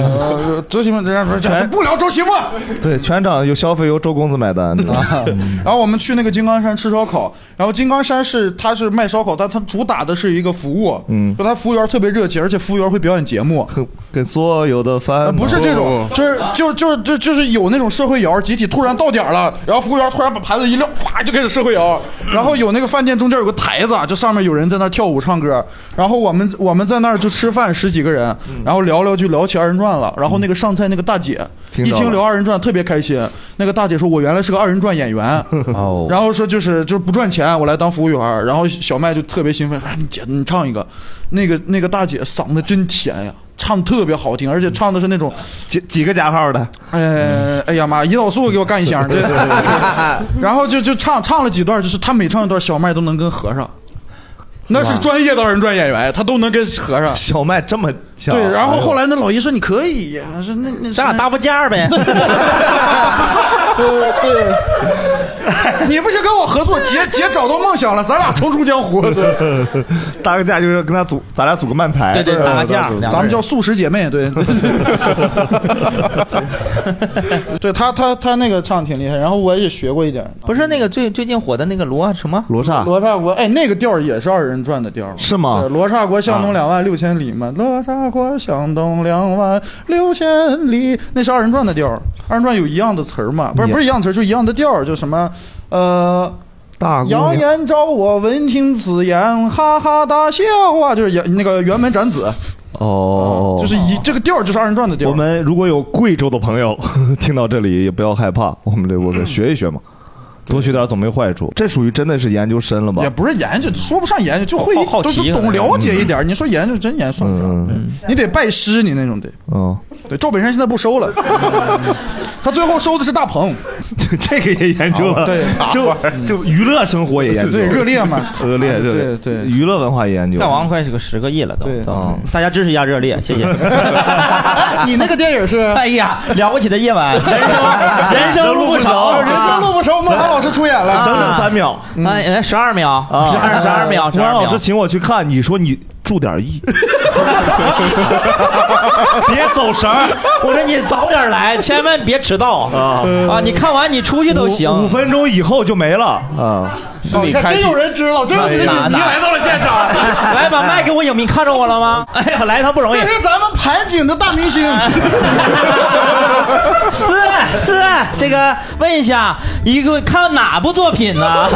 [SPEAKER 3] 周奇墨人家不是讲不聊周奇墨，
[SPEAKER 1] 对，全场有消费由周公子买单。
[SPEAKER 3] 啊然后我们去那个金刚山吃烧烤，然后金刚山是它是卖烧烤，但它主打的是一个服务，
[SPEAKER 1] 嗯
[SPEAKER 3] 就它服务员特别热情，而且服务员会表演节目，呃
[SPEAKER 1] 跟所有的哦饭
[SPEAKER 3] 不是这种，就是就就就就是有那种社会摇，集体突然到点儿了，然后服务员突然把盘子一撂，咵就开始社会摇，然后有那个饭店中间有个台子啊，就上面有人在那儿跳舞唱歌，然后我们我们在那儿就吃饭十几个人，
[SPEAKER 1] 嗯
[SPEAKER 3] 然后聊聊就聊起二人转了，然后那个上菜那个大姐
[SPEAKER 1] 听
[SPEAKER 3] 一
[SPEAKER 1] 到了
[SPEAKER 3] 听聊二人转特别开心，那个大姐说我原来是个二人转 演员，
[SPEAKER 1] 哦
[SPEAKER 3] 然后说就是就是不赚钱，我来当服务员儿。然后小麦就特别兴奋，说、哎、你姐你唱一个，那个那个大姐嗓子真甜呀，唱得特别好听，而且唱的是那种
[SPEAKER 1] 几几个加号的，
[SPEAKER 3] 呃，哎呀妈，胰岛素给我干一箱，对 对对对。然后就就唱唱了几段，就是他每唱一段，小麦都能跟和尚。那是专业的二人转演员，他都能跟和尚。
[SPEAKER 1] 小麦这么强
[SPEAKER 3] 对，然后后来那老姨说你可以呀，说那那咱
[SPEAKER 4] 俩搭不架 呗。
[SPEAKER 1] 哎
[SPEAKER 3] 你不行跟我合作，姐姐找到梦想了，咱俩重出江湖。对，
[SPEAKER 1] 搭个架就是跟他组，咱俩组个漫才，
[SPEAKER 3] 咱们叫素食姐妹，对。 对他，他他那个唱挺厉害，然后我也学过一点。
[SPEAKER 4] 不是那个最最近火的那个罗什么
[SPEAKER 1] 罗刹
[SPEAKER 3] 罗刹国，哎，那个调儿也是二人转的调儿，
[SPEAKER 1] 是吗
[SPEAKER 3] 对罗刹国向东两万六千里嘛，罗刹国向东两万六千里，那是二人转的调儿。二人转有一样的词儿嘛？不是，
[SPEAKER 1] 也
[SPEAKER 3] 不是一样词儿，就一样的调儿，就什么，呃。
[SPEAKER 1] 大姑娘
[SPEAKER 3] 扬言招我，闻听此言，哈哈大笑啊！就是也那个辕门斩子，
[SPEAKER 1] 哦，
[SPEAKER 3] 就是一这个调儿就是二人转的调儿。
[SPEAKER 1] 我们如果有贵州的朋友听到这里，也不要害怕，我们这播客学一学嘛，多学点总没坏处。这属于真的是研究深了吧？
[SPEAKER 3] 也不是研究，说不上研究，就会
[SPEAKER 1] 好好
[SPEAKER 3] 都
[SPEAKER 1] 奇嗯
[SPEAKER 3] 是懂了解一点儿。你说研究真研究算不上，你得拜师，你那种得。
[SPEAKER 1] 嗯，
[SPEAKER 3] 对，赵本山现在不 收了，他最后收的是大鹏，哦
[SPEAKER 1] 这个也研究了，
[SPEAKER 3] 对，
[SPEAKER 1] 就就娱乐生活也研究，
[SPEAKER 3] 对热烈嘛
[SPEAKER 1] 热烈热烈，
[SPEAKER 3] 对对，
[SPEAKER 1] 娱乐文化也研究。嗯
[SPEAKER 4] 大王快这个十个亿了都，对
[SPEAKER 1] 大
[SPEAKER 4] 家支持一下热 烈，谢谢。
[SPEAKER 3] 你那个电影是？
[SPEAKER 1] 哎
[SPEAKER 4] 哎呀，了不起的夜晚，人生人生路不熟，
[SPEAKER 3] 人生路不熟，
[SPEAKER 4] 孟
[SPEAKER 3] 孟
[SPEAKER 1] 啊
[SPEAKER 3] 涵
[SPEAKER 4] 涵
[SPEAKER 3] 老老师出演了，啊
[SPEAKER 1] 整整三秒，
[SPEAKER 4] 哎，十二秒，
[SPEAKER 1] 啊
[SPEAKER 4] 十二十二秒，十
[SPEAKER 1] 王
[SPEAKER 4] 二
[SPEAKER 1] 老
[SPEAKER 4] 秒
[SPEAKER 1] 师。请我去看，你说你注点意，别走神儿。
[SPEAKER 4] 我说你早点来，千万别迟到啊啊！你看完你出去都行，
[SPEAKER 1] 五五分钟以后就没了啊。
[SPEAKER 4] 是你开启哎
[SPEAKER 5] 知道，
[SPEAKER 4] 真有这个影迷来到了现场。来，把麦给我影迷，看着我了 吗？哎呀，来一趟不容易
[SPEAKER 3] 这。是咱们盘锦的大明星，
[SPEAKER 4] 是啊是，这个问一下，一个看哪部作品 呢？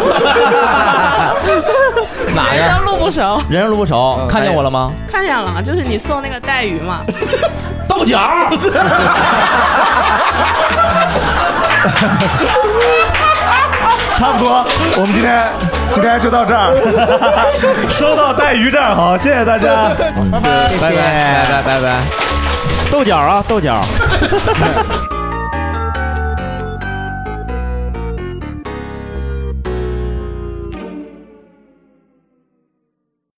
[SPEAKER 4] 哪
[SPEAKER 22] 人
[SPEAKER 4] 呀
[SPEAKER 22] 生？路不熟，
[SPEAKER 4] 人生路不熟，看见我了吗？
[SPEAKER 22] 看见了，就是你送那个带鱼嘛，
[SPEAKER 4] 豆角。
[SPEAKER 1] 差不多，我们今天今天就到这儿， 嗯收到带鱼站好，谢谢大家，拜
[SPEAKER 4] 哎 拜拜拜拜拜拜，豆角啊，豆角。